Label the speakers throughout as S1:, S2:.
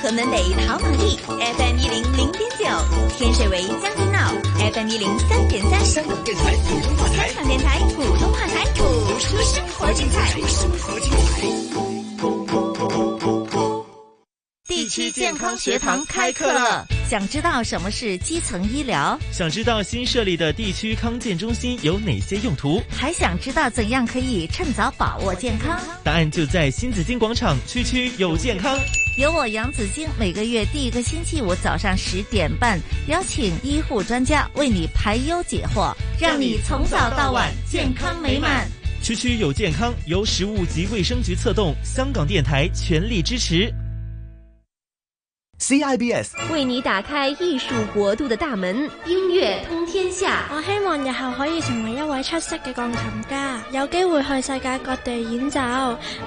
S1: 屯门北跑马地 FM 一零零点九，天水围将军澳 FM 一零三点三。香港电台普通话台，香港电台普通话台，谱出生活精彩。生活精彩。
S2: 第七健康学堂开课了，
S3: 想知道什么是基层医疗？
S4: 想知道新设立的地区康健中心有哪些用途？
S3: 还想知道怎样可以趁早把握健康？
S4: 答案就在新紫金广场，区区有健康。
S3: 由我杨子晶每个月第一个星期五早上十点半，邀请医护专家为你排忧解惑，让你从早到晚健康美满。
S4: 区区有健康，由食物及卫生局策动，香港电台全力支持。
S5: CIBS 為你打開藝術國度的大門，音樂通天下。
S6: 我希望日後可以成為一位出色嘅鋼琴家，有機會去世界各地演奏，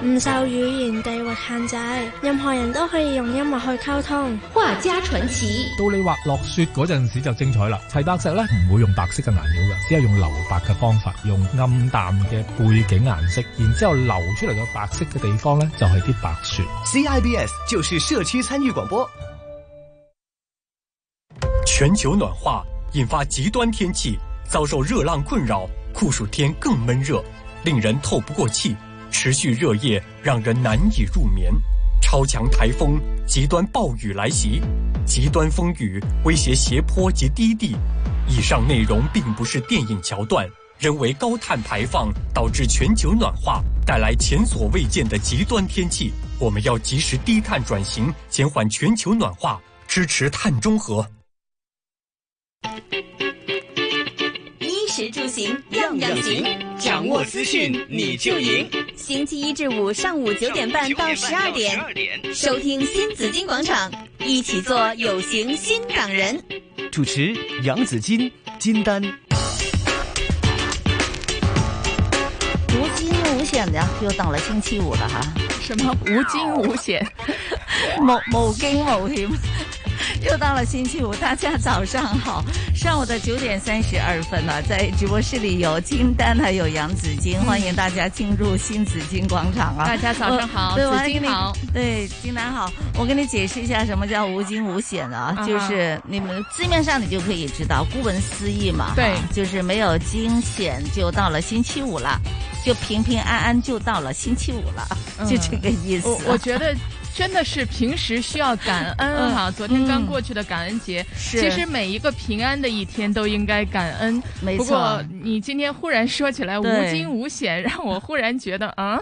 S6: 唔受語言地域限制，任何人都可以用音樂去溝通。
S5: 畫家傳奇，
S7: 到你畫落雪嗰陣時就精彩啦！齊白石咧唔會用白色嘅顏料嘅，只係用留白嘅方法，用暗淡嘅背景顏色，然之後流出嚟嘅白色嘅地方咧就係啲白雪。
S5: CIBS 就是社區參與廣播。
S8: 全球暖化引发极端天气，遭受热浪困扰，酷暑天更闷热，令人透不过气。持续热夜让人难以入眠。超强台风、极端暴雨来袭，极端风雨威胁斜坡及低地。以上内容并不是电影桥段，人为高碳排放导致全球暖化，带来前所未见的极端天气。我们要及时低碳转型，减缓全球暖化，支持碳中和。
S1: 衣食住行样样行，
S9: 掌握资讯你就赢。
S1: 星期一至五上午九点半到十二点，收听新紫金广场，一起做有型新港人。
S10: 主持杨紫金、金丹。
S3: 无惊无险的，又到了星期五了哈。
S11: 什么无惊 无险？
S3: 冇冇惊冇险。 又到了星期五，大家早上好！上午的九点三十二分了、啊，在直播室里有金丹还有杨紫金，欢迎大家进入新紫金广场啊！
S11: 嗯大家早上好，紫金好，
S3: 对金丹好。我跟你解释一下什么叫无惊无险啊，就是你们字面上你就可以知道，顾文思义嘛，啊
S11: 对，
S3: 就是没有惊险，就到了星期五了，就平平安安就到了星期五 了，就这个意思。
S11: 嗯
S3: 啊
S11: 我我觉得。真的是平时需要感 恩哈、啊，昨天刚过去的感恩节，嗯、
S3: 嗯是
S11: 其实每一个平安的一天都应该感恩。
S3: 没
S11: 错，不过你今天忽然说起来无惊无险，让我忽然觉得啊，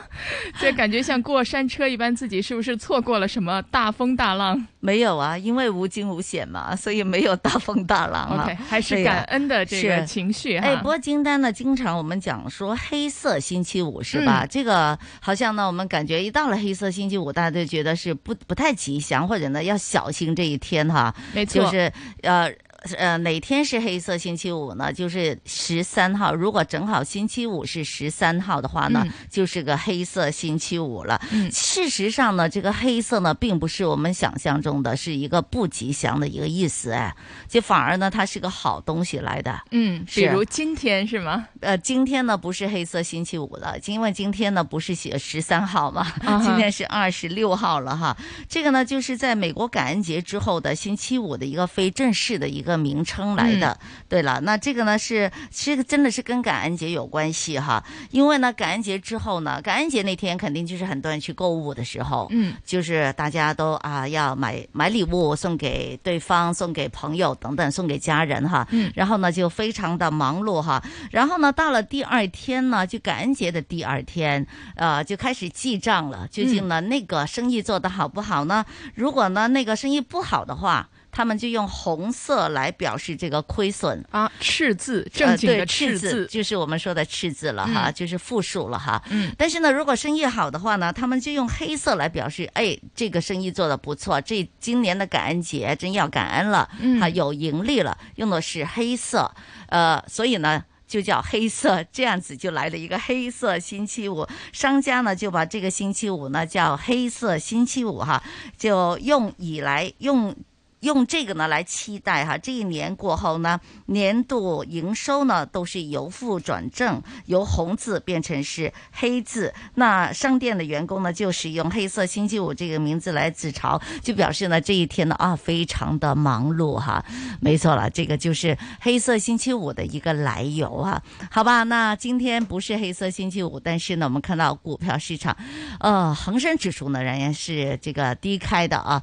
S11: 这感觉像过山车一般，自己是不是错过了什么大风大浪？
S3: 没有啊，因为无惊无险嘛，所以没有大风大浪啊。
S11: OK，还是感恩的这个情绪哈、啊。
S3: 哎，不过金丹呢，经常我们讲说黑色星期五是吧？嗯、这个好像呢，我们感觉一到了黑色星期五，大家就觉得。是不不太吉祥，或者呢要小心这一天哈，
S11: 没错，
S3: 就是呃。呃，哪天是黑色星期五呢？就是十三号。如果正好星期五是十三号的话呢，嗯、就是个黑色星期五了。嗯、事实上呢，这个黑色呢，并不是我们想象中的是一个不吉祥的一个意思，哎，就反而呢，它是个好东西来的。
S11: 嗯，比如今天是吗？
S3: 呃，今天呢不是黑色星期五了，因为今天呢不是写十三号嘛，啊、今天是二十六号了哈。这个呢，就是在美国感恩节之后的星期五的一个非正式的一个。名称来的，嗯、对了，那这个呢是这个真的是跟感恩节有关系哈，因为呢感恩节之后呢，感恩节那天肯定就是很多人去购物的时候，
S11: 嗯，
S3: 就是大家都啊要买买礼物送给对方、送给朋友等等、送给家人哈，
S11: 嗯，
S3: 然后呢就非常的忙碌哈，然后呢到了第二天呢，就感恩节的第二天，呃就开始记账了，究竟呢、嗯、那个生意做得好不好呢？如果呢那个生意不好的话。他们就用红色来表示这个亏损
S11: 啊，赤字，正经的赤
S3: 字，呃、
S11: 字
S3: 就是我们说的赤字了哈，嗯、就是负数了哈。
S11: 嗯，
S3: 但是呢，如果生意好的话呢，他们就用黑色来表示，哎，这个生意做得不错，这今年的感恩节真要感恩了，
S11: 嗯、
S3: 哈，有盈利了，用的是黑色，呃，所以呢。就叫黑色，这样子就来了一个黑色星期五。商家呢就把这个星期五呢叫黑色星期五哈，就用以来用。用这个呢来期待哈，这一年过后呢，年度营收呢都是由负转正，由红字变成是黑字。那商店的员工呢，就使用“黑色星期五”这个名字来自嘲，就表示呢这一天呢啊非常的忙碌哈。没错了，这个就是黑色星期五的一个来由哈。好吧，那今天不是黑色星期五，但是呢，我们看到股票市场，呃，恒生指数呢仍然是这个低开的啊，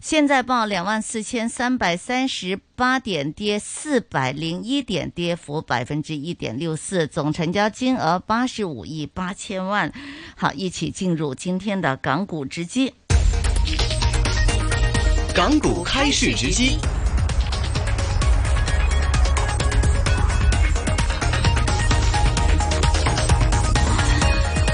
S3: 现在报两万四千三百三十八点，跌四百零一点，跌幅百分之一点六四，总成交金额八十五亿八千万。好，一起进入今天的港股直击。
S5: 港股开市直击。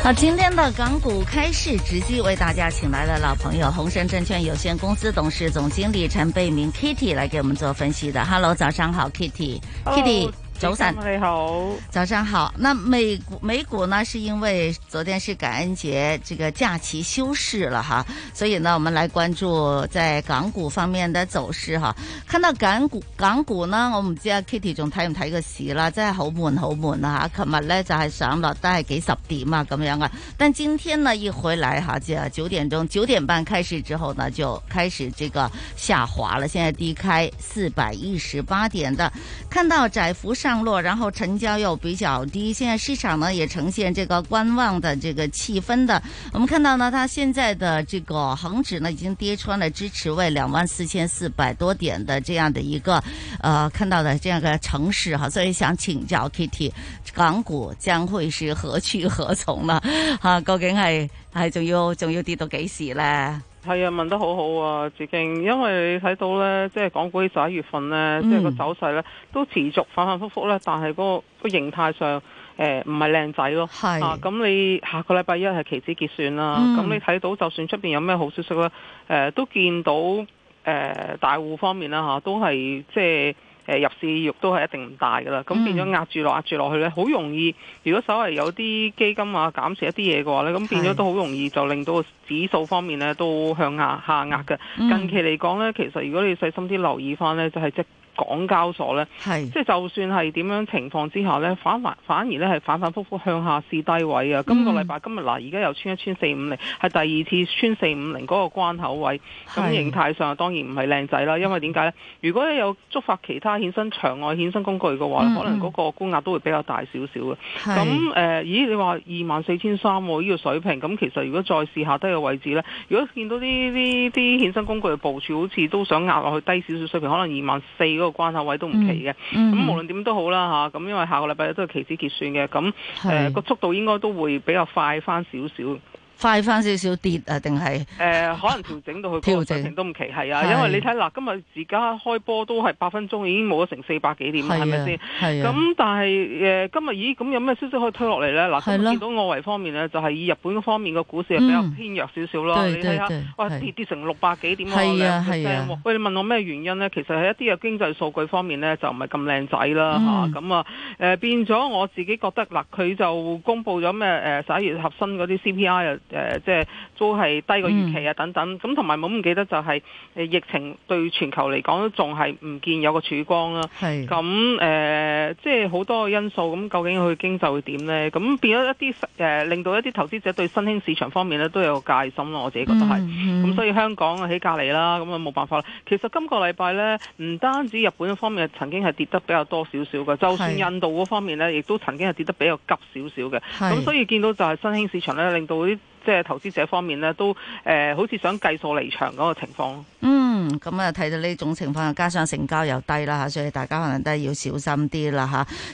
S3: 好，今天的港股开市直击为大家请来了老朋友红盛证券有限公司董事总经理陈贝明 Kitty 来给我们做分析的。Hello，早上好，Kitty。Kitty，早晨。
S12: 你好。
S3: 早上好。那美股美股呢，是因为昨天是感恩节这个假期休市了哈，所以呢，我们来关注在港股方面的走势哈。看到港股港股呢，我唔知啊 Kitty 仲睇唔睇個市啦，真係好悶好悶啊吓。琴日咧就係上落都係幾十點啊咁樣。但今天呢，一回来哈，这九点钟、九点半开始之后呢，就开始这个下滑了。现在低开四百一十八点的，看到窄幅上落，然后成交又比较低。现在市场呢也呈现这个观望的这个气氛的。我们看到呢，它现在的这个恒指呢已经跌穿了支持位两万四千四百多点的这样的一个呃看到的这样个城市哈，所以想请教 Kitty，港股将会是何去何从呢？ 吓、啊，究竟係係仲要仲要跌到幾時咧？
S12: 係啊，問得好好啊，志敬，因為你睇到呢，即係港股十一月份呢，即係個走勢呢，都持續反反覆覆呢，但係嗰、嗰個形態上。誒唔係靚仔咯，啊咁你下個禮拜一係期指結算啦，咁、嗯、你睇到就算出邊有咩好消息咧，誒、呃、都見到誒、呃、大戶方面啦嚇、啊，都係即係。誒入市欲都係一定唔大㗎啦，咁變咗壓住落壓住落去呢，好容易。如果稍為有啲基金啊減持一啲嘢嘅話呢，咁變咗都好容易就令到個指數方面呢都向下下壓嘅。嗯、近期嚟講呢，其實如果你細心啲留意翻呢，就係即港交所呢，即係就算係點樣情況之下呢，反反反而呢係反反覆覆向下試低位啊。今個禮拜今日嗱，而家又穿一穿四五零，係第二次穿四五零嗰個關口位。咁形態上當然唔係靚仔啦，因為點解呢？如果有觸發其他衍生場外衍生工具嘅話，嗯、可能嗰個沽壓都會比較大少少嘅。咁誒、呃，咦？你話二萬四千三喎呢個水平，咁其實如果再試下低嘅位置呢，如果見到啲啲啲衍生工具嘅部署好似都想壓落去低少少水平，可能二萬四嗰個關口位都唔奇嘅。咁、嗯嗯、無論點都好啦嚇，咁因為下個禮拜都係期指結算嘅，咁誒個速度應該都會比較快翻少少。
S3: 快翻少少跌啊？定係
S12: 誒呃可能調整到去嗰個水平都唔奇係啊，因為你睇嗱，今日而家開波都係八分鐘已經冇咗成四百幾點，係咪先？係啊。咁但係誒今日咦咁有咩消息可以推落嚟咧？嗱，今日見到外圍方面咧，就係以日本方面嘅股市係比較偏弱少少咯。你睇下，哇跌跌成六百幾點啊！係啊喂，你問我咩原因咧？其實係一啲嘅經濟數據方面咧，就唔係咁靚仔啦嚇。咁啊誒變咗我自己覺得嗱，佢就公布咗咩呃誒十一月核心嗰啲 CPI 啊。誒、呃，即係都係低過預期啊，等等。咁同埋冇唔記得就係、是、誒疫情對全球嚟講都仲係唔見有個曙光啦。係咁誒，即係好多個因素。咁究竟佢經濟會點呢？咁變咗一啲誒、呃，令到一啲投資者對新興市場方面咧都有個戒心咯。我自己覺得係。咁、嗯嗯、所以香港喺隔離啦，咁啊冇辦法啦。其實今個禮拜呢，唔單止日本方面曾經係跌得比較多少少嘅，就算印度嗰方面呢，亦都曾經係跌得比較急少少嘅。咁所以見到就係新興市場呢，令到啲即係投資者方面咧，都誒、呃、好似想計數離場嗰個情況。
S3: 嗯，咁啊睇到呢種情況，加上成交又低啦嚇，所以大家可能都係要小心啲啦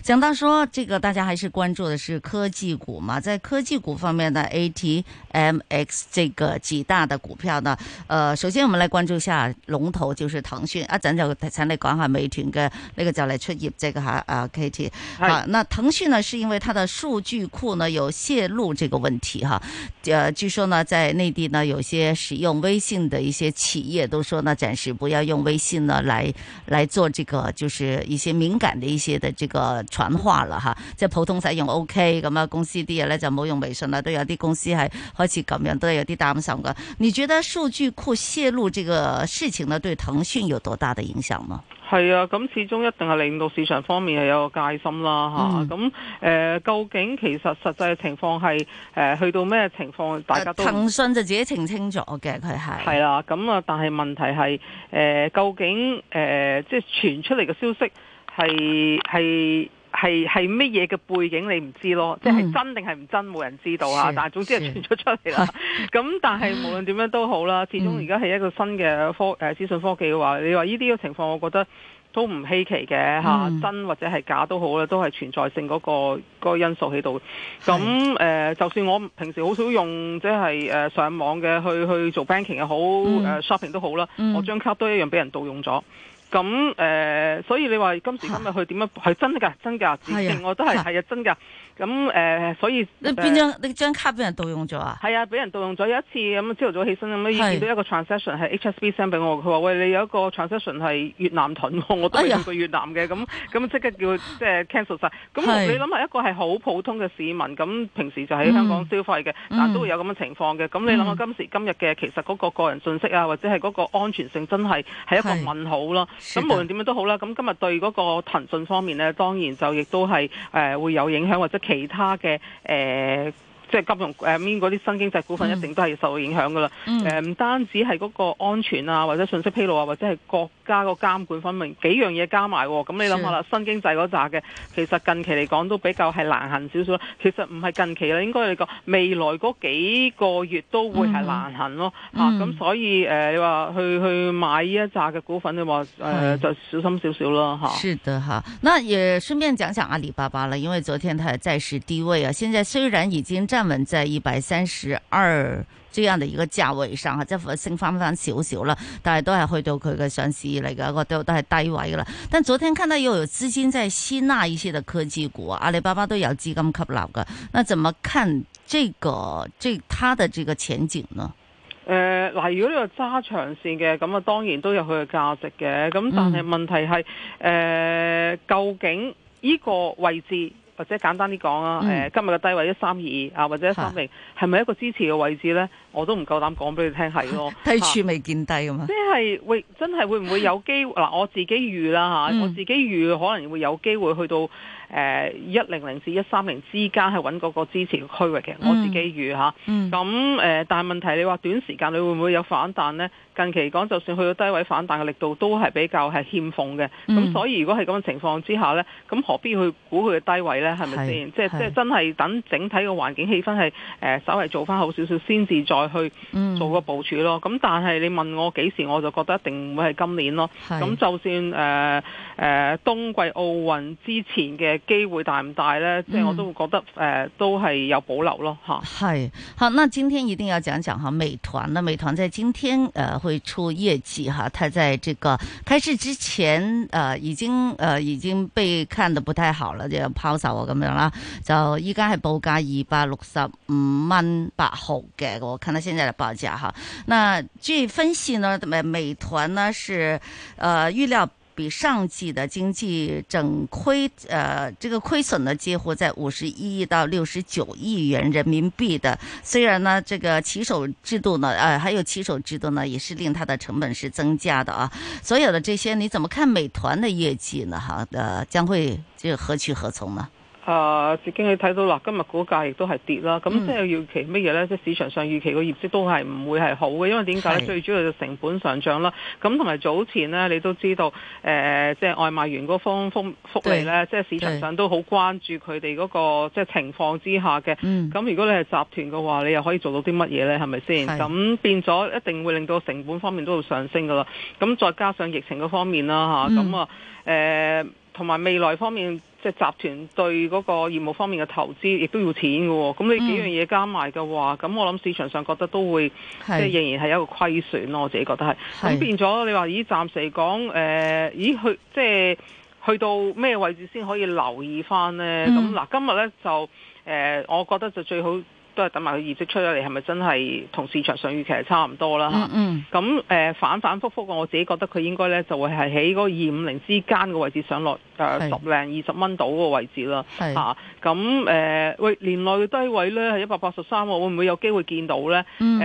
S3: 嚇。講到說，這個大家還是關注的是科技股嘛，在科技股方面呢，ATMX 這個幾大的股票呢，呃，首先我們來關注一下龍頭，就是騰訊。一陣就請你講下美團嘅呢個就嚟出業績嘅嚇啊，Kitty 啊，那騰訊呢，是因為它的數據庫呢有泄露這個問題哈，呃、啊。據說呢，在內地呢，有些使用微信的一些企業都說呢，呢，暂时不要用微信呢来来做这个就是一些敏感的一些的这个傳話啦吓，即係普通使用 O K 咁啊，公司啲嘢咧就唔好用微信啦，都有啲公司係開始咁樣，都有啲擔心噶。你覺得數據庫泄露這個事情呢，對騰訊有多大的影響嗎？
S12: 係啊，咁始終一定係令到市場方面係有個戒心啦
S3: 嗯
S12: 嚇。咁誒、呃究竟其實實際嘅情況係誒、去到咩情況，大家都唔
S3: 呃騰訊就自己澄清咗嘅，佢係
S12: 係啦，咁啊，但係問題係誒、呃究竟誒、呃即係傳出嚟嘅消息係係。係係乜嘢嘅背景你唔知咯，即係
S13: 嗯
S12: 真定係唔真冇人知道
S3: 嗯
S12: 啊！
S13: 是
S12: 但係總之係傳咗出嚟啦。咁但係無論點樣都好 啦，始終而家係一個新嘅科誒資訊科技嘅話，你話呢啲嘅情況，我覺得都唔稀奇嘅嚇、
S13: 嗯
S12: 真或者係假都好啦，都係存在性嗰、個嗰個因素喺度。咁誒、呃就算我平時好少用即係誒上網嘅去去做 banking 又好，誒、
S13: 嗯
S12: shopping 都好啦，
S13: 嗯
S12: 我張卡都一樣俾人盜用咗。咁誒、呃所以你話今時今日佢點樣係真㗎，真㗎，指
S3: 係啊
S12: 證我都係係啊，真㗎。咁誒、呃所以
S3: 你
S12: 呃
S3: 邊張你張卡俾人盜用咗啊？
S12: 係啊，俾人盜用咗有一次咁，朝頭早起身咁
S3: 係
S12: 樣見到一個 transaction 係 HSB send 俾我，佢話喂你有一個 transaction 係越南盾 喎，我都
S3: 哎
S12: 未
S3: 呀
S12: 去過越南嘅，咁咁即刻叫即係 cancel 晒。
S3: 係
S12: 咁你諗下一個係好普通嘅市民，咁平時就喺香港消費嘅，
S13: 嗯
S12: 但都會有咁嘅情況嘅。咁你
S3: 嗯
S12: 諗下今時今日嘅其實嗰個個人信息啊，或者係嗰個安全性真係係一個
S13: 係
S12: 問號啦。
S13: 是
S12: 咁
S13: 的
S12: 無論點樣都好啦，咁今日對嗰個騰訊方面呢，當然就亦都係誒、呃、會有影響，或者其他嘅誒。呃即係金融誒面嗰啲新經濟股份一定都係受影響㗎啦。誒、
S13: 嗯
S12: 唔單止係嗰個安全啊，或者信息披露啊，或者係國家個監管方面幾樣嘢加埋喎。咁你諗下啦，新經濟嗰扎嘅，其實近期嚟講都比較係難行少少啦。其實唔係近期啦，應該嚟講未來嗰幾個月都會係難行咯。嚇、
S13: 嗯
S12: 咁、所以誒、呃你話去去買呢一扎嘅股份，你話誒、呃
S3: 係
S12: 就小心少少啦嚇。
S3: 是的哈，那也顺便讲讲阿里巴巴了，因为昨天它也再是低位啊，现在虽然已经站稳在一百三十二这样的一个价位上哈，即係升翻翻少少啦，但係都係去到佢嘅上市以嚟嘅一個都都係低位噶啦。但昨天看到又有資金在吸納一些的科技股啊，阿里巴巴都有資金吸納嘅，那怎麼看这个这它的这个前景呢？。
S12: 誒呃嗱、如果你話揸長線嘅，咁啊當然都有佢嘅價值嘅。咁
S13: 嗯
S12: 但係問題係誒、呃究竟呢個位置或者簡單啲講啊，誒、
S13: 嗯
S12: 今日嘅低位一三二啊，或者一三零，係咪一個支持嘅位置呢？我都唔夠膽講俾你聽係 咯
S3: 低處未見低咁啊
S12: 即！係會真係會唔會有機會嗱？我自己預啦嚇，
S3: 嗯
S12: 我自己預可能會有機會去到誒一零零至一三零之間係揾嗰個支持嘅區域嘅，我自己預嚇。
S13: 嗯
S12: 咁誒、但係問題你話短時間你會唔會有反彈呢？近期嚟講，就算去到低位反彈嘅力度都係比較係欠奉嘅。咁、
S13: 嗯
S12: 所以如果係咁嘅情況之下呢，咁何必去估佢嘅低位呢？係咪先？即係即係
S13: 係
S12: 真係等整體嘅環境氣氛係誒、呃稍微做翻好少少，先至再去
S13: 嗯
S12: 做個部署咯。咁但係你問我幾時，我就覺得一定唔會係今年咯。
S13: 係
S12: 咁就算誒誒、冬季奧運之前嘅機會大唔大呢？即係我都會覺得誒、呃都係有保留咯嚇。
S3: 嗨，好，那今天一定要讲讲哈美团。那美团在今天呃会出业绩哈，它在这个开市之前呃已经呃已经被看得不太好了，就抛售啊咁樣啦。就依家係報價二百六十五蚊八毫嘅，我看到現在的報價哈。那據分析呢，美美团呢是呃预料。比上季的经济整亏，呃，这个亏损呢，介乎在五十一亿到六十九亿元人民币的。虽然呢，这个骑手制度呢，呃，还有骑手制度呢，也是令它的成本是增加的啊。所有的这些，你怎么看美团的业绩呢？哈，呃，将会这何去何从呢？
S12: 啊，自經你睇到啦，今日股價亦都係跌啦，咁
S3: 嗯
S12: 即係預期乜嘢呢？即係市場上預期個業績都係唔會係好嘅，因為點解呢？
S13: 係
S12: 最主要就成本上漲啦，咁同埋早前呢，你都知道，誒、呃即係外賣員嗰方福福利呢，即係市場上都好關注佢哋嗰個即係情況之下嘅。咁、
S13: 嗯
S12: 如果你係集團嘅話，你又可以做到啲乜嘢呢？係咪先？
S13: 係
S12: 咁變咗一定會令到成本方面都會上升噶啦。咁再加上疫情嗰方面啦嚇，咁、
S13: 嗯
S12: 啊。誒、同埋未來方面，即係集團對嗰個業務方面嘅投資，亦都要錢嘅喎、咁你幾樣嘢加埋嘅話，咁、我諗市場上覺得都會即
S13: 嗯係
S12: 係仍然係一個虧損咯。我自己覺得係。
S13: 係
S12: 咁變咗你話，咦？暫時嚟講，誒、呃咦？去即係去到咩位置先可以留意翻呢？咁呃
S13: 嗯
S12: 嗱、今日呢就誒、我覺得就最好。都係等埋佢業績出咗嚟，係咪真係同市場上預期係差唔多啦？嚇
S3: 嗯嗯
S12: 咁誒、呃反反覆覆，我自己覺得佢應該咧就會係喺嗰二五零之間嘅位置上落誒
S3: 係
S12: 十零二十蚊到個位置啦
S3: 係
S12: 嚇。咁誒、呃喂，年內嘅低位咧係一百八十三個，會唔會有機會見到咧？誒、
S3: 嗯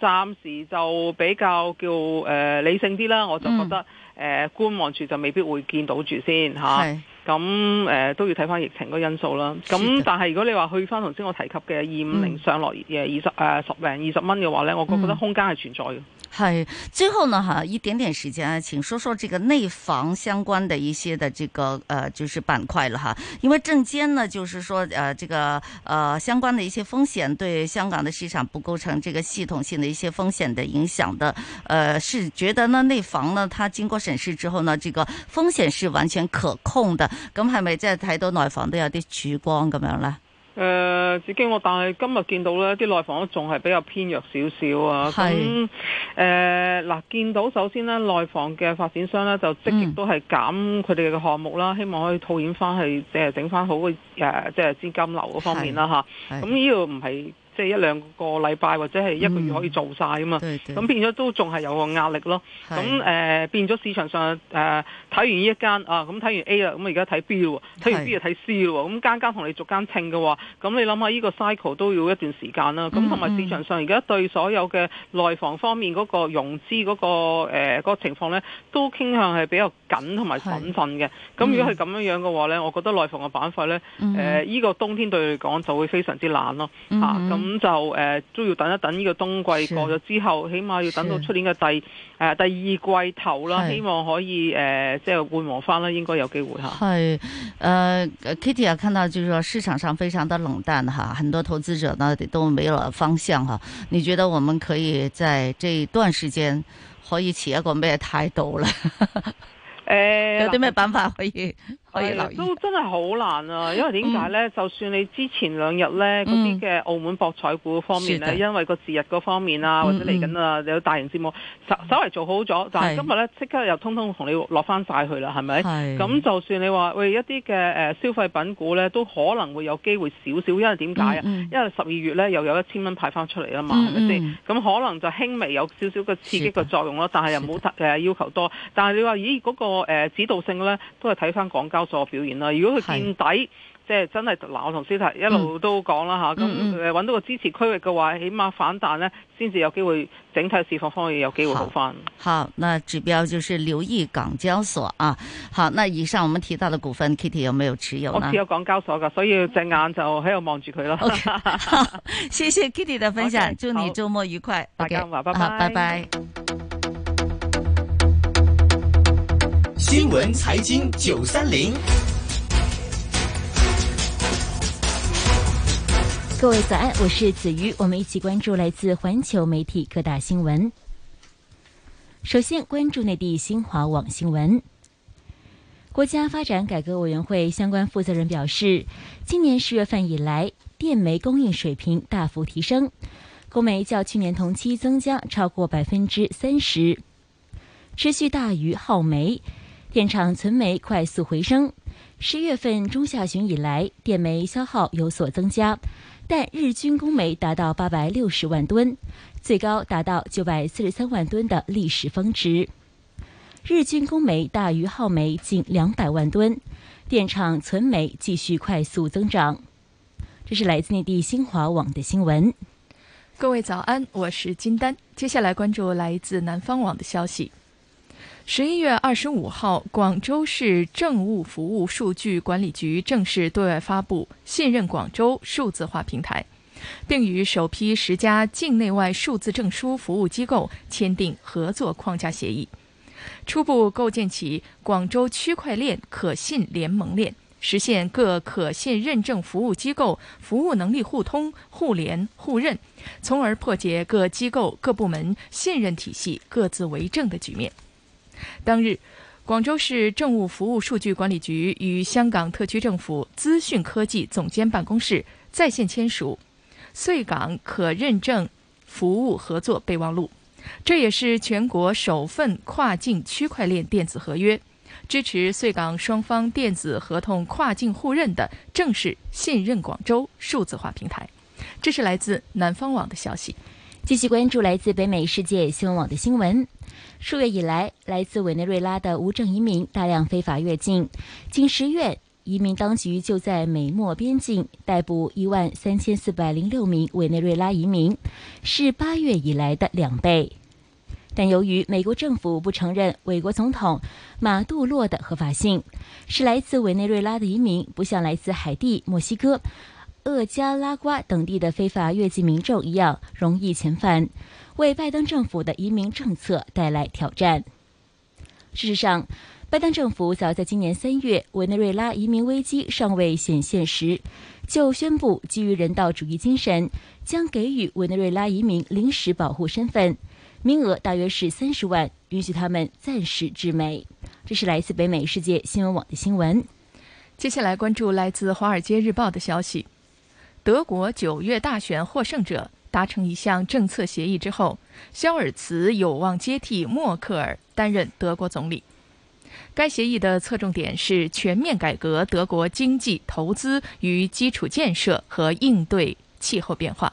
S12: 暫時就比較叫誒、呃理性啲啦，我就覺得誒、
S3: 嗯
S12: 呃觀望住就未必會見到住先嚇。
S3: 係
S12: 咁誒、呃都要睇翻疫情個因素啦。
S3: 是
S12: 咁
S3: 的
S12: 但係如果你話去翻頭先我提及嘅二五
S3: 嗯
S12: 零上落誒二十誒十零二十蚊嘅話咧，我覺得
S3: 嗯
S12: 空間係存在嘅。
S3: 嗨，最后呢哈，一点点时间啊，请说说这个内房相关的一些的这个呃，就是板块了哈。因为证监呢，就是说呃，这个呃相关的一些风险对香港的市场不构成这个系统性的一些风险的影响的。呃，是觉得呢内房呢，它经过审视之后呢，这个风险是完全可控的。咁系咪即系睇到内房都有啲曙光咁样咧？
S12: 誒、呃自己我但係今日見到咧，啲內房都仲係比較偏弱少少啊。
S3: 係
S12: 咁誒嗱，見到首先咧，內房嘅發展商咧就積
S3: 嗯
S12: 極都係減佢哋嘅項目啦，希望可以套現翻去即係整翻好個誒呃即係資金流嗰方面啦吓，
S3: 係係
S12: 咁呢個唔係。即係一兩個禮拜或者係一個月可以做晒啊嘛，
S3: 嗯
S12: 咁、
S3: 對對
S12: 變咗都仲係有個壓力咯。
S3: 係
S12: 咁誒、變咗市場上呃誒睇、完呢一間啊，咁睇完 A 啦，咁而家睇 B 咯喎，睇完 B
S3: 係
S12: 就睇 C 咯喎，咁間間同你逐間稱嘅話，咁你諗下呢個 cycle 都要一段時間啦。
S3: 嗯
S12: 咁同埋市場上而家對所有嘅內房方面嗰個融資嗰、個誒、呃嗰個情況呢，都傾向係比較緊同埋審慎嘅。咁如果係咁樣樣嘅話呢，我覺得內房嘅板塊呢，
S3: 嗯
S12: 誒、依、個冬天對佢嚟講就會非常之難咯。嚇、
S3: 嗯
S12: 咁就誒、呃都要等一等呢個冬季過咗之後，起碼要等到
S3: 是
S12: 出年嘅第誒、呃第二季頭啦，
S3: 係
S12: 希望可以誒、呃即係緩和翻啦，應該有機會嚇。
S3: 嗨，呃，Kitty 啊，看到就是说市场上非常的冷淡哈，很多投资者呢都没了方向哈。你觉得我们可以在这一段时间可以持一哎個咩態度咧？
S12: 誒
S3: 有啲咩辦法可以 可以
S12: 係
S3: 留意？嗯
S12: 都真係好難 啊！因為點解呢？就算你之前兩日呢嗰啲嘅澳門博彩股方面
S3: 是
S12: 呢，
S3: 的
S12: 因為個節日嗰方面啊，
S3: 嗯
S12: 或者嚟緊啊有大型節目，稍稍微做好咗，但
S3: 係
S12: 係今日呢，即刻又通通同你落翻晒去啦，係咪？
S3: 係
S12: 咁就算你話喂一啲嘅誒消費品股呢，都可能會有機會少少，因為點解啊？
S3: 嗯嗯
S12: 因為十二月呢又有一千蚊派翻出嚟啊嘛，
S3: 嗯
S12: 係咪先？
S3: 嗯
S12: 咁可能就輕微有少少嘅刺激
S3: 是的
S12: 嘅作用咯，但係又冇誒呃要求多。但係你話咦嗰、個、呃、指導性咧，都係睇翻港交所嘅表現啦。如果
S3: 係嗯
S12: 佢見底。即係真係嗱，我同司提一路都講啦吓，咁
S3: 嗯
S12: 誒
S3: 嗯
S12: 揾到個支持區域嘅話，起碼反彈咧，先至有機會整體市況方面有機會好翻。
S3: 好，那指標就是留意港交所啊。好，那以上我們提到的股份，Kitty 有沒有持有
S12: 我
S3: 呢
S12: 哦只？有港交所㗎，所以隻眼就喺度望住佢啦。
S3: 謝謝 Kitty 的分享
S12: OK，
S3: 祝你
S12: 好
S3: 周末愉快。
S12: 大家
S3: OK，
S12: 好
S3: 啊
S12: 拜拜
S3: 好拜拜。
S5: 新闻财经九三零，
S14: 各位早安，我是子瑜，我们一起关注来自环球媒体各大新闻。首先关注内地新华网新闻。国家发展改革委员会相关负责人表示，今年十月份以来，电煤供应水平大幅提升，供煤较去年同期增加超过百分之三十，持续大于耗煤，电厂存煤快速回升。十月份中下旬以来，电煤消耗有所增加，但日均供煤达到八百六十万吨，最高达到九百四十三万吨的历史峰值。日均供煤大于耗煤近两百万吨，电厂存煤继续快速增长。这是来自内地新华网的新闻。
S15: 各位早安，我是金丹。接下来关注来自南方网的消息。十一月二十五号，广州市政务服务数据管理局正式对外发布“信任广州”数字化平台，并与首批十家境内外数字证书服务机构签订合作框架协议，初步构建起广州区块链可信联盟链，实现各可信认证服务机构服务能力互通、互联、互认，从而破解各机构、各部门信任体系各自为政的局面。当日，广州市政务服务数据管理局与香港特区政府资讯科技总监办公室在线签署《穗港可认证服务合作备忘录》，这也是全国首份跨境区块链电子合约，支持穗港双方电子合同跨境互认的正式信任广州数字化平台。这是来自南方网的消息。
S14: 继续关注来自北美世界新闻网的新闻。数月以来，来自委内瑞拉的无证移民大量非法越境。近十月，移民当局就在美墨边境逮捕一万三千四百零六名委内瑞拉移民，是八月以来的两倍。但由于美国政府不承认美国总统马杜洛的合法性，使来自委内瑞拉的移民不像来自海地、墨西哥。厄加拉瓜等地的非法越境民众一样容易遣返，为拜登政府的移民政策带来挑战。事实上，拜登政府早在今年三月委内瑞拉移民危机尚未显现时，就宣布基于人道主义精神，将给予委内瑞拉移民临时保护身份，名额大约是三十万，允许他们暂时至美。这是来自北美世界新闻网的新闻。
S15: 接下来关注来自《华尔街日报》的消息。德国九月大选获胜者达成一项政策协议之后，肖尔茨有望接替默克尔担任德国总理。该协议的侧重点是全面改革德国经济、投资与基础建设和应对气候变化。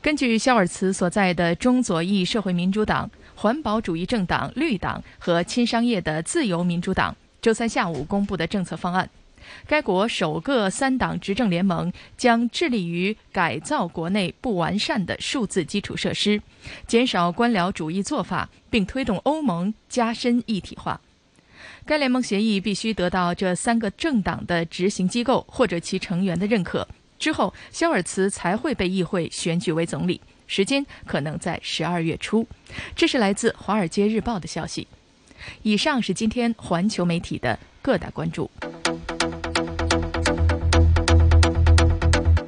S15: 根据肖尔茨所在的中左翼社会民主党、环保主义政党绿党和亲商业的自由民主党周三下午公布的政策方案。该国首个三党执政联盟将致力于改造国内不完善的数字基础设施，减少官僚主义做法，并推动欧盟加深一体化。该联盟协议必须得到这三个政党的执行机构或者其成员的认可，之后肖尔茨才会被议会选举为总理，时间可能在十二月初。这是来自《华尔街日报》的消息。以上是今天环球媒体的各大关注。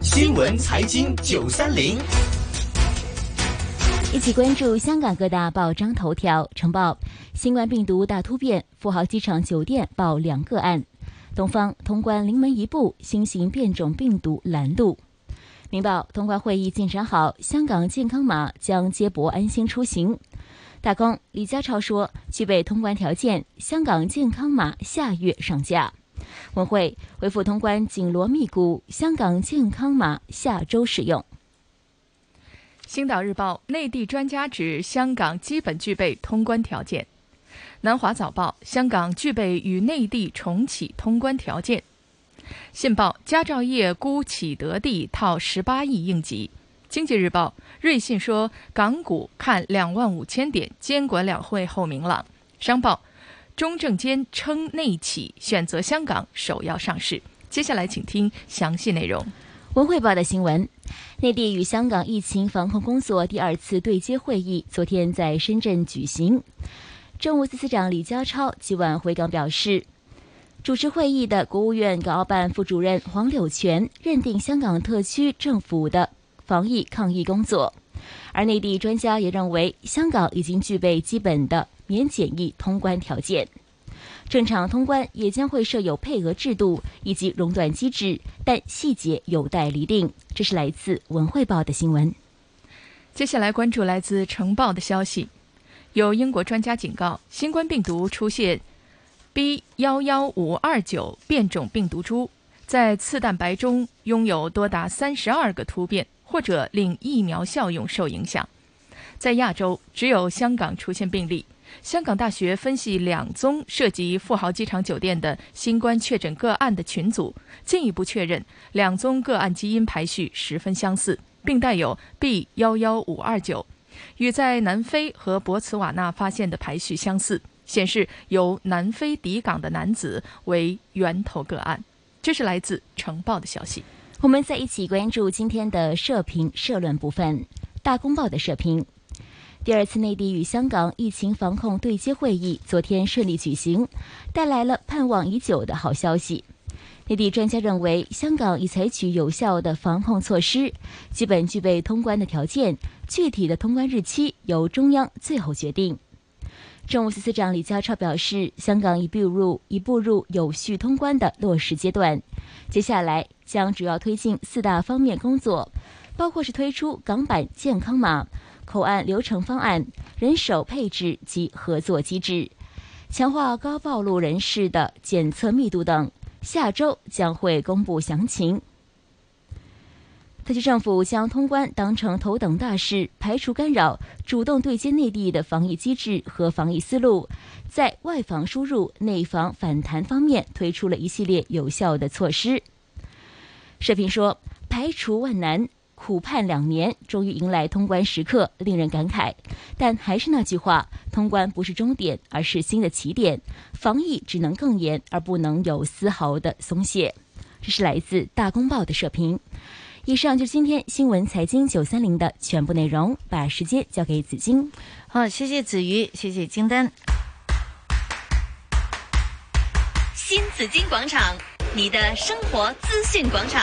S5: 新闻财经九三零，
S14: 一起关注香港各大报章头条。晨报：新冠病毒大突变，富豪机场酒店爆两个案。东方：通关临门一步，新型变种病毒拦路。明报：通关会议进展好，香港健康码将接驳安心出行。大公：李家超说具备通关条件，香港健康码下月上架。文汇恢复通关紧锣密鼓，香港健康码下周使用。
S15: 星岛日报，内地专家指香港基本具备通关条件。南华早报，香港具备与内地重启通关条件。信报，佳兆业估启德地套十八亿应急。经济日报，瑞信说港股看两万五千点，监管两会后明朗。商报。中证监称内企选择香港首要上市。接下来请听详细内容。
S14: 文汇报的新闻：内地与香港疫情防控工作第二次对接会议昨天在深圳举行。政务司司长李家超今晚回港表示，主持会议的国务院港澳办副主任黄柳权认定香港特区政府的防疫抗疫工作，而内地专家也认为香港已经具备基本的。免检疫通关条件，正常通关也将会设有配额制度以及熔断机制，但细节有待厘定。这是来自《文汇报》的新闻。
S15: 接下来关注来自《晨报》的消息，有英国专家警告，新冠病毒出现 B 幺幺五二九变种病毒株，在刺蛋白中拥有多达三十二个突变，或者令疫苗效用受影响。在亚洲，只有香港出现病例。香港大学分析两宗涉及富豪机场酒店的新冠确诊个案的群组，进一步确认两宗个案基因排序十分相似，并带有 B 幺幺五二九，与在南非和博茨瓦纳发现的排序相似，显示由南非抵港的男子为源头个案。这是来自《城报》的消息。
S14: 我们在一起关注今天的社评社论部分，《大公报》的社评。第二次内地与香港疫情防控对接会议昨天顺利举行，带来了盼望已久的好消息。内地专家认为，香港已采取有效的防控措施，基本具备通关的条件，具体的通关日期由中央最后决定。政务司司长李家超表示，香港已步入已步入有序通关的落实阶段，接下来将主要推进四大方面工作，包括是推出港版健康码。口岸流程方案、人手配置及合作机制，强化高暴露人士的检测密度等。下周将会公布详情。特区政府将通关当成头等大事，排除干扰，主动对接内地的防疫机制和防疫思路，在外防输入、内防反弹方面推出了一系列有效的措施。社评说，排除万难。苦盼两年，终于迎来通关时刻，令人感慨。但还是那句话，通关不是终点，而是新的起点。防疫只能更严，而不能有丝毫的松懈。这是来自《大公报》的社评。以上就是今天新闻财经九三零的全部内容，把时间交给紫金。
S3: 好，谢谢子瑜，谢谢金丹。
S1: 新紫金广场，你的生活资讯广场。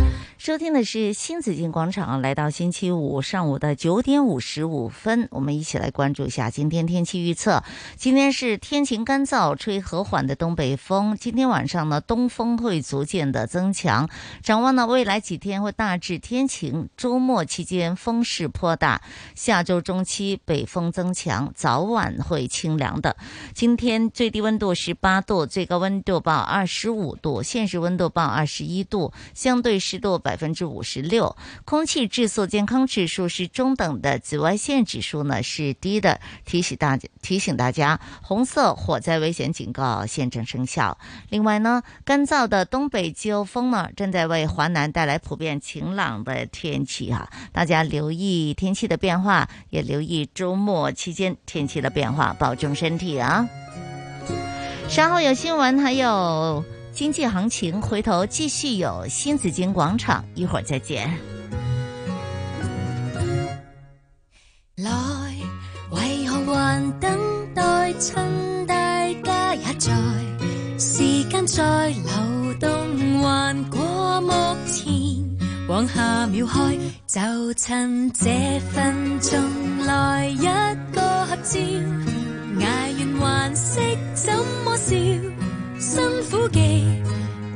S3: 收听的是新紫金广场，来到星期五上午的九点五十五分，我们一起来关注一下今天天气预测。今天是天晴干燥，吹和缓的东北风。今天晚上呢，东风会逐渐的增强。展望呢，未来几天会大致天晴，周末期间风势颇大。下周中期北风增强，早晚会清凉的。今天最低温度十八度，最高温度报二十五度，现实温度报二十一度，相对湿度百。百分之五十六，空气质素健康指数是中等的，紫外线指数呢是低的。提醒大提醒大家，红色火灾危险警告现正生效。另外呢，干燥的东北季候风呢正在为华南带来普遍晴朗的天气哈、啊，大家留意天气的变化，也留意周末期间天气的变化，保重身体啊。稍后有新闻，还有。经济行情，回头继续有新紫金广场，一会儿再见。
S9: 來，為何還等待？趁大家也在，時間在流動，還過目前，往下秒開，就趁這分鐘來一個合照，捱完還識怎麼笑？辛苦記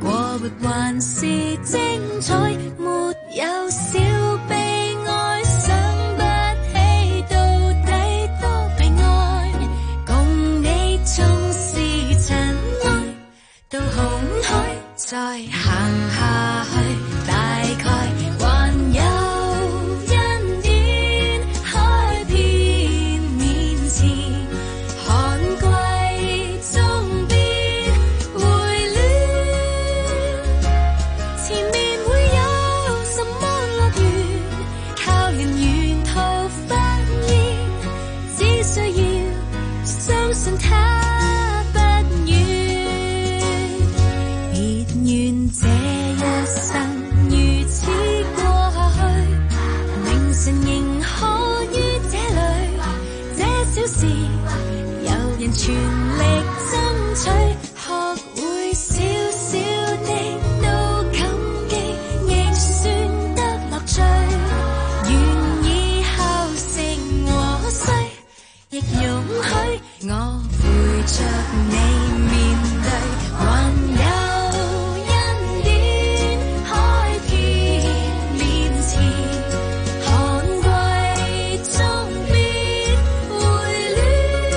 S9: 過活還是精彩，沒有小悲哀，想不起到底多悲哀。共你縱是塵埃，到紅海再行下去，大概還有恩怨海邊面前，寒季中。信他不遠，別願這一生如此過去。明晨仍可於這裏，這小事有人全力爭取，學會少少的都感激，亦算得樂趣。願以後成和諧，亦容許。我陪着你面對，還有恩典海遍面前，寒季終必回暖。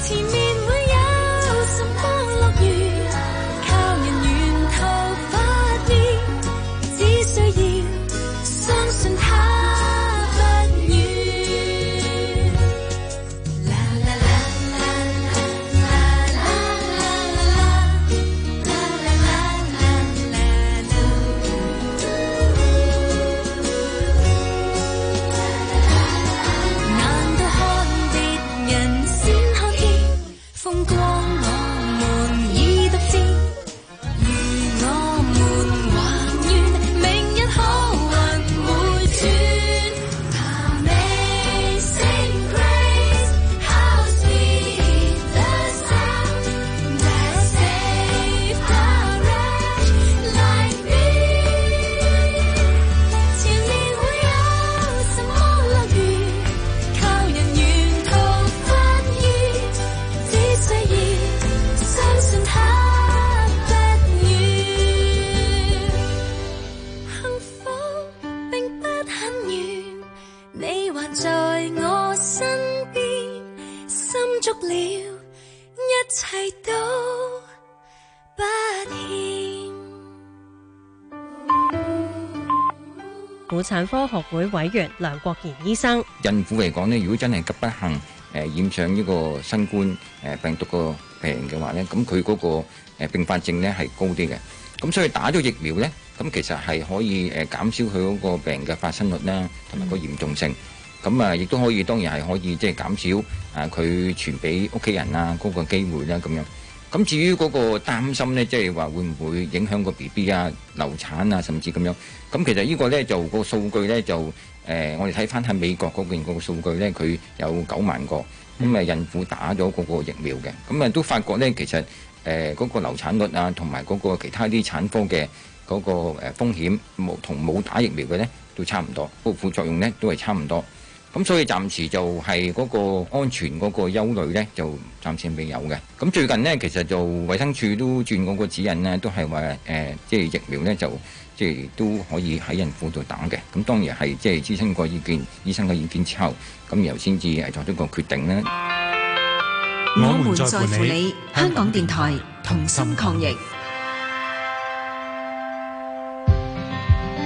S9: 前面會有什麼樂園？靠人沿途發現，只需要相信它。足了，一切都不欠。
S16: 婦產科學會委員梁國賢醫生，
S17: 孕婦嚟講呢，如果真係急不幸誒染上呢個新冠誒病毒個病嘅話呢，咁佢嗰個誒併發症呢係高啲嘅。咁所以打咗疫苗呢，咁其實係可以誒減少佢嗰個病嘅發生率啦，同埋個嚴重性。咁啊，亦都可以當然係可以即係減少啊佢傳俾屋企人啊嗰個機會啦咁樣。咁至於嗰個擔心呢，即係話會唔會影響個 B B 啊、流產啊，甚至咁樣。咁其實呢個呢，就個數據呢，就誒、呃，我哋睇翻喺美國嗰邊嗰個數據呢，佢有九萬個咁啊孕婦打咗嗰個疫苗嘅，咁啊都發覺呢，其實誒嗰、呃嗰個流產率啊，同埋嗰個其他啲產科嘅嗰個誒風險冇同冇打疫苗嘅呢，都差唔多，個副作用呢，都係差唔多。咁所以暫時就係嗰個安全嗰個憂慮呢，就暫時未有嘅。咁最近呢，其實就衛生署都轉嗰個指引呢，都係話誒，即係疫苗呢，就即係都可以喺孕婦度打嘅。咁當然係即係諮詢過意見，醫生嘅意見之後，咁然後先至係作出個決定呢。
S18: 我們在乎你，香港電台同心抗疫。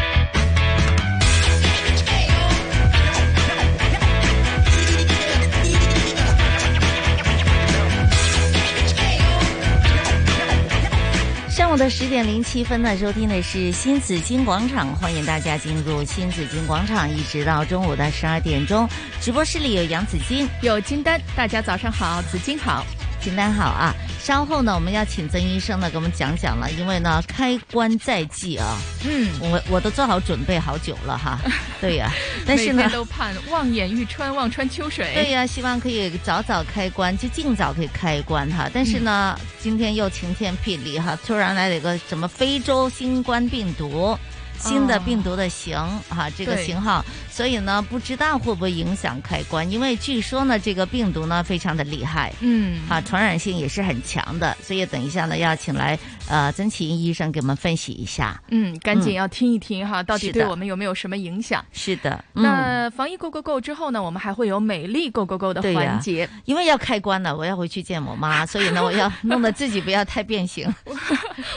S3: 上午的十點零七分呢，收聽的是新紫荊廣場，歡迎大家進入新紫荊廣場，一直到中午的十二點鐘。直播室裏有楊紫金，
S15: 有金丹，大家早上好，紫金好，
S3: 金丹好啊。稍後呢，我們要請曾醫生呢給我們講講了，因為呢開關在即啊，嗯，我我都做好準備好久了哈，對 呀、啊，但是呢
S15: 都盼望眼欲穿，望穿秋水，
S3: 對呀、啊，希望可以早早開關，就盡早可以開關哈。但是呢，嗯、今天又晴天霹靂哈，突然來了一個什麼非洲新冠病
S15: 哦
S3: 毒。新的病毒的型哈、啊，這個型號，所以呢，不知道會不會影響開關，因為據說呢，這個病毒呢非常的厲害，嗯，啊，傳染性也是很強的，所以等一下呢，要請來呃曾祈殷醫生給我們分析一下，
S15: 嗯，趕緊要聽一聽哈，嗯、到底對我們有沒有什麼影響？
S3: 是的，
S15: 嗯、那防疫 Go Go Go 之後呢，我們還會有美麗 Go Go Go 的環節、
S3: 啊，因為要開關了，我要回去見我 媽，啊所以呢，我要弄得自己不要太變形。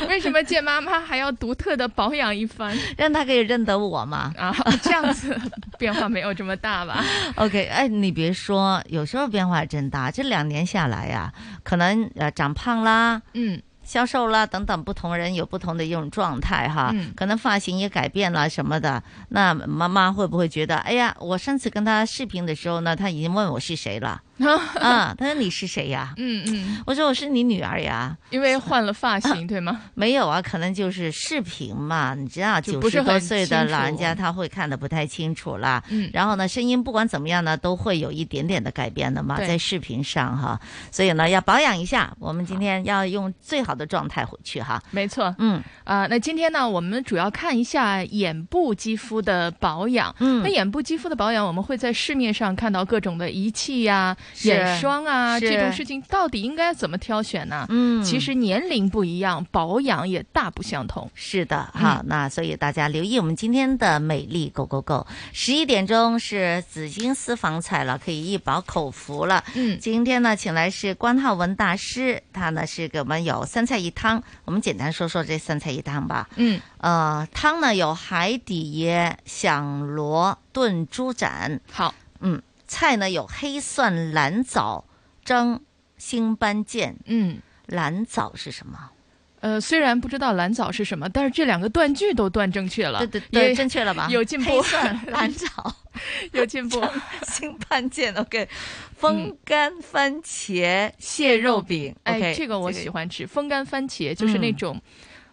S15: 為什麼見媽媽還要獨特的保養一 番？
S3: 讓他可以認得我嘛？
S15: 啊，這樣子變化沒有這麼 大吧
S3: ？OK，哎，你別說，有時候變化真大。這兩年下來呀、啊，可能呃長胖啦，嗯，消瘦啦等等，不同人有不同的一種狀態哈。嗯、可能髮型也改變了什麼的。那媽媽會不會覺得，哎呀，我上次跟她視頻的時候呢，她已經問我是誰了。 啊，他說你是誰呀？嗯嗯，我說我是你女兒呀，
S15: 因為換了髮型對嗎？
S3: 沒有啊，可能就是視頻嘛，你知道九十多歲的老人家他會看得不太清楚啦。
S15: 嗯
S3: 然後呢，聲音不管怎麼樣呢，都會有一點點的改變的嘛，在視頻上哈。所以呢，要保養一下，我們今天要用最好的狀態回去哈。
S15: 沒錯，嗯啊，那今天呢，我們主要看一下眼部肌膚的保養。嗯，那眼部肌膚的保養，我們會在市面上看到各種的儀器呀。眼霜啊，這種事情到底應該怎麼挑選呢？嗯，其實年齡不一樣，保養也大不相同。
S3: 是的，哈、嗯，那所以大家留意我們今天的美麗 Go Go Go，十一點鐘是紫荊私房菜了，可以一飽口福了。嗯，今天呢，請來是關浩文大師，他呢是給我們有三菜一湯，我們簡單說說這三菜一湯吧。嗯，呃，湯呢有海底椰、響螺燉豬展。
S15: 好，
S3: 嗯。菜呢有黑蒜藍藻蒸新斑劍，嗯，藍藻是什麼？
S15: 呃，虽然不知道蓝藻是什么，但是这两个断句都断正确了，
S3: 对对对
S15: 也
S3: 正确了吧
S15: 有进
S3: 黑
S15: 步。
S3: 蒜蓝藻
S15: 有进 步。嗯
S3: 新pan 见 OK，风干番茄蟹肉饼
S15: 哎，
S3: ，OK，
S15: 这个我喜欢吃风干番茄，就是那种。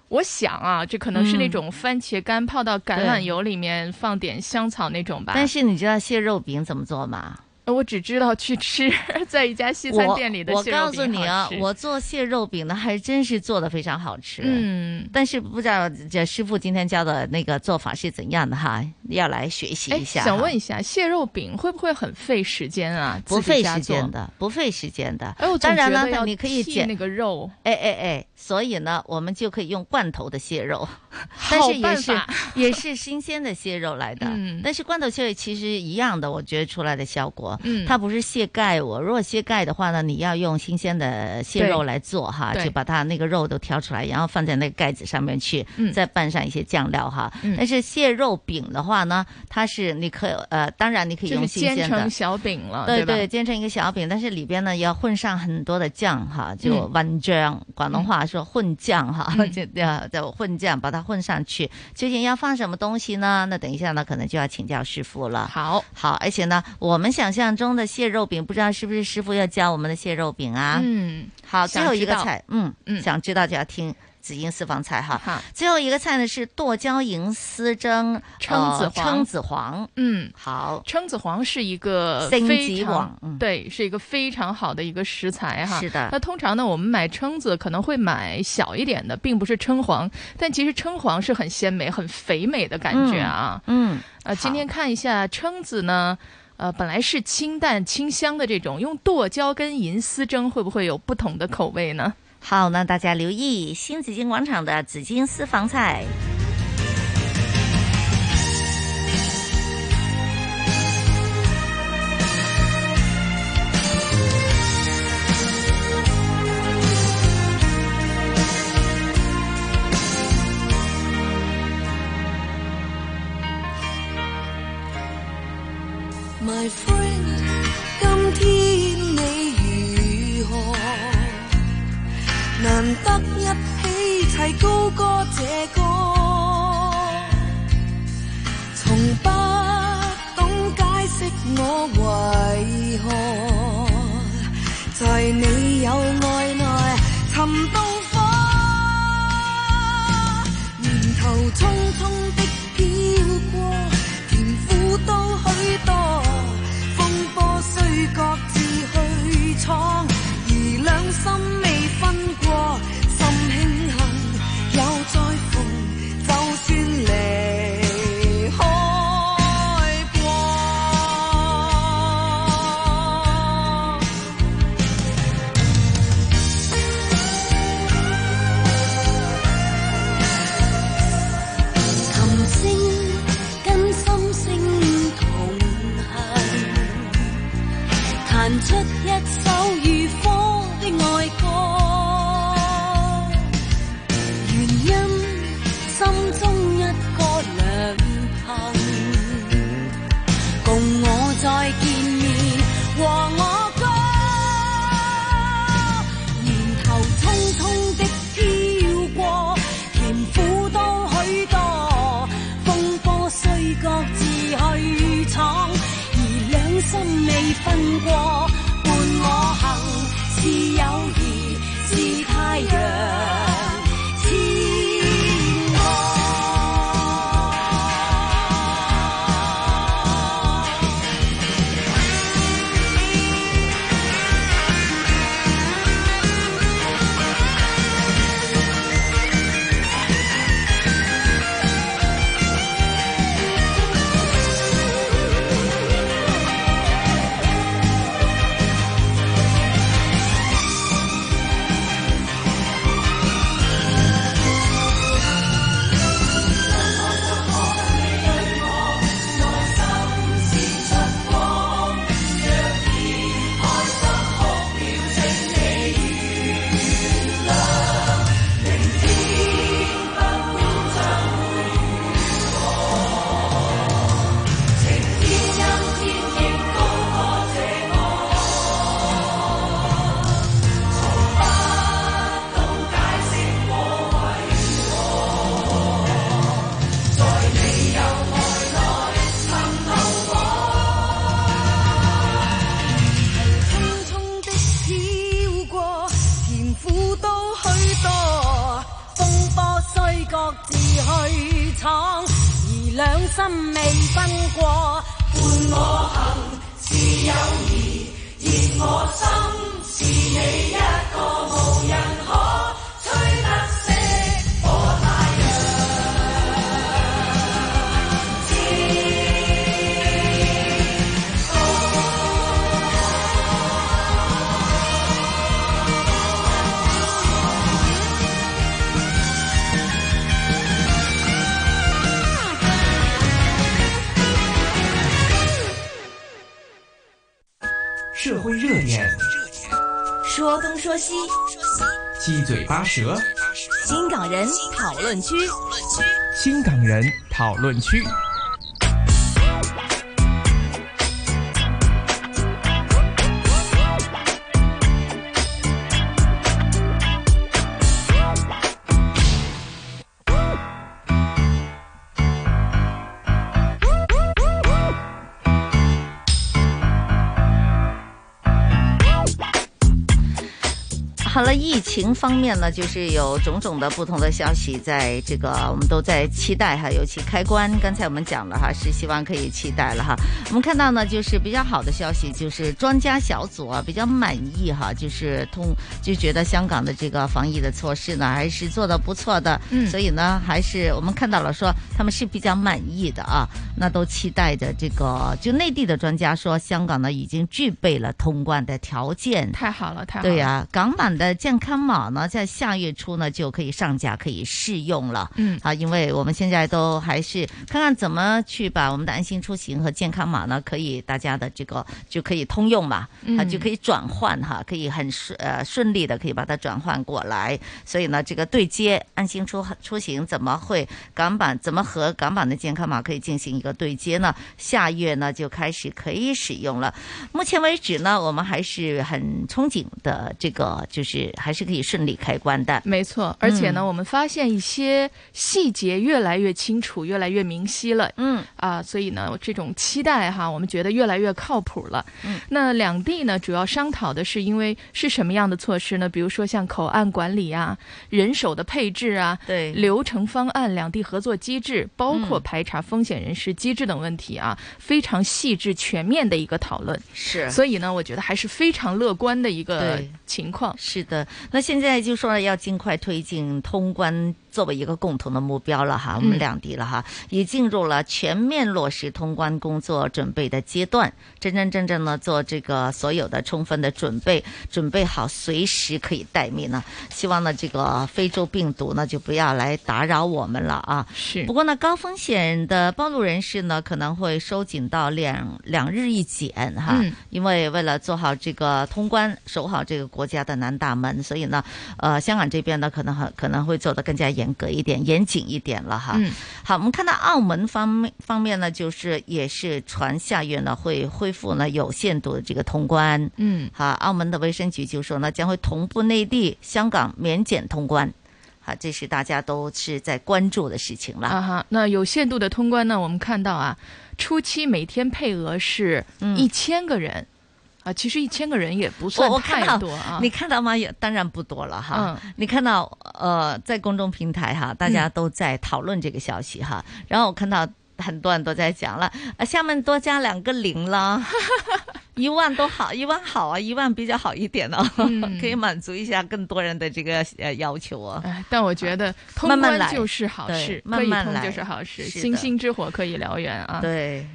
S15: 我想啊，这可能是那
S3: 嗯
S15: 种番茄干泡到橄榄
S3: 对
S15: 油里面，放点香草那种吧。
S3: 但是你知道蟹肉饼怎么做吗？
S15: 呃我只知道去吃 在一家西餐店里的
S3: 我我
S15: 蟹肉
S3: 告
S15: 饼
S3: 诉你啊
S15: 好，吃
S3: 我做蟹肉饼呢，还真是做的非常好吃。
S15: 嗯，
S3: 但是不知道这师傅今天教的那个做法是怎样的哈，要来学习
S15: 哎
S3: 一下哈。啊
S15: 想问一下，蟹肉饼会不会很费时间啊？
S3: 不
S15: 自己
S3: 费
S15: 家
S3: 时
S15: 做
S3: 间的，不费时间的。
S15: 哎我总
S3: 当然
S15: 觉得要
S3: 了，你可以
S15: 剔
S3: 减
S15: 那个肉。
S3: 哎哎哎，所以呢，我们就可以用罐头的蟹 肉，
S15: 好
S3: 但是也
S15: 办
S3: 是
S15: 法
S3: 也是 新鲜的蟹肉来的。但是罐头蟹其实一样的，我觉得出来的效果，
S15: 嗯
S3: 它不是蟹盖我。如果蟹盖的话呢，你要用新鲜的蟹肉
S15: 对
S3: 来做哈，
S15: 对
S3: 就把它那个肉都挑出来，然后放在那个盖子上面去，
S15: 嗯
S3: 再拌上一些酱料哈。
S15: 嗯
S3: 但是蟹肉饼的话呢，它是你可呃，当然你可以
S15: 就是
S3: 用新
S15: 煎
S3: 鲜的
S15: 成。小饼了，
S3: 对
S15: 吧？
S3: 煎成一个小饼，但是里边呢要混上很多的酱哈，就
S15: 嗯
S3: 温酱，广东话说混酱哈， 就要叫混酱，把它混上去。究竟要放什么东西呢？那等一下呢，可能就要请教师傅了。
S15: 好，
S3: 好，而且呢，我们想象中的蟹肉饼，不知道是不是师傅要教我们的蟹肉饼啊？
S15: 嗯，
S3: 好，最
S15: 想
S3: 后一
S15: 知
S3: 个
S15: 道
S3: 菜，嗯
S15: 嗯
S3: 想知道就要听。紫英私房菜哈，最后一个菜呢是剁椒银丝蒸
S15: 蛏子
S3: 呃
S15: 黄
S3: 蛏子黄，
S15: 嗯，
S3: 好，
S15: 蛏子黄是一个
S3: 升
S15: 非
S3: 级
S15: 常
S3: 网、嗯
S15: 对，是一个非常好的一个食材哈。
S3: 是的
S15: 那通常呢，我们买蛏子可能会买小一点的，并不是蛏黄，但其实蛏黄是很鲜美、很肥美的感觉啊。
S3: 嗯，
S15: 呃，今天看一下蛏子呢。呃，本来是清淡清香的这种，用剁椒跟银丝蒸，会不会有不同的口味呢？
S3: 好，那大家留意新紫金广场的紫金私房菜。
S9: My friend，今天你如何？難得一起齊高歌這歌，從不懂解釋我為何，在你有愛內尋到火，年頭匆匆的飄過，甜苦都許多，風波雖各自去闖。而兩心未分過，心慶幸有再逢，就算離開過。琴聲跟心聲同行。彈出一首如火的愛歌，原因心中一個良朋，共我再見面和我歌，年頭匆匆的飄過，甜苦都許多，風波雖各自去闖。而兩心未分過，伴我行是友誼，是太陽，天光。我
S19: 心未分過，
S20: 伴我行是友誼，熱我心是你一個無人可吹得熄火太陽之
S8: 社会热点，
S1: 说东说西，
S8: 七嘴八舌，
S1: 新港人讨论区。
S8: 新港人讨论区。
S3: 好了，疫情方面呢，就是有种种的不同的消息，在这个我们都在期待哈，尤其开关，刚才我们讲了哈，是希望可以期待了哈。我们看到呢，就是比较好的消息，就是专家小组啊比较满意哈，就是通就觉得香港的这个防疫的措施呢还是做的不错的，
S15: 嗯
S3: 所以呢还是我们看到了说他们是比较满意的啊，那都期待着这个就内地的专家说香港呢已经具备了通关的条件，
S15: 太好了，太好了。
S3: 对呀、港版的健康码呢，在下月初呢就可以上架，可以试用了。
S15: 嗯
S3: 啊，因为我们现在都还是看看怎么去把我们的安心出行和健康码呢，可以大家的这个就可以通用嘛，
S15: 嗯
S3: 啊就可以转换哈，可以很顺呃顺利的可以把它转换过来。所以呢，这个对接安心出出行怎么会港版怎么和港版的健康码可以进行一个对接呢？下月呢就开始可以使用了。目前为止呢，我们还是很憧憬的，这个就是还是可以顺利开关的。
S15: 没错，而且呢，
S3: 嗯
S15: 我们发现一些细节越来越清楚，越来越明晰了。
S3: 嗯
S15: 啊，所以呢，这种期待哈，我们觉得越来越靠谱了。
S3: 嗯
S15: 那两地呢，主要商讨的是因为是什么样的措施呢？比如说像口岸管理啊、人手的配置啊、
S3: 对
S15: 流程方案、两地合作机制，包括
S3: 嗯
S15: 排查风险人士机制等问题啊，非常细致全面的一个讨论。
S3: 是
S15: 所以呢，我觉得还是非常乐观的一个
S3: 对
S15: 情况。
S3: 是的，那现在就说要尽快推进通关作为一个共同的目标了哈，我们
S15: 嗯
S3: 两地了哈，也进入了全面落实通关工作准备的阶段，真真正正呢做这个所有的充分的准备，准备好随时可以待命呢。希望呢这个非洲病毒呢就不要来打扰我们了啊。
S15: 是
S3: 不过呢高风险的暴露人士呢可能会收紧到两两日一检哈。
S15: 嗯
S3: 因为为了做好这个通关，守好这个国家的南大门，所以呢，呃，香港这边呢可能很可能会做得更加严格一点、严谨一点了哈。
S15: 嗯
S3: 好，我们看到澳门方面方面呢，就是也是传下月呢会恢复呢有限度的这个通关。
S15: 嗯
S3: 好，澳门的卫生局就说呢，将会同步内地、香港免检通关。好，这是大家都是在关注的事情了。
S15: 啊哈，那有限度的通关呢，我们看到啊，初期每天配额是
S3: 嗯
S15: 一千个人、啊，其实一千个人也不算
S3: 哦我我看
S15: 太
S3: 到
S15: 多啊。
S3: 你看到吗？也当然不多了哈。
S15: 嗯
S3: 你看到呃，在公众平台哈，大家都在讨论这个消息哈。然后我看到很多人都在讲了，啊，下面多加两个零了， 一万都好，一万好啊，一万比较好一点哦，
S15: 嗯
S3: 可以满足一下更多人的这个呃要求哦。
S15: 但我觉得通
S3: 慢慢
S15: 关
S3: 来
S15: 就是好
S3: 对
S15: 事，
S3: 慢慢
S15: 可以通
S3: 来
S15: 就是好事，
S3: 是的嗯
S15: 星星之火可以燎原啊。
S3: 对。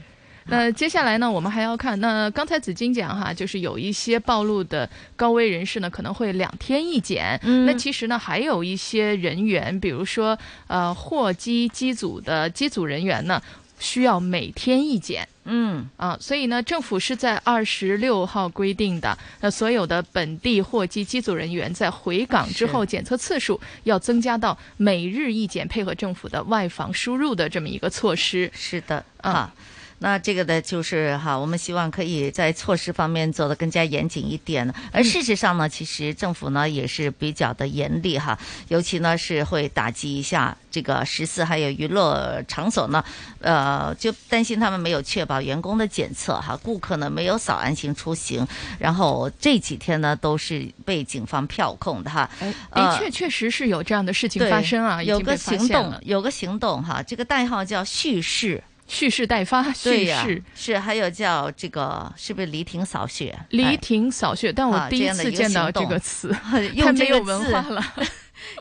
S15: 那接下来呢，我们还要看。那刚才紫金讲哈，就是有一些暴露的高危人士呢，可能会两天一检。
S3: 嗯
S15: 那其实呢，还有一些人员，比如说呃货机机组的机组人员呢，需要每天一检。
S3: 嗯
S15: 啊，所以呢，政府是在二十六号规定的，那所有的本地货机机组人员在回港之后
S3: 是
S15: 检测次数要增加到每日一检，配合政府的外防输入的这么一个措施。
S3: 是的，
S15: 啊
S3: 啊，那这个呢，就是哈，我们希望可以在措施方面做得更加严谨一点。
S15: 嗯
S3: 而事实上呢，其实政府呢也是比较的严厉哈，尤其呢是会打击一下这个十四还有娱乐场所呢，呃，就担心他们没有确保员工的检测哈，顾客呢没有扫安心出行，然后这几天呢都是被警方票控的哈。
S15: 哎的
S3: 呃
S15: 确，确实是有这样的事情
S3: 对
S15: 发生啊，已
S3: 有
S15: 经
S3: 个
S15: 被发
S3: 行
S15: 现
S3: 动
S15: 了，
S3: 有个行动哈，这个代号叫蓄势。
S15: 蓄势待发，
S3: 对
S15: 蓄
S3: 呀
S15: 势。
S3: 是还有叫这个是不是犁庭扫雪？
S15: 犁
S3: 哎
S15: 庭扫雪，但我
S3: 啊
S15: 第
S3: 这
S15: 一
S3: 样的
S15: 次
S3: 一个
S15: 见
S3: 行
S15: 到这
S3: 动，
S15: 个 词太
S3: 用这
S15: 没有
S3: 个
S15: 文
S3: 字
S15: 化了。 嗯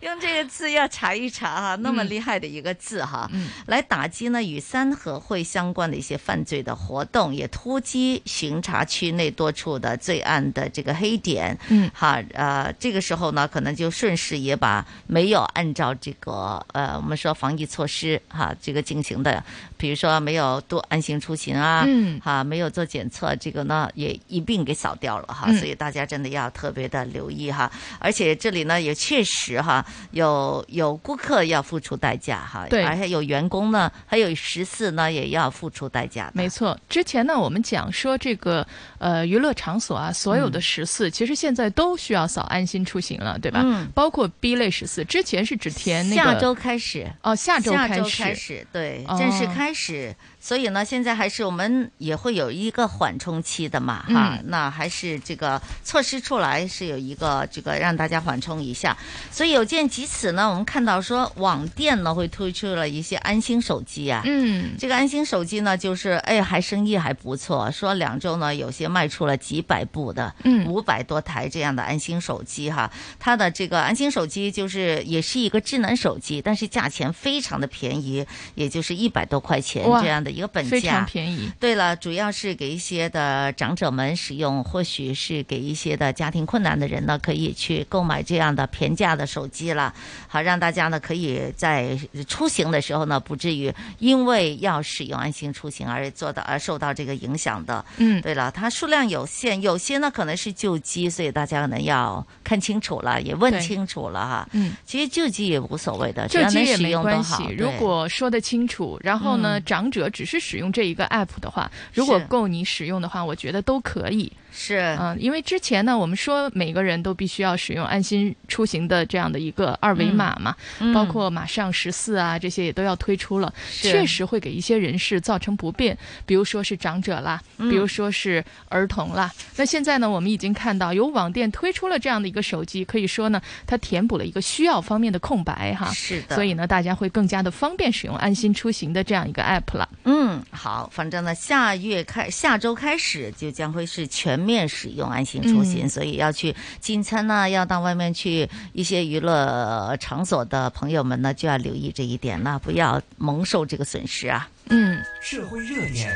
S3: 用这个字要查一查哈，那么厉害的一个字哈，来打击呢与三合会相关的一些犯罪的活动，也突击巡查区内多处的罪案的这个黑点。
S15: 嗯
S3: 哈呃，这个时候呢，可能就顺势也把没有按照这个呃我们说防疫措施哈这个进行的，比如说没有多安心出行啊，
S15: 嗯
S3: 哈没有做检测，这个呢也一并给扫掉了哈，
S15: 嗯
S3: 所以大家真的要特别的留意哈。而且这里呢也确实哈，有有顾客要付出代价哈，
S15: 对
S3: 而且有员工呢，还有十四呢也要付出代价的。
S15: 没错，之前呢，我们讲说这个呃娱乐场所啊，所
S3: 嗯
S15: 有的十四、其实现在都需要扫安心出行了，对吧？
S3: 嗯
S15: 包括 B 类十四，之前是只填那个
S3: 下周开始
S15: 哦，下周
S3: 下
S15: 开
S3: 周
S15: 始，
S3: 开始，对，
S15: 哦
S3: 正式开始。所以呢，现在还是我们也会有一个缓冲期的嘛，哈
S15: 嗯，
S3: 那还是这个措施出来是有一个这个让大家缓冲一下。所以有见及此呢，我们看到说网店呢会推出了一些安心手机啊，
S15: 嗯
S3: 这个安心手机呢，就是哎还生意还不错，说两周呢有些卖出了几百部的，
S15: 嗯
S3: 五百多台这样的安心手机哈。它的这个安心手机就是也是一个智能手机，但是价钱非常的便宜，也就是一百多块钱
S15: 哇
S3: 这样的一个本价，
S15: 非常便宜。
S3: 对了，主要是给一些的长者们使用，或许是给一些的家庭困难的人呢，可以去购买这样的平价的手机了，好让大家呢可以在出行的时候呢，不至于因为要使用安心出行而做到而受到这个影响的。
S15: 嗯
S3: 对了，它数量有限，有些呢可能是旧机，所以大家可能要看清楚了，也问
S15: 对
S3: 清楚了哈。
S15: 嗯，
S3: 其实旧机也无所谓的，只
S15: 这
S3: 要
S15: 机
S3: 能
S15: 也
S3: 使
S15: 没
S3: 用都
S15: 关
S3: 好。
S15: 系，
S3: 对
S15: 如果说得清楚，然后呢，
S3: 嗯
S15: 长者只是使用这一个 app 的话，如果
S3: 是
S15: 够你使用的话，我觉得都可以。
S3: 是，
S15: 嗯，因为之前呢，我们说每个人都必须要使用安心出行的这样的一个二维码嘛，
S3: 嗯嗯
S15: 包括马上十四啊这些也都要推出了，
S3: 是
S15: 确实会给一些人士造成不便，比如说是长者啦，
S3: 嗯
S15: 比如说是儿童啦。那现在呢，我们已经看到有网店推出了这样的一个手机，可以说呢，它填补了一个需要方面的空白哈。
S3: 是的
S15: 啊所以呢，大家会更加的方便使用安心出行的这样一个 app 了。
S3: 嗯，好，反正呢，下月开下周开始就将会是全面使用安心出行，
S15: 嗯
S3: 所以要去进餐呢，要到外面去一些娱乐场所的朋友们呢，就要留意这一点了，不要蒙受这个损失啊。
S15: 嗯，
S8: 社会热点，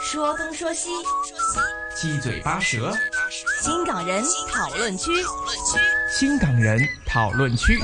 S19: 说东说西，
S8: 七嘴八舌，
S19: 新港人讨论区。
S8: 新港人讨论区。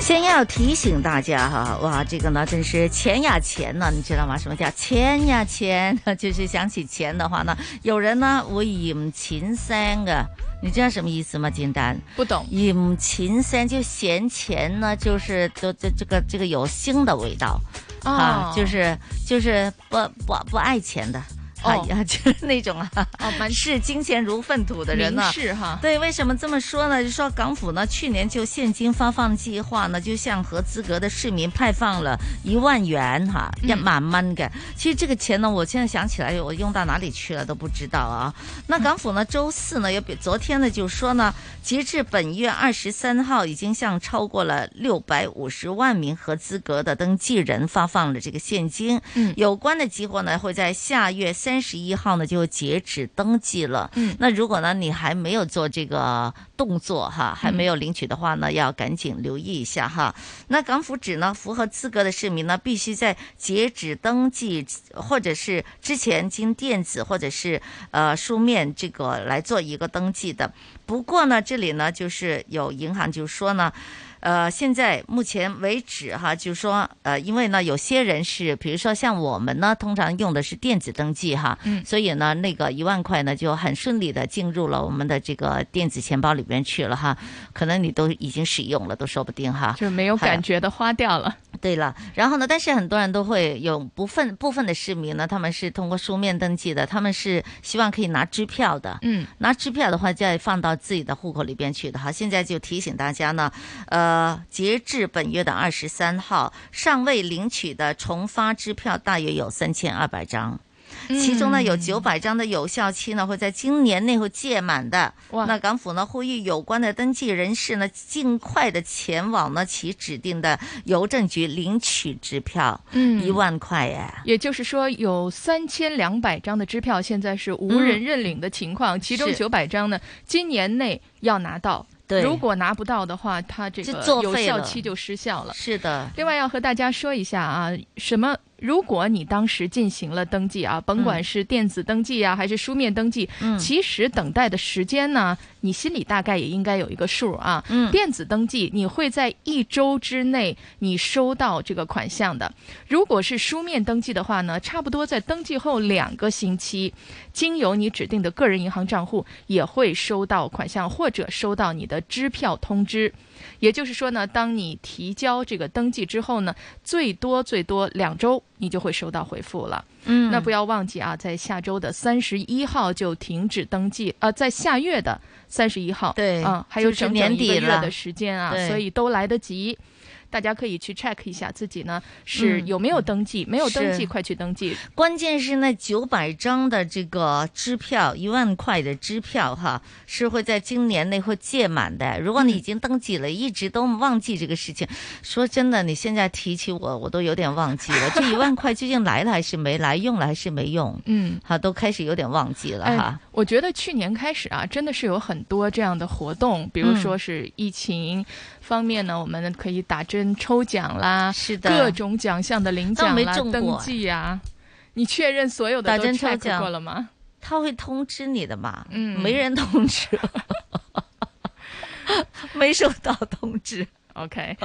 S3: 先要提醒大家哈，哇，这个呢真是钱呀钱呢，你知道吗？什么叫钱呀钱？ 就是想起钱的话呢，有人呢会嫌钱声的，你知道什么意思吗？金丹
S15: 不懂。
S3: 嫌钱声就嫌钱呢，就是就这这个这个有腥的味道、啊
S15: 哦，
S3: 就是就是不不不爱钱的。啊
S15: 哦
S3: 呀，就是那种啊， 视金钱如粪土的人呢、啊
S15: 明示哈
S3: 对，为什么这么说呢？就说港府呢，去年就现金发放计划呢，就向合资格的市民派放了一万元哈，一
S15: 嗯
S3: 万蚊嘅。其实这个钱呢，我现在想起来，我用到哪里去了都不知道啊。那港府呢，周四呢，也比昨天呢，就说呢，截至本月二十三号，已经向超过了六百五十万名合资格的登记人发放了这个现金。
S15: 嗯
S3: 有关的激活呢，会在下月三十一号呢就截止登记了。
S15: 嗯
S3: 那如果呢你还没有做这个动作哈，还没有领取的话呢，要赶紧留意一下哈。那港府指呢，符合资格的市民呢，必须在截止登记或者是之前经电子或者是呃书面这个来做一个登记的。不过呢，这里呢就是有银行就说呢。呃，现在目前为止哈，就是说，呃，因为呢，有些人是，比如说像我们呢，通常用的是电子登记哈，
S15: 嗯
S3: 所以呢，那个一万块呢就很顺利的进入了我们的这个电子钱包里边去了哈，可能你都已经使用了，都说不定哈，
S15: 就没有感觉的花掉了。
S3: 对了，然后呢，但是很多人都会有部分部分的市民呢，他们是通过书面登记的，他们是希望可以拿支票的，
S15: 嗯，
S3: 拿支票的话再放到自己的户口里边去的哈。现在就提醒大家呢，呃，截至本月的二十三号，尚未领取的重发支票大约有三千二百张。其中呢有九百张的有效期呢会在今年内会届满的。那港府呢呼吁有关的登记人士呢尽快的前往呢其指定的邮政局领取支票，
S15: 嗯
S3: 一万块耶。
S15: 也就是说，有三千两百张的支票现在是无人认领的情况，其中
S3: 嗯是
S15: 九百张呢，今年内要拿到。
S3: 对
S15: 如果拿不到的话，它这
S3: 就
S15: 个
S3: 作
S15: 有
S3: 废
S15: 效
S3: 了
S15: 期就失效了。
S3: 是的，
S15: 另外要和大家说一下啊，什么？如果你当时进行了登记啊，甭管是电子登记啊，还是书面登记，
S3: 嗯
S15: 其实等待的时间呢，你心里大概也应该有一个数啊。
S3: 嗯
S15: 电子登记你会在一周之内你收到这个款项的。如果是书面登记的话呢，差不多在登记后两个星期，经由你指定的个人银行账户也会收到款项或者收到你的支票通知。也就是说呢，当你提交这个登记之后呢，最多最多两周，你就会收到回复了。
S3: 嗯
S15: 那不要忘记啊，在下周的三十一号就停止登记，呃，在下月的三十一号，
S3: 对
S15: 啊、还
S3: 嗯
S15: 有
S3: 就是
S15: 整
S3: 年
S15: 整一个
S3: 底
S15: 月
S3: 了
S15: 的时间啊，
S3: 对
S15: 所以都来得及。大家可以去 check 一下自己呢是
S3: 嗯
S15: 有没有登记，没有登记
S3: 是
S15: 快去登记。
S3: 关键是那九百张的这个支票，一万块的支票哈，是会在今年内会届满的。如果你已经登记了，一直都忘记这个事情，说真的，你现在提起我，我都有点忘记 了。这一万块究竟来了还是没来，用了还是没用？
S15: 嗯，
S3: 好，都开始有点忘记了
S15: 哎
S3: 哈。，
S15: 我觉得去年开始啊，真的是有很多这样的活动，比如
S3: 嗯
S15: 说是疫情方面呢，我们可以打针抽奖啦，
S3: 是的
S15: 各种奖项的领
S3: 但我
S15: 奖
S3: 没
S15: 啦、
S3: 中过
S15: 登记啊。你确认所有的
S3: 打
S15: 都
S3: 针抽
S15: check
S3: 奖
S15: 过了吗？
S3: 他会通知你的嘛？
S15: 嗯
S3: 没人通知，哎没收到通知。
S15: OK，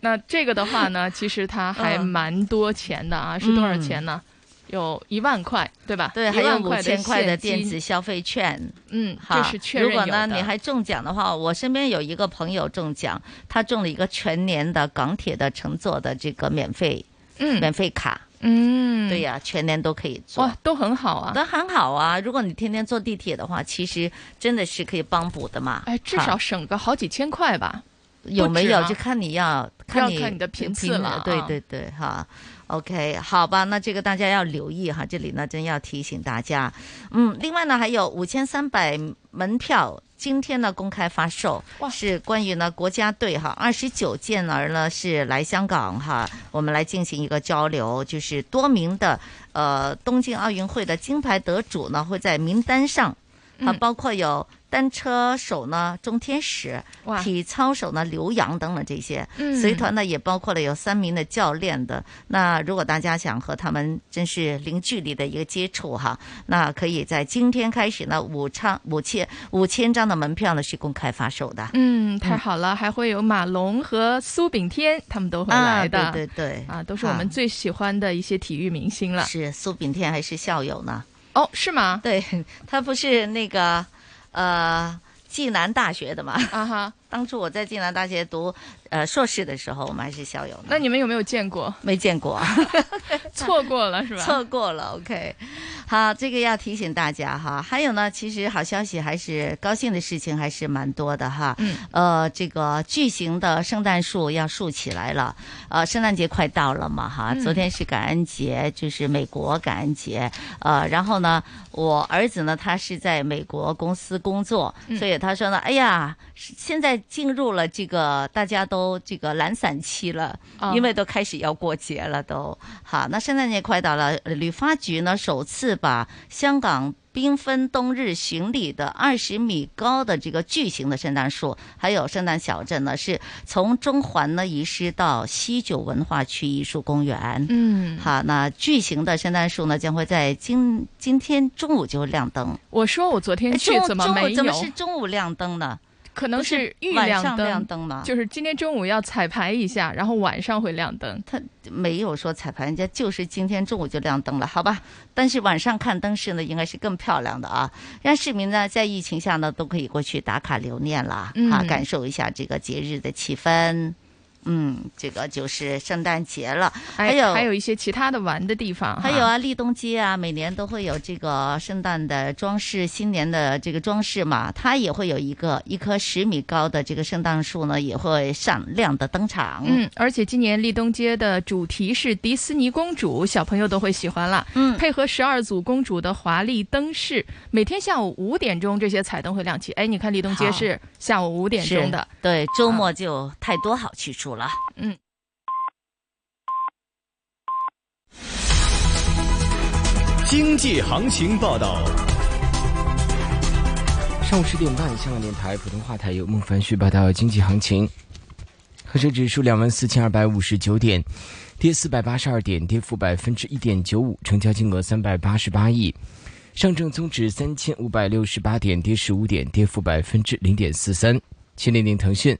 S15: 那这个的话呢，其实它
S3: 嗯
S15: 还蛮多钱的啊，是多少钱呢？有一万块，对吧？
S3: 对，还
S15: 1
S3: 有
S15: 万
S3: 五千块
S15: 块
S3: 的
S15: 的
S3: 电
S15: 现金
S3: 子消费券。
S15: 嗯，
S3: 好
S15: 这是确认
S3: 如果
S15: 有
S3: 呢
S15: 的
S3: 你还中奖的话，我身边有一个朋友中奖，他中了一个全年的港铁的乘坐的这个免费，
S15: 嗯
S3: 免费卡。
S15: 嗯，
S3: 对呀、全年都可以坐。
S15: 哇，都很好啊，
S3: 那很好啊！如果你天天坐地铁的话，其实真的是可以帮补的嘛。
S15: 哎，至
S3: 好
S15: 少省个好几千块吧。
S3: 有没
S15: 不
S3: 有
S15: 止啊
S3: 就看你要
S15: 要
S3: 你
S15: 看你的频次了啊
S3: 对对对，哈。OK，好吧，那这个大家要留意哈，这里呢真要提醒大家，嗯，另外呢还有五千三百门票，今天呢公开发售，是关于呢国家队哈，二十九健儿呢是来香港哈，我们来进行一个交流，就是多名的呃东京奥运会的金牌得主呢会在名单上，啊，
S15: 嗯
S3: 包括有单车手呢钟天使
S15: 哇，
S3: 体操手呢刘洋等等这些，
S15: 嗯
S3: 随团呢也包括了有三名的教练的。那如果大家想和他们真是零距离的一个接触哈，那可以在今天开始呢，五张五千五千张的门票呢是公开发售的。
S15: 嗯，太好了，还会有马龙和苏炳添，他们都会来的。
S3: 啊对对对
S15: 啊，都是我们
S3: 啊
S15: 最喜欢的一些体育明星了。
S3: 是苏炳添还是校友呢？
S15: 哦，是吗？
S3: 对他不是那个呃暨南大学的嘛？
S15: 啊哈，
S3: 当初我在暨南大学读呃硕士的时候，我们还是校友呢，
S15: 那你们有没有见过？
S3: 没见过。
S15: 错过了是 吧？
S3: 错过了，OK。好，这个要提醒大家哈。还有呢，其实好消息还是高兴的事情还是蛮多的哈。
S15: 嗯。
S3: 呃，这个巨型的圣诞树要竖起来了。呃，圣诞节快到了嘛哈，
S15: 嗯
S3: 昨天是感恩节，就是美国感恩节。呃，然后呢，我儿子呢，他是在美国公司工作，
S15: 嗯
S3: 所以他说呢，哎呀，现在进入了这个大家都这个懒散期了，
S15: 哦
S3: 因为都开始要过节了都。好，那圣诞节快到了，旅发局呢首次把香港。缤纷冬日巡礼的二十米高的这个巨型的圣诞树，还有圣诞小镇呢，是从中环呢移师到西九文化区艺术公园。
S15: 嗯
S3: 好，那巨型的圣诞树呢，将会在今今天中午就亮灯。
S15: 我说我昨天
S3: 哎
S15: 去
S3: 中午
S15: 怎么
S3: 中午
S15: 没有？
S3: 怎么是中午亮灯呢？
S15: 可能
S3: 不是
S15: 是预
S3: 晚
S15: 亮
S3: 上
S15: 灯，
S3: 亮灯吗
S15: 就是今天中午要彩排一下，然后晚上会亮灯。
S3: 他没有说彩排，人家就是今天中午就亮灯了，好吧？但是晚上看灯饰呢，应该是更漂亮的啊，让市民呢在疫情下呢都可以过去打卡留念了，
S15: 嗯
S3: 啊，感受一下这个节日的气氛。嗯，这个就是圣诞节了，
S15: 哎
S3: 还有
S15: 还有一些其他的玩的地方哈，
S3: 还有啊，立冬街啊，每年都会有这个圣诞的装饰，新年的这个装饰嘛，它也会有一个一棵十米高的这个圣诞树呢，也会闪亮的登场。
S15: 嗯，而且今年立冬街的主题是迪斯尼公主，小朋友都会喜欢了。嗯，配合十二组公主的华丽灯饰，每天下午五点钟这些彩灯会亮起。哎，你看立冬街是下午五点钟的
S3: 是，对，
S12: 啊
S3: 周末就太多好去处了。
S15: 嗯。
S10: 经济行情报道。
S21: 上午十点半，香港电台普通话台由孟凡旭报道经济行情。恒生指数两万四千二百五十九点，跌四百八十二点，跌幅百分之一点九五，成交金额三百八十八亿。上证综指三千五百六十八点，跌十五点，跌幅百分之零点四三。七零零腾讯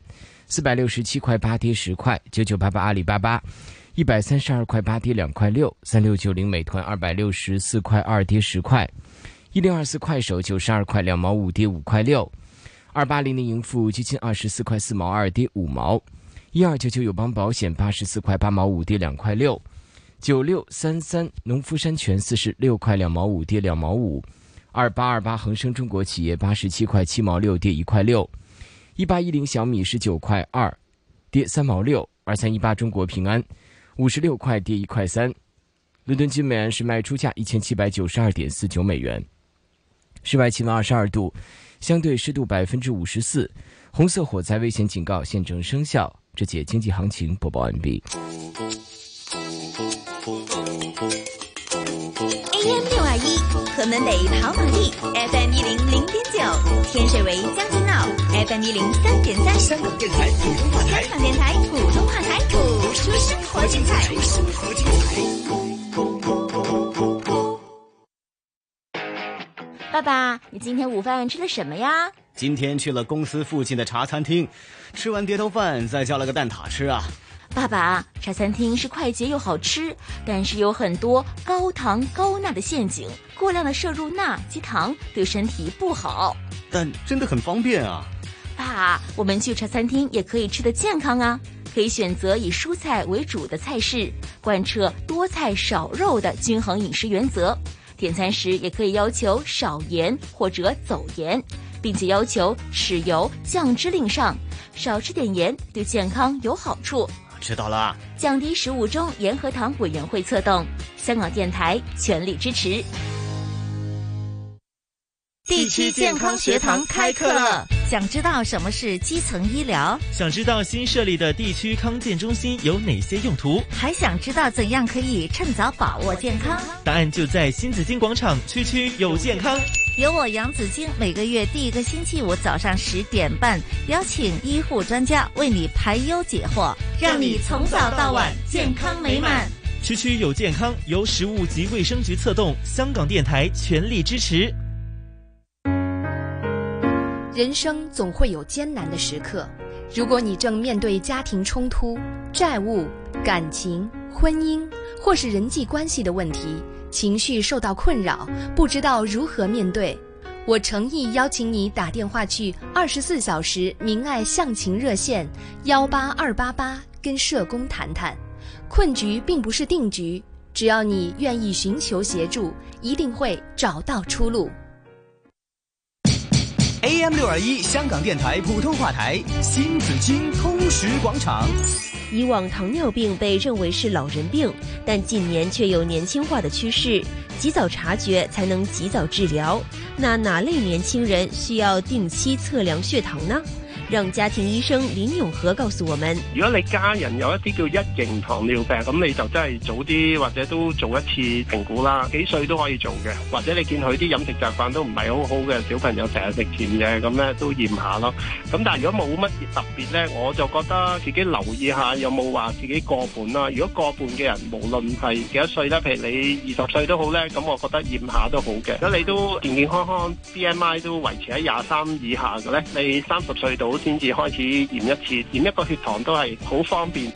S21: 四百六十七块八，跌十块。九九八八阿里巴巴一百三十二块八，跌两块六。三六九零美团二百六十四块二，跌十块。一零二四快手九十二块两毛五，跌五块六。二八零零盈富基金二十四块四毛二，跌五毛。一二九九友邦保险八十四块八毛五，跌两块六。九六三三农夫山泉四十六块两毛五，跌两毛五。二八二八恒生中国企业八十七块七毛六，跌一块六。一八一零小米十九块二，跌三毛六。二三一八中国平安五十六块，跌一块三。伦敦金美元是卖出价一千七百九十二点四九美元。室外气温二十二度，相对湿度百分之五十四，红色火灾危险警告现正生效。这节经济行情播报完毕。
S1: AM 六二一，河门北跑马地；FM 一零零点九，天水围将军澳；FM 一零三点三，香港电台普通话台；香港电台普通话台，谱出生活精彩。生活精
S19: 爸爸，你今天午饭吃的什么呀？
S22: 今天去了公司附近的茶餐厅，吃完碟头饭，再叫了个蛋挞吃啊。
S19: 爸爸，茶餐厅是快捷又好吃，但是有很多高糖高钠的陷阱，过量的摄入钠及糖对身体不好。
S22: 但真的很方便啊。
S19: 爸，我们去茶餐厅也可以吃得健康啊，可以选择以蔬菜为主的菜式，贯彻多菜少肉的均衡饮食原则。点餐时也可以要求少盐或者走盐，并且要求豉油、酱汁令上，少吃点盐对健康有好处。
S22: 知道了，啊
S19: 降低食物中盐和糖委员会策动，香港电台全力支持。
S12: 第七健康学堂开课了，
S3: 想知道什么是基层医疗？
S4: 想知道新设立的地区康健中心有哪些用途？
S12: 还想知道怎样可以趁早把握健康？
S4: 答案就在新紫金广场，区区有健康。
S12: 由我杨紫晶每个月第一个星期五早上十点半，邀请医护专家为你排忧解惑，让你从早到晚健康美满。
S4: 区区有健康，由食物及卫生局策动，香港电台全力支持。
S23: 人生总会有艰难的时刻，如果你正面对家庭冲突、债务、感情、婚姻或是人际关系的问题，情绪受到困扰，不知道如何面对，我诚意邀请你打电话去二十四小时明爱向情热线幺八二八八跟社工谈谈。困局并不是定局，只要你愿意寻求协助，一定会找到出路。
S5: AM 六二一香港电台普通话台新紫金通识广场。
S6: 以往糖尿病被认为是老人病，但近年却有年轻化的趋势，及早察觉才能及早治疗。那哪类年轻人需要定期测量血糖呢？让家庭医生林永和告诉我们。
S24: 如果你家人有一啲叫一型糖尿病，咁你就真係早啲或者都做一次評估啦，幾歲都可以做嘅。或者你見佢啲飲食習慣都唔係好好嘅，小朋友成日食甜嘅，咁咧都驗下咯。咁但係如果冇乜特別咧，我就覺得自己留意下有冇話自己過半啦。如果過半嘅人，無論係幾多歲啦，譬如你二十歲都好咧，咁我覺得驗下都好嘅。如果你都健健康康，BMI 都維持喺廿三以下嘅咧，你三十歲到。先至開始驗一次，驗一個血糖都係好方便。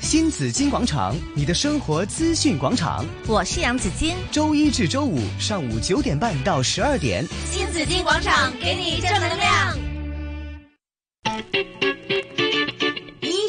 S5: 新紫金广场，你的生活资讯广场。
S12: 我是杨紫金，
S5: 周一至周五上午九点半到十二点。
S12: 新紫金广场给你正能量。
S19: 衣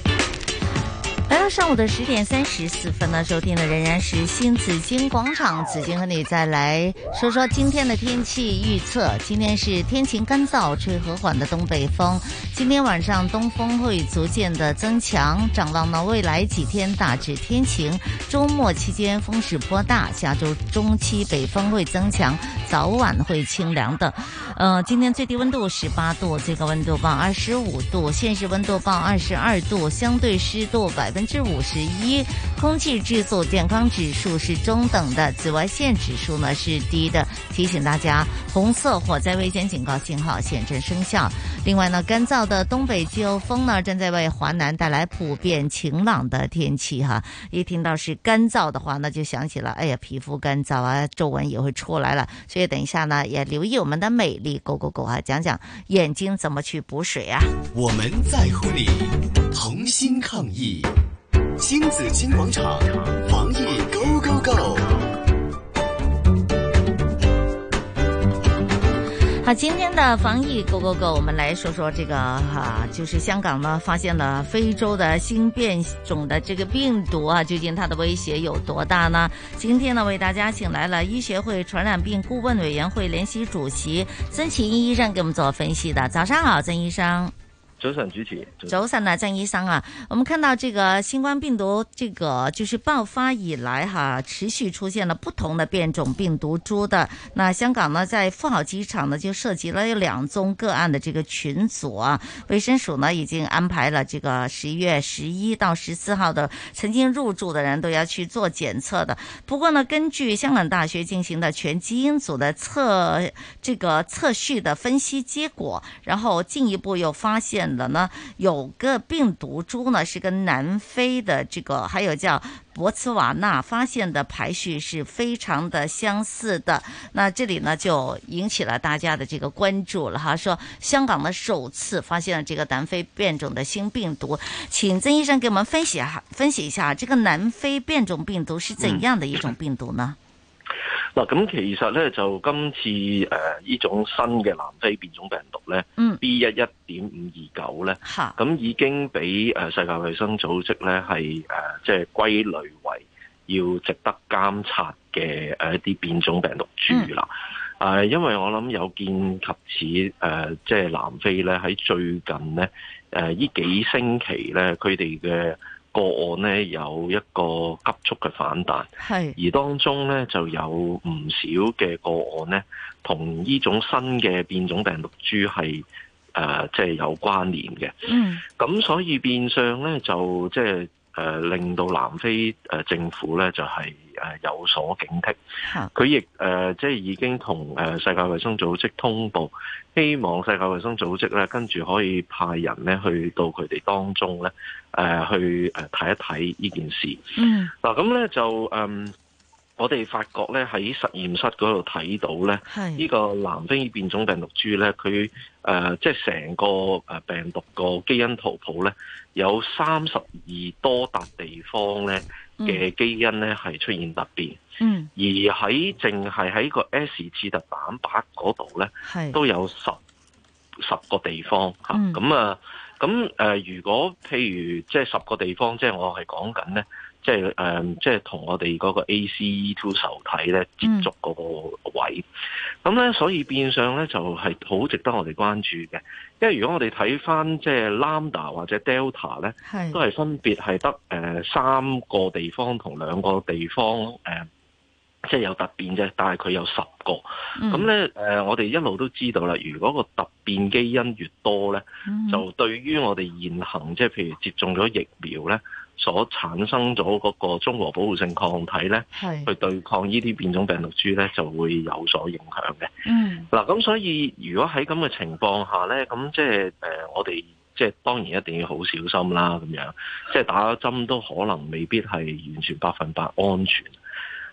S3: 来到哎上午的十点三十四分呢，收听的仍然是新紫金广场，紫金和你再来说说今天的天气预测。今天是天晴干燥，吹和缓的东北风。今天晚上东风会逐渐的增强，展望呢未来几天大致天晴，周末期间风势颇大。下周中期北风会增强，早晚会清凉的。呃，今天最低温度十八度，最高温度报二十五度，现实温度报二十二度，相对湿度百分。百分之五十一，空气质素健康指数是中等的，紫外线指数呢是低的。提醒大家，红色火灾危险警告信号现正生效。另外呢，干燥的东北季候风呢，正在为华南带来普遍晴朗的天气哈。一听到是干燥的话，那就想起了，哎呀，皮肤干燥啊，皱纹也会出来了。所以等一下呢，也留意我们的美丽 Go Go Go 啊，讲讲眼睛怎么去补水啊。
S5: 我们在乎你，同心抗疫。新紫金广场防疫 Go Go Go！
S3: 好，今天的防疫 Go Go Go，我们来说说这个哈、啊，就是香港呢发现了非洲的新变种的这个病毒啊，究竟它的威胁有多大呢？今天呢，为大家请来了医学会传染病顾问委员会联席主席曾奇医医生给我们做分析的。早上好，曾医生。
S25: 早晨，主持。
S3: 早晨啊，郑医生啊，我们看到这个新冠病毒这个就是爆发以来哈，持续出现了不同的变种病毒株的。那香港呢，在富豪机场呢就涉及了有两宗个案的这个群组啊。卫生署呢已经安排了这个十一月十一到十四号的曾经入住的人都要去做检测的。不过呢，根据香港大学进行的全基因组的测这个测序的分析结果，然后进一步又发现。了呢，有个病毒株呢是跟南非的这个，还有叫博茨瓦纳发现的排序是非常的相似的。那这里呢就引起了大家的这个关注了哈，说香港呢首次发现了这个南非变种的新病毒，请曾医生给我们分析下，分析一下这个南非变种病毒是怎样的一种病毒呢？嗯
S25: 嗱，咁其實咧就今次誒呢種新嘅南非變種病毒咧，B 一一點五二九咧，咁已經俾誒世界衛生組織咧係誒呃即係歸類為要值得監察嘅呃誒一啲變種病毒株啦。誒、嗯，因為我諗有見及此誒，即係南非咧喺最近咧誒呢幾星期咧，佢哋嘅個案咧有一個急速嘅反彈，而當中咧就有唔少嘅個案咧，同呢種新嘅變種病毒株係誒即係有關聯嘅。嗯，咁所以變相咧就即係誒令到南非誒政府咧就係、是、誒有所警惕，佢亦誒即係已經同誒世界衛生組織通報，希望世界衛生組織咧跟住可以派人咧去到佢哋當中咧。誒、呃、去誒睇一睇呢件事。嗯，嗱咁咧就誒、嗯，我哋發覺咧喺實驗室嗰度睇到咧，呢個南非變種病毒株咧，佢誒即係成個誒病毒個基因圖譜咧，有三十二多笪地方咧嘅基因咧係出現突變。嗯，而喺淨係喺個 S 刺突蛋白嗰度咧，都有十十個地方嚇。咁、嗯、啊〜咁誒、呃，如果譬如即係十個地方，即係我係講緊咧，即係誒、呃，即係同我哋嗰個 ACE2 受體咧接觸嗰個位，咁咧、嗯、所以變相咧就係、是、好值得我哋關注嘅，因為如果我哋睇翻即係 Lambda 或者 Delta 咧，都係分別係得誒三個地方同兩個地方誒。呃即係有突變啫，但係佢有十個，咁咧誒，我哋一路都知道啦。如果個突變基因越多咧，嗯、就對於我哋現行即係譬如接種咗疫苗咧，所產生咗嗰個中和保護性抗體咧，去對抗呢啲變種病毒株咧，就會有所影響嘅。嗯，嗱咁所以如果喺咁嘅情況下咧，咁即係誒呃我哋。即係當然一定要好小心啦，咁樣即係打針都可能未必係完全百分百安全。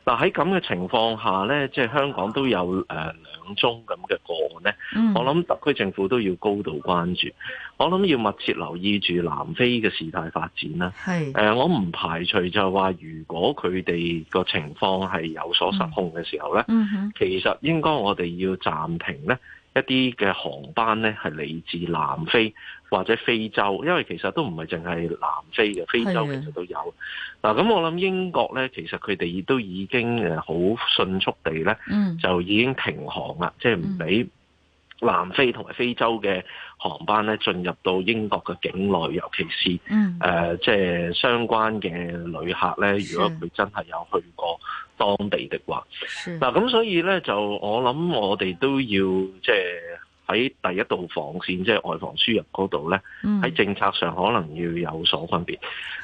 S25: 嗱喺咁嘅情況下咧，即係香港都有誒、呃、兩宗咁嘅個案咧，
S11: 嗯
S25: 我諗特區政府都要高度關注，我諗要密切留意住南非嘅事態發展啦。
S11: 係
S25: 誒、我唔排除就係話，如果佢哋個情況係有所失控嘅時候咧，
S11: 嗯哼
S25: 其實應該我哋要暫停咧一啲嘅航班咧係嚟自南非或者非洲，因為其實都唔係淨係南非嘅，非洲
S11: 係啊
S25: 其實都有。嗱，咁我諗英國咧，其實佢哋亦都已經誒好迅速地咧，
S11: 嗯
S25: 就已經停航啦，即係唔俾南非同埋非洲嘅航班咧進入到英國嘅境內，尤其是誒、
S11: 嗯
S25: 呃即係相關嘅旅客咧，如果佢真係有去過當地的話，
S11: 是
S25: 嗱咁所以咧就我諗我哋都要即係。喺第一道防線，即係外防輸入嗰度咧，
S11: 嗯
S25: 喺政策上可能要有所分別。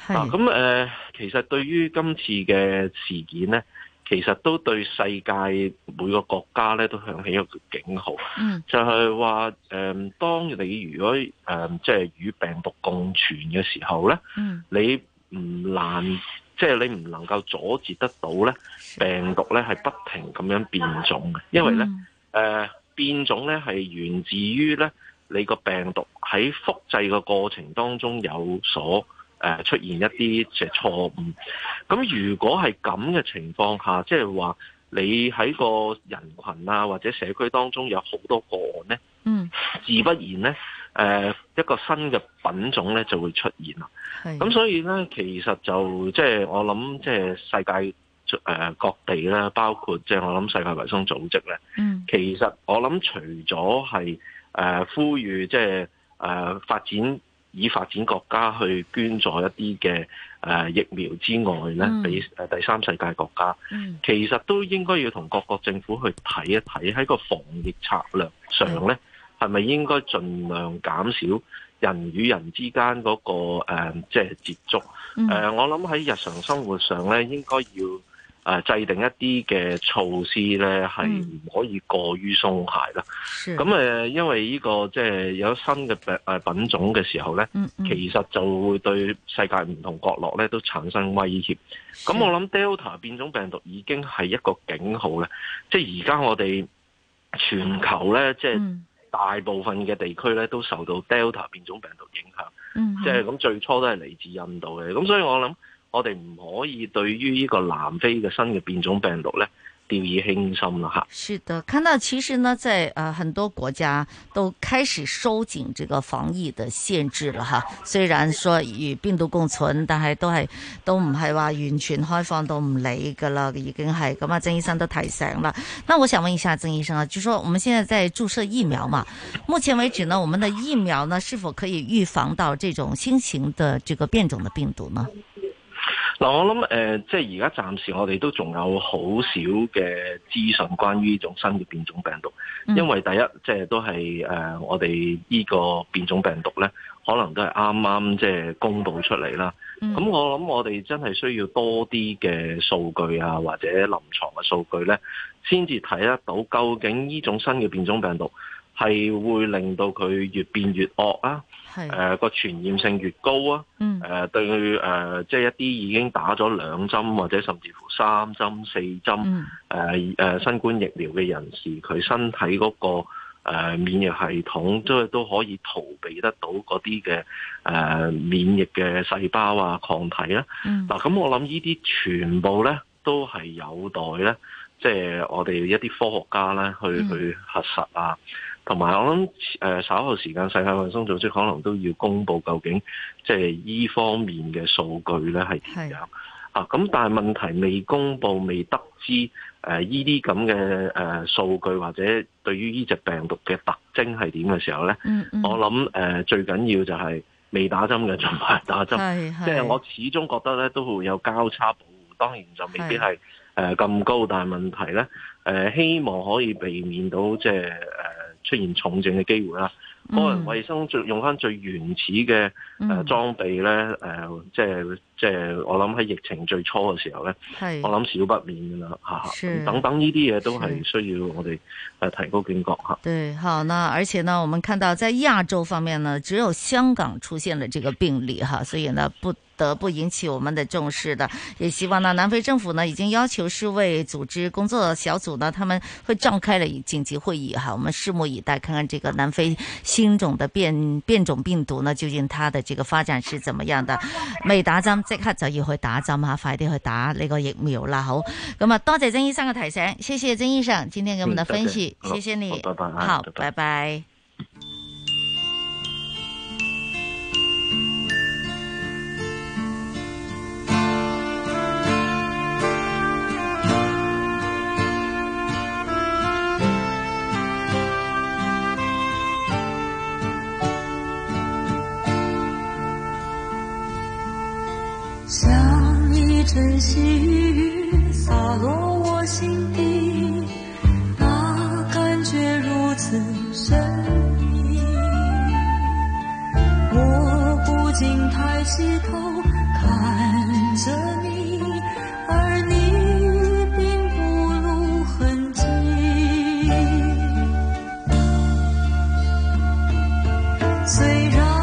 S11: 係
S25: 嗱，咁誒、呃其實對於今次嘅事件咧，其實都對世界每個國家咧都響起一個警號，
S11: 嗯
S25: 就係話誒，當你如果誒、呃即係與病毒共存嘅時候咧，
S11: 嗯
S25: 你唔難，即係你唔能夠阻截得到咧病毒咧係不停咁樣變種嘅，因為咧誒、呃、變種咧係源自於咧你個病毒喺複製嘅過程當中有所誒、呃出現一啲即係錯誤。咁如果係咁嘅情況下，即係話你喺個人群啊或者社區當中有好多個案咧。
S11: 嗯
S25: 自不然咧，誒、一個新嘅品種咧就會出現啦。
S9: 嗯
S11: 係
S25: 咁所以咧，其實就即係我諗，即係世界誒、呃各地啦，包括即係我諗世界衞生組織咧，
S11: 嗯
S25: 其實我諗除咗係誒呼籲即係誒發展以發展國家去捐助一啲嘅誒疫苗之外
S11: 嗯
S25: 咧，俾誒第三世界國家，
S11: 嗯
S25: 其實都應該要同各國政府去睇一睇喺個防疫策略上咧，
S11: 嗯
S25: 係咪應該盡量減少人與人之間嗰、個誒即係接觸？誒、
S11: 嗯
S25: 呃我諗喺日常生活上咧，應該要誒、呃制定一啲嘅措施咧，係唔可以過於鬆懈啦。
S11: 嗯是
S25: 咁誒、呃因為呢、個即係有新嘅病誒品種嘅時候咧，
S11: 嗯嗯
S25: 其實就會對世界唔同角落咧都產生威脅。咁我諗 Delta 變種病毒已經係一個警號咧，即係而家我哋全球咧，即係
S11: 嗯
S25: 大部分嘅地區咧都受到 Delta 變種病毒影響。
S11: 嗯
S25: 即係咁最初都係嚟自印度嘅，咁所以我諗我哋唔可以對於呢個南非嘅新嘅變種病毒咧掉以輕心啦嚇。
S11: 是的，看到其实呢，在呃很多国家都开始收紧这个防疫的限制了哈。虽然说与病毒共存，但系都系都唔系话完全开放到唔理噶啦，已经系咁啊。曾医生都提醒啦。那我想问一下曾医生啊，就说我们现在在注射疫苗嘛，目前为止呢，我们的疫苗呢是否可以预防到这种新型的这个变种的病毒呢？
S25: 嗱，我諗誒、呃即係而家暫時我哋都仲有好少嘅資訊關於呢種新嘅變種病毒，
S11: 嗯
S25: 因為第一即係都係誒、呃我哋呢個變種病毒咧，可能都係啱啱即係公佈出嚟啦。
S17: 嗯
S11: 咁、
S25: 我諗我哋真係需要多啲嘅數據啊，或者臨床嘅數據咧，先至睇得到究竟呢種新嘅變種病毒係會令到佢越變越惡啊，
S9: 嗯
S11: 係
S25: 誒個傳染性越高啊。
S11: 嗯
S25: 誒、對誒、呃即係一啲已經打咗兩針或者甚至乎三針、四針誒誒、
S11: 嗯
S25: 呃新冠疫苗嘅人士，佢身體嗰、個、呃、免疫系統都都可以逃避得到嗰啲嘅誒免疫嘅細胞啊、抗體啦、
S11: 嗯
S25: 嗱、咁我諗呢啲全部咧都係有待咧，即係我哋一啲科學家咧去去核實啊。同埋我諗誒、呃稍後時間，世界衞生組織可能都要公布究竟即係依方面嘅數據咧係點樣啊？咁但係問題未公布、未得知誒依啲咁嘅誒數據或者對於呢隻病毒嘅特徵係點嘅時候咧，
S11: 嗯嗯
S25: 我諗誒、呃最緊要就係未打針嘅盡快打針
S11: 係係，
S25: 即係我始終覺得咧都會有交叉保護，當然就未必係。誒咁高，但係問題咧，誒、希望可以避免到即係誒呃出現重症嘅機會啦。
S11: 嗯
S25: 個
S10: 哦
S25: 人衞生最用翻最原始嘅
S10: 呃
S25: 誒
S11: 嗯
S25: 呃裝備咧，誒、即係即係我諗喺疫情最初嘅時候咧
S11: 係，
S25: 我諗少不免㗎啦嚇。
S11: 是
S25: 咁等等呢啲嘢都
S11: 是
S25: 係需要我哋誒提高警覺嚇。
S11: 对，好，那而且呢，我们看到在亚洲方面呢，只有香港出现了这个病例哈，所以呢，不
S26: 得不引起我们的重视的。也希望呢，南非政府呢已经要求世卫组织工作小组呢，他们会召开了紧急会议哈，我们拭目以待，看看这个南非新种的变变种病毒呢，究竟它的这个发展是怎么样 的。未打針即刻就要去打針吓，快啲去打呢個疫苗啦！好，咁啊，多謝曾醫生嘅提醒，謝謝曾醫生今天給我嗯們的分析，謝謝你，
S3: 拜拜，
S26: 好，拜拜。
S27: 像一阵细雨洒落我心底，那感觉如此神秘。我不禁抬起头看着你，而你并不露痕迹。虽然。啊啊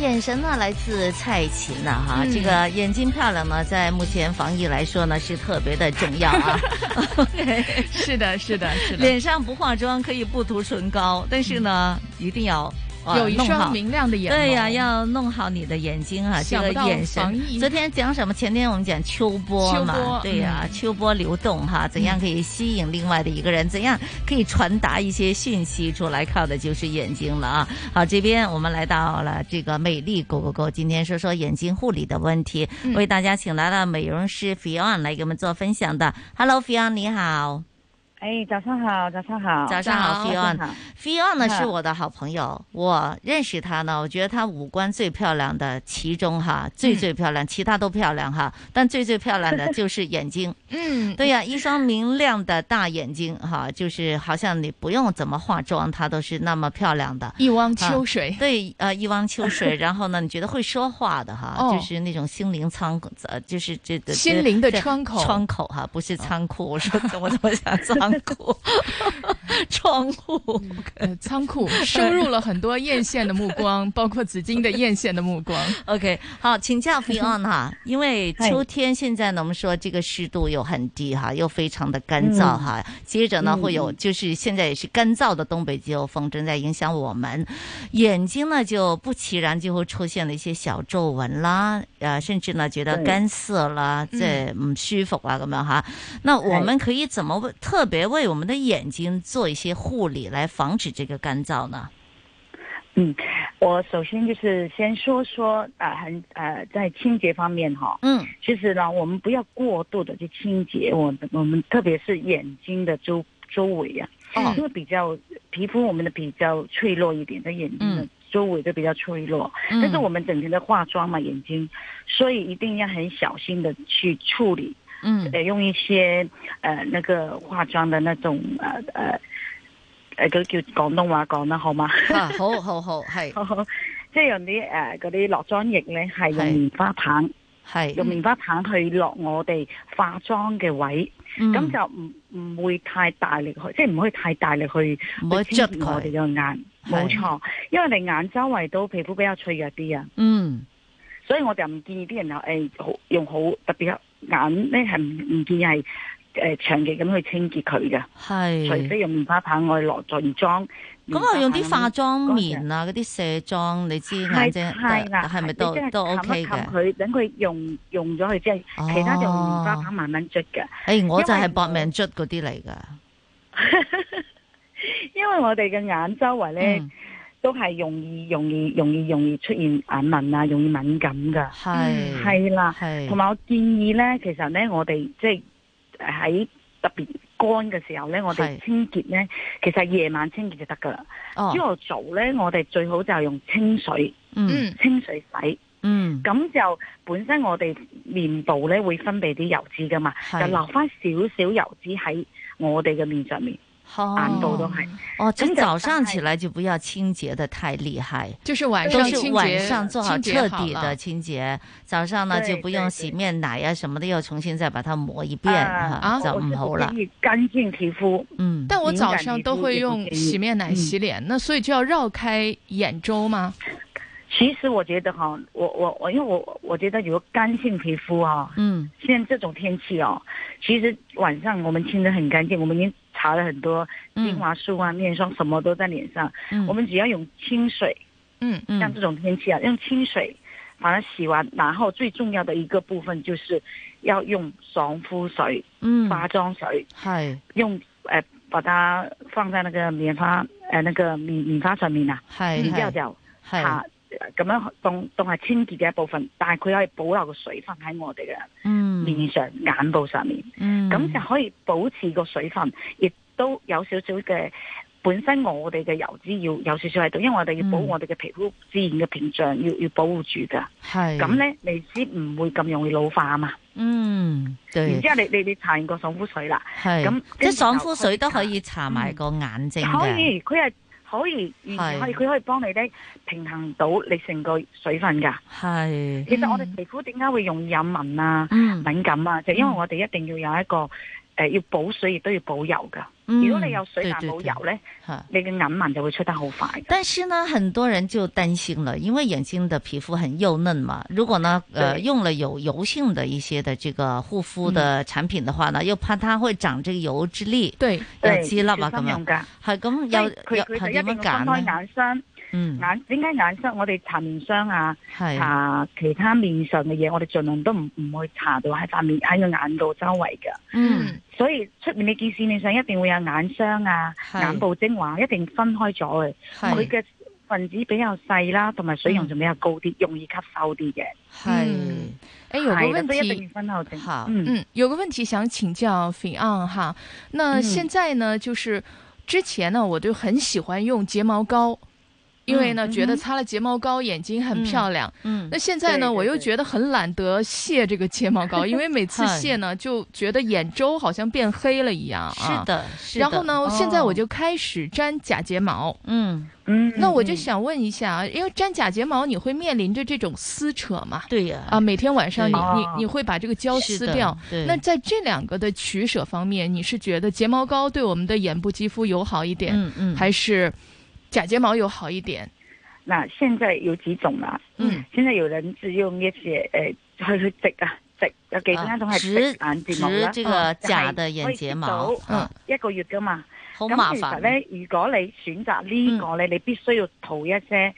S26: 眼神呢，来自蔡琴呢、啊，哈、嗯，这个眼睛漂亮呢，在目前防疫来说呢，是特别的重要 啊。
S3: 哎
S11: 是的，是的，是的。
S26: 脸上不化妆可以不涂唇膏，但是呢，嗯、一定要。
S15: 有一双明亮的眼。
S3: 呃对呀、啊，要弄好你的眼睛啊，这个眼神。昨天讲什么？前天我们讲秋波嘛，波对呀、啊，嗯、秋波流动哈、啊，怎
S15: 嗯
S3: 样可以吸引另外的一个人？嗯、怎样可以传达一些讯息出来？靠的就是眼睛了啊！好，这边我们来到了这个美丽 Go Go Go，今天说说眼睛护理的问题，嗯、为大家请来了美容师 Fion 来给我们做分享的。Hello，Fion 你好。
S13: 哎，早上好，早上好，
S3: 早上好，Fiona，Fiona
S15: 嗯
S3: 呢是我的好朋友，我认识她呢，我觉得她五官最漂亮的其中
S15: 嗯
S3: 哈，最最漂亮，其他都漂亮哈，但最最漂亮 的就是眼睛，
S15: 嗯，
S3: 对 呀，一双明亮的大眼睛哈，就是好像你不用怎么化妆，她都是那么漂亮的，
S15: 一汪秋水，
S3: 啊对，呃，一汪秋 水，然后呢，你觉得会说话的哈，就是那种心灵仓，呃，就是这个
S15: 哦心灵的窗口，哦
S3: 窗口哈，不是仓库，我 说我怎么想脏。仓 库， 窗户，
S15: 呃，仓库收入了很多艳羡的目光，包括紫金的艳羡的目光。
S3: OK，好，请 教 Fiona 哈，因为秋天现在呢，我们说这个湿度又很低哈，又非常的干燥哈，嗯、接着呢会有就是现在也是干燥的东北季候风正在影响我们，眼睛呢就不其然就会出现了一些小皱纹啦，呃，甚至呢觉得干涩啦，即系唔舒服啦咁样哈。那我们可以怎么特别？别为我们的眼睛做一些护理，来防止这个干燥呢。
S13: 嗯，我首先就是先说说啊、呃，很呃，在清洁方面哈，
S3: 嗯，
S13: 其实呢，我们不要过度的去清洁我们，我们特别是眼睛的周周围啊，
S3: 哦，
S13: 因为比较皮肤我们的比较脆弱一点，在眼睛的周围都比较脆弱，
S3: 嗯、
S13: 但是我们整天的化妆嘛，眼睛，所以一定要很小心的去处理。
S3: 嗯，
S13: 呃，用一些呃那个化妆的那种呃呃，誒佢叫廣東話講啦，好嘛？
S3: 啊，好好好， 係
S13: 即係用啲誒嗰啲落妝液咧，係用棉花棒，
S3: 係
S13: 用棉花棒去落我哋化妝嘅位，咁、嗯、就唔唔會太大力去，即係唔可以太大力去
S3: 唔可以捽
S13: 我哋嘅眼，冇錯，因為你眼周圍都皮膚比較脆弱啲啊。
S3: 嗯，
S13: 所以我就唔建議啲人誒好、呃、用好特別眼咧係唔唔建議係誒、呃、長期咁去清潔佢嘅，
S3: 係
S13: 除非用棉花棒我落盡妝。
S3: 咁我用啲化妝棉啊，嗰啲卸妝，你知眼睛係咪都都 OK 嘅？
S13: 佢等佢用用咗佢之後，其他就用棉花棒慢慢捽嘅。誒、
S3: 欸，我就係搏命捽嗰啲嚟㗎。
S13: 因為我哋嘅眼周圍咧。嗯都係容易、容易、容易、容易出現眼紋啊，容易敏感㗎。嗯
S3: 係
S13: 係啦，
S3: 嗯
S13: 同埋我建議咧，其實咧，我哋即係喺特別乾嘅時候咧，我哋清潔咧，其實夜晚清潔就得㗎啦。
S3: 哦，
S13: 朝頭早咧，我哋最好就係用清水，
S3: 嗯，
S13: 清水洗。
S3: 嗯，
S13: 咁就本身我哋面部咧會分泌啲油脂㗎嘛，就留翻少少油脂喺我哋嘅面上面。眼部都係
S3: 哦，從早上起來就不要清潔得太厲害，
S15: 就是晚上
S3: 都是晚上做好徹底的清潔，早上呢就不用洗面奶啊什麼的，要重新再把它磨一遍
S13: 啊
S3: 哈，就唔好啦。
S13: 乾淨皮膚，
S3: 嗯，
S15: 但我早上都會用洗面
S1: 嗯
S15: 奶洗臉，那所以就要繞開眼周嗎？
S13: 其實我覺得哈，我我我，因為我我覺得如果乾性皮膚啊，
S3: 嗯，
S13: 現在這種天氣哦，其實晚上我們清得很乾淨，我們已經。搽了很多精華素啊，面霜什麼都在臉上。
S3: 嗯、
S13: 我們只要用清水，
S3: 嗯嗯，
S13: 像這種天氣啊，用清水把它洗完，然後最重要的一個部分就是要用爽膚水，
S3: 嗯，
S13: 化妝水，
S3: 係
S13: 用誒、呃、把它放在那個棉花誒、呃、那個棉棉花上面啊，
S3: 係
S13: 掉掉，
S3: 係
S13: 嚇咁樣當當係清潔嘅一部分，但係佢可以保留個水分喺我哋嘅。
S3: 嗯。
S13: 面上眼部上面，咁、
S3: 嗯、
S13: 就可以保持個水分，亦都有少少嘅本身我哋嘅油脂要有少少喺度，因為我哋
S3: 嗯
S13: 要保護我哋嘅皮膚自然嘅屏障，要要保護住噶。
S3: 係
S13: 咁咧，你先唔會咁容易老化啊嘛。
S3: 嗯，對。
S13: 然之後你你你搽完個爽膚水啦，
S3: 係
S13: 咁
S3: 即係爽膚水都可以搽埋個眼睛、嗯、
S13: 可以，佢係。可以，完全可以，佢可以幫你咧平衡到你成個水分㗎。
S3: 係，
S13: 其實我哋皮膚點解會容易有紋啊、
S3: 嗯、
S13: 敏感啊，就因為我哋一定要有一個誒、呃、要補水，亦都要補油㗎。
S3: 嗯、
S13: 如果你有水但冇油咧，
S3: 對對
S13: 對，你嘅眼紋就會出得好快。
S3: 但是呢，很多人就擔心了，因為眼睛的皮膚很幼嫩嘛，如果呢，呃，用了有油性的一些的這個護膚的產品的話呢，嗯、又怕它會長這個油脂粒，
S15: 對，
S3: 有脂粒啊咁
S13: 樣。
S3: 係咁有有係點樣揀咧？
S13: 眼霜嗯、眼點解眼霜？我哋搽面霜啊，搽其他面上嘅嘢，我哋盡量都唔唔會搽到喺塊面喺個眼度周圍嘅。
S11: 嗯，
S13: 所以出面你見市面上一定會有眼霜啊、眼部精華，一定分開咗嘅。佢嘅分子比較細啦，同埋水溶仲比較高啲，嗯、容易吸收啲嘅。
S11: 係，
S15: 哎，有個問
S13: 題，
S15: 好，嗯，有個問題想請教菲昂哈。
S11: 嗯
S15: 那現在呢，就是之前呢，我就很喜歡用睫毛膏，因為呢，覺得擦了睫毛膏眼睛很漂亮。
S11: 嗯，
S15: 那現在呢，我又覺得很懶得卸這個睫毛膏，因為每次卸呢，就覺得眼周好像變黑了一樣啊。
S11: 是的，哦
S15: 然後呢，現在我就開始粘假睫毛。
S11: 嗯。
S13: 嗯，
S15: 那我就想問一下，啊因為粘假睫毛你會面臨着這種撕扯嘛？
S11: 對呀，
S15: 啊，每天晚上你你你會把這個膠撕掉。那在這兩個的取捨方面，你是覺得睫毛膏對我們的眼部肌膚友好一點，
S11: 嗯嗯，
S15: 還是假睫毛友好一點？
S13: 那現在有幾種啦？
S15: 嗯，
S13: 現在有人是用一些誒去去植啊，植有幾種一種係植眼睫毛啦，啊
S11: 植這個假的眼睫毛，嗯
S13: 一個月噶嘛。
S11: 好麻煩。
S13: 咁
S11: 嗯
S13: 其實咧，如果你選擇呢個咧，你必須要塗一些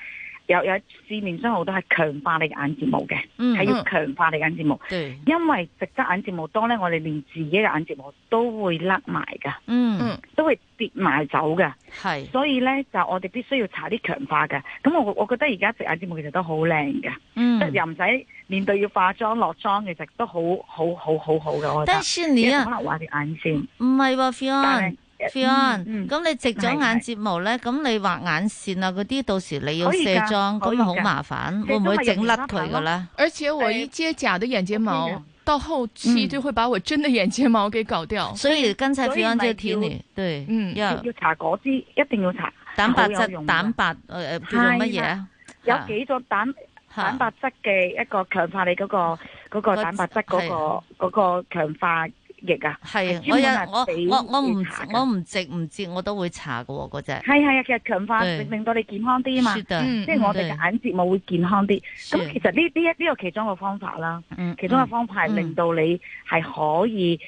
S13: 有有市面上好多係強化你嘅眼睫毛嘅，
S11: 嗯
S13: 係要強化你眼睫毛。因為植得眼睫毛多咧，我哋連自己嘅眼睫毛都會甩埋㗎，
S11: 嗯，
S13: 都會跌埋走㗎。
S11: 係，
S13: 所以咧就我哋必須要搽啲強化嘅。咁我我覺得而家植眼睫毛其實都好靚㗎，
S11: 嗯
S13: 即又唔使面對要化妝落妝，其實都好好好好好嘅。我覺得。
S11: 但是你啊，
S13: 可能畫條眼線。
S11: 唔係喎，Fiona。Fion，咁
S13: 嗯
S11: 你植咗眼睫毛咧，咁你畫眼線啊嗰啲，到時你要卸妝，咁好麻煩，會唔會整甩佢嘅咧？
S15: 而且
S13: 哎
S15: 我一接假的眼睫毛，到後
S13: 嗯
S15: 期就會把我真的眼睫毛給搞掉。
S11: 所以剛才 Fion 就提你，對，
S15: 嗯，
S13: 要搽嗰支一定要搽
S11: 蛋白質，蛋白
S3: 呃
S11: 誒叫做乜嘢啊？
S13: 有幾種蛋蛋白質嘅一個強化你嗰個嗰個蛋白質嗰個嗰個強化。液啊，
S11: 係我有我我我唔我唔直唔接我都會搽嘅喎嗰隻。嗯
S13: 係係啊，其實強化令到你健康啲啊嘛，即係我哋嘅眼睫毛會健康啲。咁其實呢呢一呢個其中一個方法啦，其中一個方法係令到你係可以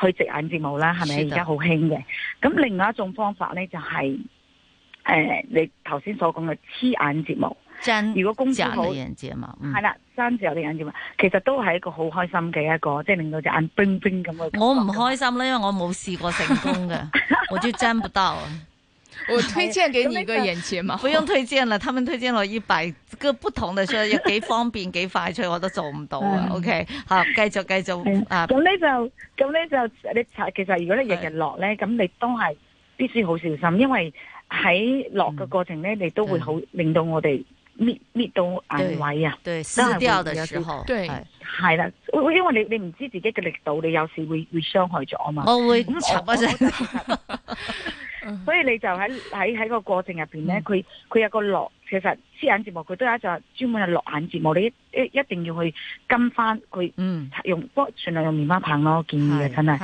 S13: 去植眼睫毛啦，係咪？而家好興嘅。咁另外一種方法咧就係誒你頭先所講嘅黐眼睫毛。
S11: 真，
S13: 如果功夫好，
S11: 係
S13: 啦，生住有啲眼睫毛，其實都係一個好開心嘅一個，即係令到隻眼冰冰咁嘅。
S11: 我唔開心啦，因為我冇試過成 功嘅， 我就沾不到。
S3: 啊
S15: 我推薦給你一個眼睫
S3: 哎
S15: 毛，
S11: 不用推薦啦，他們推薦我一百個不同嘅，所以有幾方便幾快脆，我都做唔到啊。OK，好，
S15: 嗯
S11: 繼續繼續啊。
S13: 咁咧就，咁咧就你搽，其實如果你日日落咧，咁你都係必須好小心，因為喺落
S11: 嗯
S13: 嘅過程咧，你都會好令到我哋。搣搣到眼位啊！
S11: 對，撕掉嘅時候，
S15: 對，
S13: 係啦，因為你你唔知自己嘅力度，你有時會會傷害咗啊嘛。
S11: 我會
S13: 插一
S11: 嗯
S13: 所以你就喺喺喺個過程入邊咧，佢佢有個落，其實黐眼睫毛佢都有一隻專門係落眼睫毛，你一一定要去跟翻佢，
S11: 嗯
S13: 用不盡量用棉花棒咯，建議嘅真係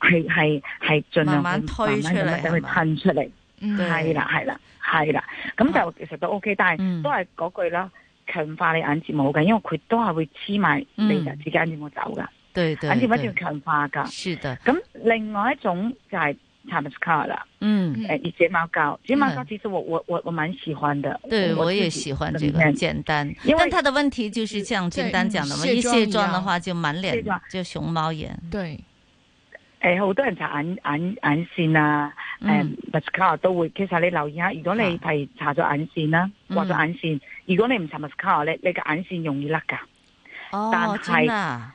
S13: 係係係盡量慢
S11: 嗯慢推出嚟，
S13: 等佢褪出嚟。係嗯啦，係啦，係啦，咁就其實都 OK，但係
S11: 嗯
S13: 都係嗰句啦，強化你眼睫毛嘅，因為佢都係會黐埋
S11: 嗯
S13: 你隻指間睫毛走噶，
S11: 對對，
S13: 眼睫毛一定要強化噶。
S11: 是的。
S13: 咁另外一種就係搽 mascara 啦，
S11: 嗯，
S13: 誒睫毛膏，睫毛膏其實我我我我蠻喜歡的，
S11: 對我也喜歡這個簡單，但它的問題就是像俊丹講的嘛，一嗯卸妝的話就滿臉就熊貓眼，
S15: 對。
S13: 誒好多人搽眼眼眼線啊，
S11: 嗯
S13: 誒 mascara 都會。其實你留意下，如果你係搽咗眼線啦，
S11: 嗯
S13: 畫咗眼線，如果你唔搽 mascara 咧，你嘅眼線容易甩㗎。
S11: 哦，真啊！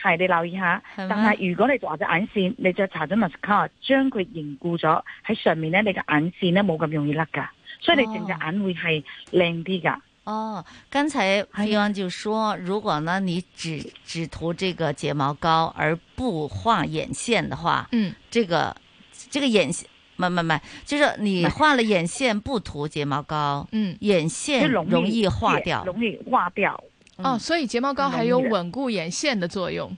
S13: 係你留意下，但係如果你畫咗眼線，你再搽咗 mascara，將佢凝固咗喺上面咧，你嘅眼線咧冇咁容易甩㗎，所以你整隻眼會係靚啲㗎。
S11: 哦，剛才
S13: 啊
S11: 菲安就說，如果呢你只只塗這個睫毛膏而不畫眼線的話，
S15: 嗯，
S11: 這個這個眼線，唔唔唔，就是你畫了眼線不塗睫毛膏，
S15: 嗯，
S11: 眼線容易化掉，
S13: 容易化掉。
S3: 嗯
S15: 哦，所以睫毛膏還有穩固眼線的作用。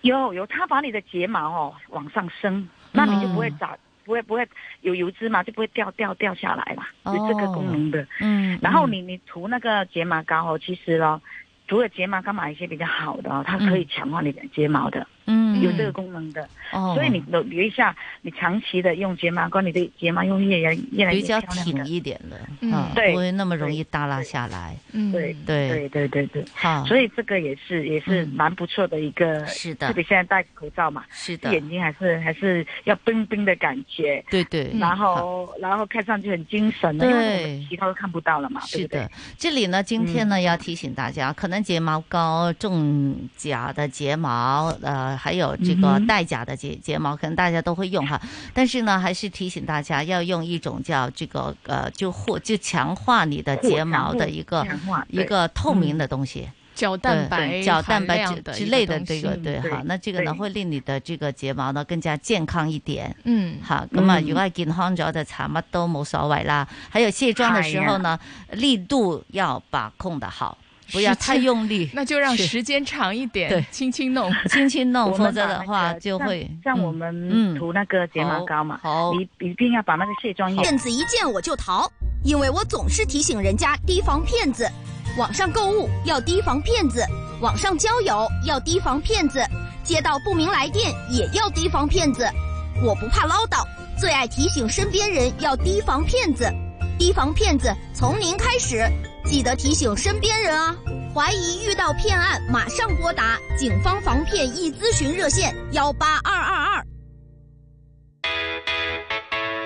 S13: 有有，它把你的睫毛哦往上升，那你就不會長。不會不會有油脂嘛，就不會掉掉掉下來嘛，
S9: 哦
S13: 有這個功能的。
S11: 嗯，
S13: 然後你你塗那個睫哦毛膏哦，其實咯，除了睫毛膏買一些比較好的哦，它可以強化你的睫毛的。嗯，有这个功能的。哦，所以你留留一下，你长期的用睫毛膏，你的睫毛用力也越来越
S3: 比较挺一点的，嗯，
S13: 对，
S3: 不会那么容易耷拉下来。
S13: 嗯，对对对对对对。好，所以这个也是也是蛮不错的一个，
S3: 嗯是的，
S13: 特别现在戴口罩嘛，
S3: 是的，
S13: 眼睛还是还是要冰冰的感觉。
S3: 对对。
S13: 然后然后看上去很精神的，因为其他都看不到了嘛。
S3: 是的，这里呢，今天呢要提醒大家，可能睫毛膏种假的睫毛，呃，还有这个戴假的睫睫毛，可能大家都会用哈。但是呢，还是提醒大家要用一种叫这个呃，就护就强化你的睫毛的一个一个透明的东西。
S15: 角蛋白、
S3: 角蛋白之类的这个對嚇，那這個呢會令你的這個睫毛呢更加健康一點。
S15: 嗯，
S3: 嚇咁啊，如果係健康咗就搽乜都冇所謂啦。還有卸妝的時候呢，
S15: 啊
S3: 力度要把控得好，不要太用力。
S15: 那就讓時間長一點，
S3: 對，
S15: 輕 輕弄，
S3: 輕輕弄，否則的話就嗯會。
S13: 像我們塗那個睫毛膏嘛，你一定要把那個卸妝液。
S9: 骗子一见我就逃，因為我總是提醒人家提防騙子。网上购物要提防骗子，网上交友要提防骗子，接到不明来电也要提防骗子。我不怕唠叨，最爱提醒身边人要提防骗子。提防骗子从您开始，记得提醒身边人啊！怀疑遇到骗案，马上拨打警方防骗易咨询热线幺八二二二。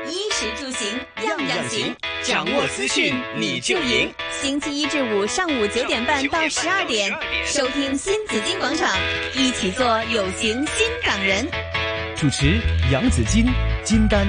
S1: 衣食住行样样行，
S10: 掌握资讯你就赢。
S1: 星期一至五上午九点半到十二点，收听新紫金广场，一起做有型新港人。
S10: 主持杨紫金、金丹。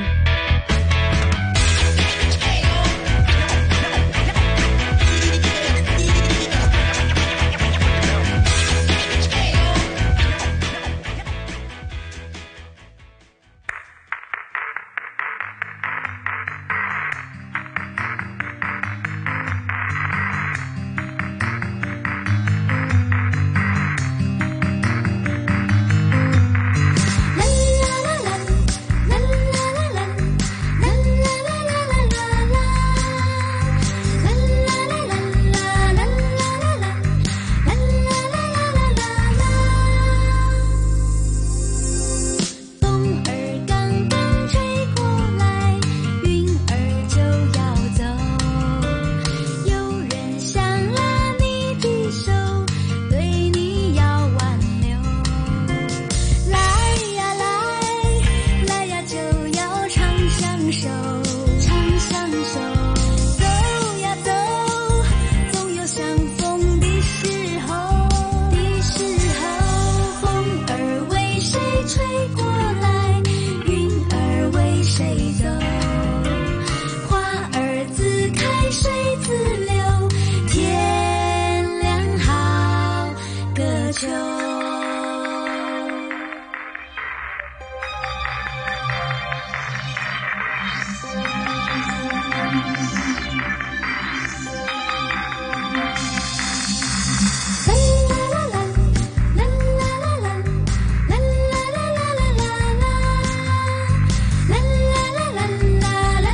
S9: 风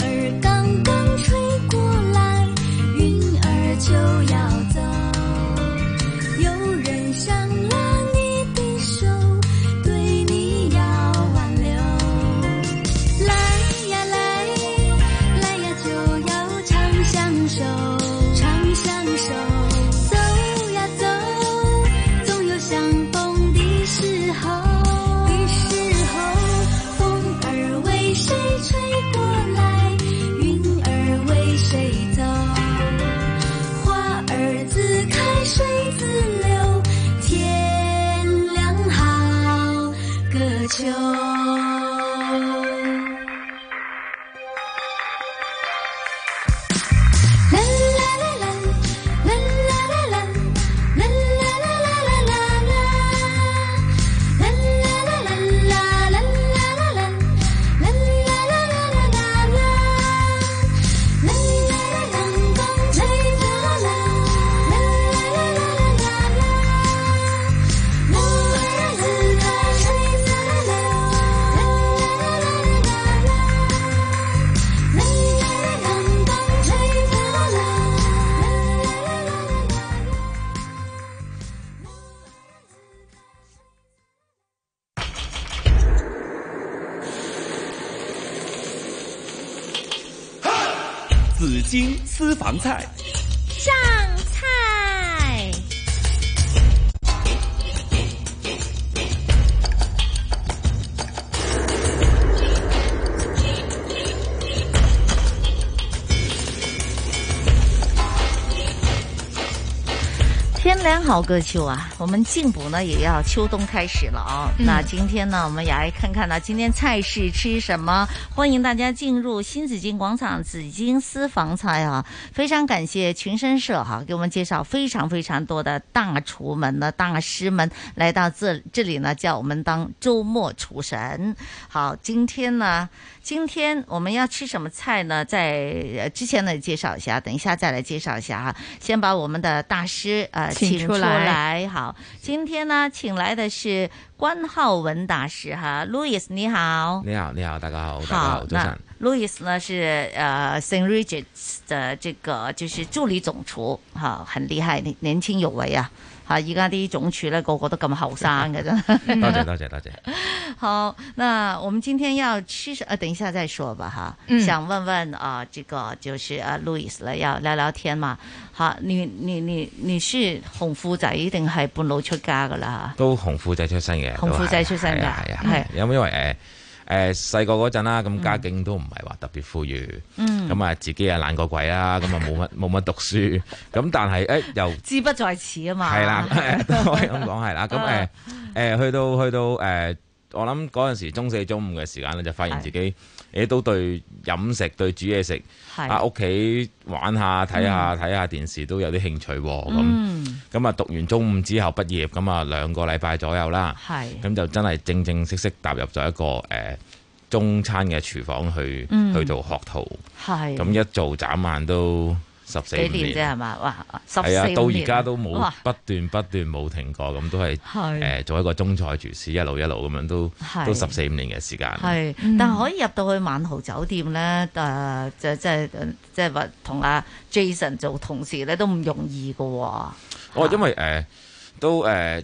S9: 儿刚。
S10: 紫荆私房菜
S1: 上菜。
S3: 天凉好歌秋啊，我们进补呢也要秋冬开始了啊、哦。
S11: 嗯
S3: 那今天呢，我们也来看看呢，今天菜市吃什么？欢迎大家进入新紫荆广场紫荆私房菜啊！非常感谢群生社哈、给我们介绍非常非常多的大厨们呢、大师们来到这这里呢，叫我们当周末厨神。好，今天呢，今天我们要吃什么菜呢？在呃之前呢也介绍一下，等一下再来介绍一下哈。先把我们的大师呃
S15: 请
S3: 请
S15: 出来
S3: 好，今天呢，请来的是关浩文大师哈，Louis 你好。
S28: 你好，你好，大家好，大家好，早
S3: 那
S28: 晨。
S3: Louis 呢是呃 St. Regis 的这个就是助理總廚，吓、很厲害，年年輕有為啊，吓而家啲總廚咧個個都咁後生嘅啫。
S28: 多謝，多謝，多謝。
S3: 好，那我们今天要吃什？呃，等一下再说吧，哈。
S11: 嗯
S3: 想问问啊、这个就是啊，Louis 了，要聊聊天嘛。好，你你你你是紅褲仔定係半路出家噶啦？
S28: 都紅褲仔出身嘅，
S3: 紅褲仔出身㗎
S28: 係啊係啊
S3: 係
S28: 係啊。因為因為誒誒細個嗰陣啦，咁家境都唔係話特別富裕，
S3: 嗯
S28: 咁啊自己啊懶過鬼啦，咁啊冇乜冇乜讀書，咁但係誒又
S3: 志不在此啊啊嘛。
S28: 係啦，都可以咁講係啦，咁誒誒去到去到誒。我諗嗰陣時中四中五嘅時間咧，就發現自己誒都對飲食對煮嘢食
S14: 係
S28: 啊屋企玩下睇下
S3: 嗯
S28: 睇下電視都有啲興趣喎咁。
S14: 嗯
S28: 咁啊讀完中五之後畢業，咁啊兩個禮拜左右啦，
S14: 係
S28: 咁就真係正正式式踏入咗一個誒、呃中餐嘅廚房去、
S3: 嗯
S28: 去做學徒，
S3: 係
S28: 咁一做眨眼都十四
S3: 幾
S28: 五
S3: 年啫係
S28: 年。
S3: 嘛？哇，十
S28: 係啊
S3: 四，
S28: 到
S3: 五
S28: 而
S3: 年
S28: 家都冇
S3: 哇
S28: 不斷不斷冇停過，咁都係
S3: 係
S28: 誒、呃做一個中菜廚師，一路一路咁樣都
S3: 係
S28: 都十四五年嘅時間。
S3: 係，但係可以入到去萬豪酒店咧，誒、就即係即係話同阿 Jason 做同事咧，都唔容易嘅喎、
S28: 哦，因為誒、呃都誒、呃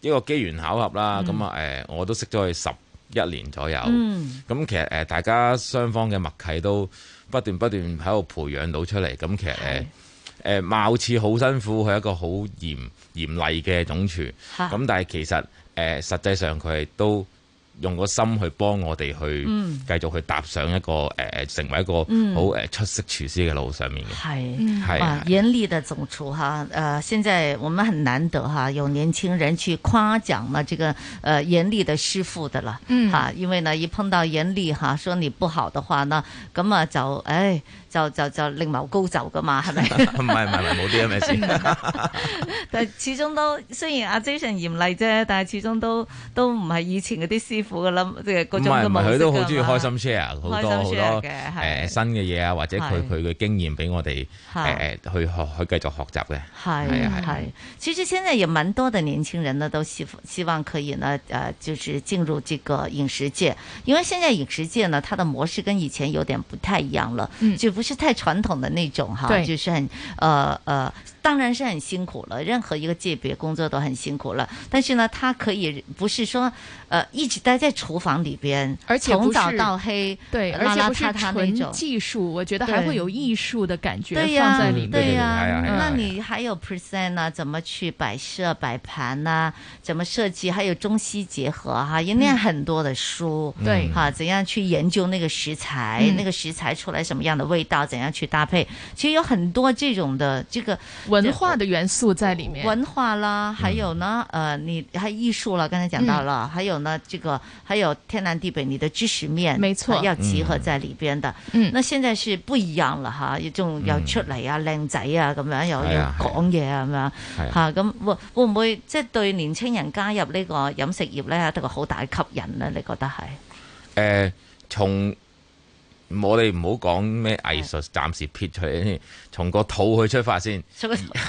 S28: 一個機緣巧合啦，
S3: 嗯
S28: 咁啊誒我都識咗佢十一年左右，咁、
S14: 嗯
S28: 其實誒、呃大家雙方嘅默契都不斷不斷喺度培養到出嚟，咁其實誒。呃誒貌似好辛苦，佢係一個好嚴嚴厲嘅總廚，
S14: 嚇
S28: 咁但係其實誒、呃、實際上佢係都用個心去幫我哋去
S14: 嗯
S28: 繼續去踏上一個誒、呃成為一個好
S3: 嗯
S28: 誒出色廚師嘅路上面嘅，
S3: 係
S28: 嗯係
S3: 哇，嚴厲的总廚哈，呃，現在我們很難得哈，有年輕人去誇獎了這個呃嚴厲的師傅的了，
S11: 嗯
S3: 哈，因為呢一碰到嚴厲哈，說你不好的話呢，咁啊就，唉，就就就另謀高就噶嘛，係咪？
S28: 唔係唔係唔係冇啲咁 嘅事。
S3: 嗯但始終都雖然阿 Jason 嚴厲啫，但係始終都都唔係以前嗰啲師傅噶啦，即係嗰
S28: 唔
S3: 種
S28: 係
S3: 嘅
S28: 唔
S3: 模
S28: 係，
S3: 式
S28: 佢都好
S3: 㗎
S28: 中意
S3: 嘛
S28: 開心 share 好
S3: 開
S28: 多
S3: 心
S28: 好多
S3: share
S28: 誒
S3: 嘅係
S28: 新嘅嘢啊，或者佢
S3: 係
S28: 佢嘅經驗俾我哋
S3: 係
S28: 誒誒去學去繼續學習嘅。
S3: 係
S28: 係啊係
S3: 係，其實現在也蠻多的年輕人呢，都希希望可以呢，呃，就是进入这个饮食界，因为现在饮食界呢，它的模式跟以前有点不太一样了，
S11: 嗯
S3: 就不是太传统的那种哈，
S11: 对
S3: 就是很呃呃，当然是很辛苦了，任何一个界别工作都很辛苦了，但是呢，它可以不是说呃一直待在厨房里边，
S15: 而且不
S3: 从早
S15: 是
S3: 到黑，
S15: 对，而
S3: 邋
S15: 且
S3: 邋
S15: 不是
S3: 遢遢那
S15: 纯
S3: 种。
S15: 技术，我觉得
S3: 对
S15: 还会有艺术的感觉
S3: 对
S15: 放
S3: 呀
S15: 在里，面。嗯
S3: 对
S28: 呀
S15: 哎
S3: 那你还有 present 啊？怎么去摆设摆盘呐、怎么设计？还有中西结合哈、也念很多的书，
S11: 嗯对
S3: 哈、怎样去研究那个食材，
S11: 嗯
S3: 那个食材出来什么样的味道，怎样去搭配？其实有很多这种的这个
S15: 文化的元素在里面。嗯
S3: 文化啦，还有呢，呃，你还艺术了，刚才讲到了，还有呢，这个还有天南地北，你的知识面，
S15: 没错
S3: 啊要集合在里边的。
S15: 嗯
S3: 那现在是不一样了哈，有种又出嚟啊，靓仔啊，咁样又
S11: 係
S3: 又
S11: 嗯啊
S3: 講嘢啊，咁樣
S11: 係啊
S3: 吓，咁會會唔會即係對年青人加入呢個飲食業咧，一個好大嘅吸引咧？你覺得係？
S28: 誒，從我哋唔好講咩藝術，暫時撇除先，從個肚去出發 先。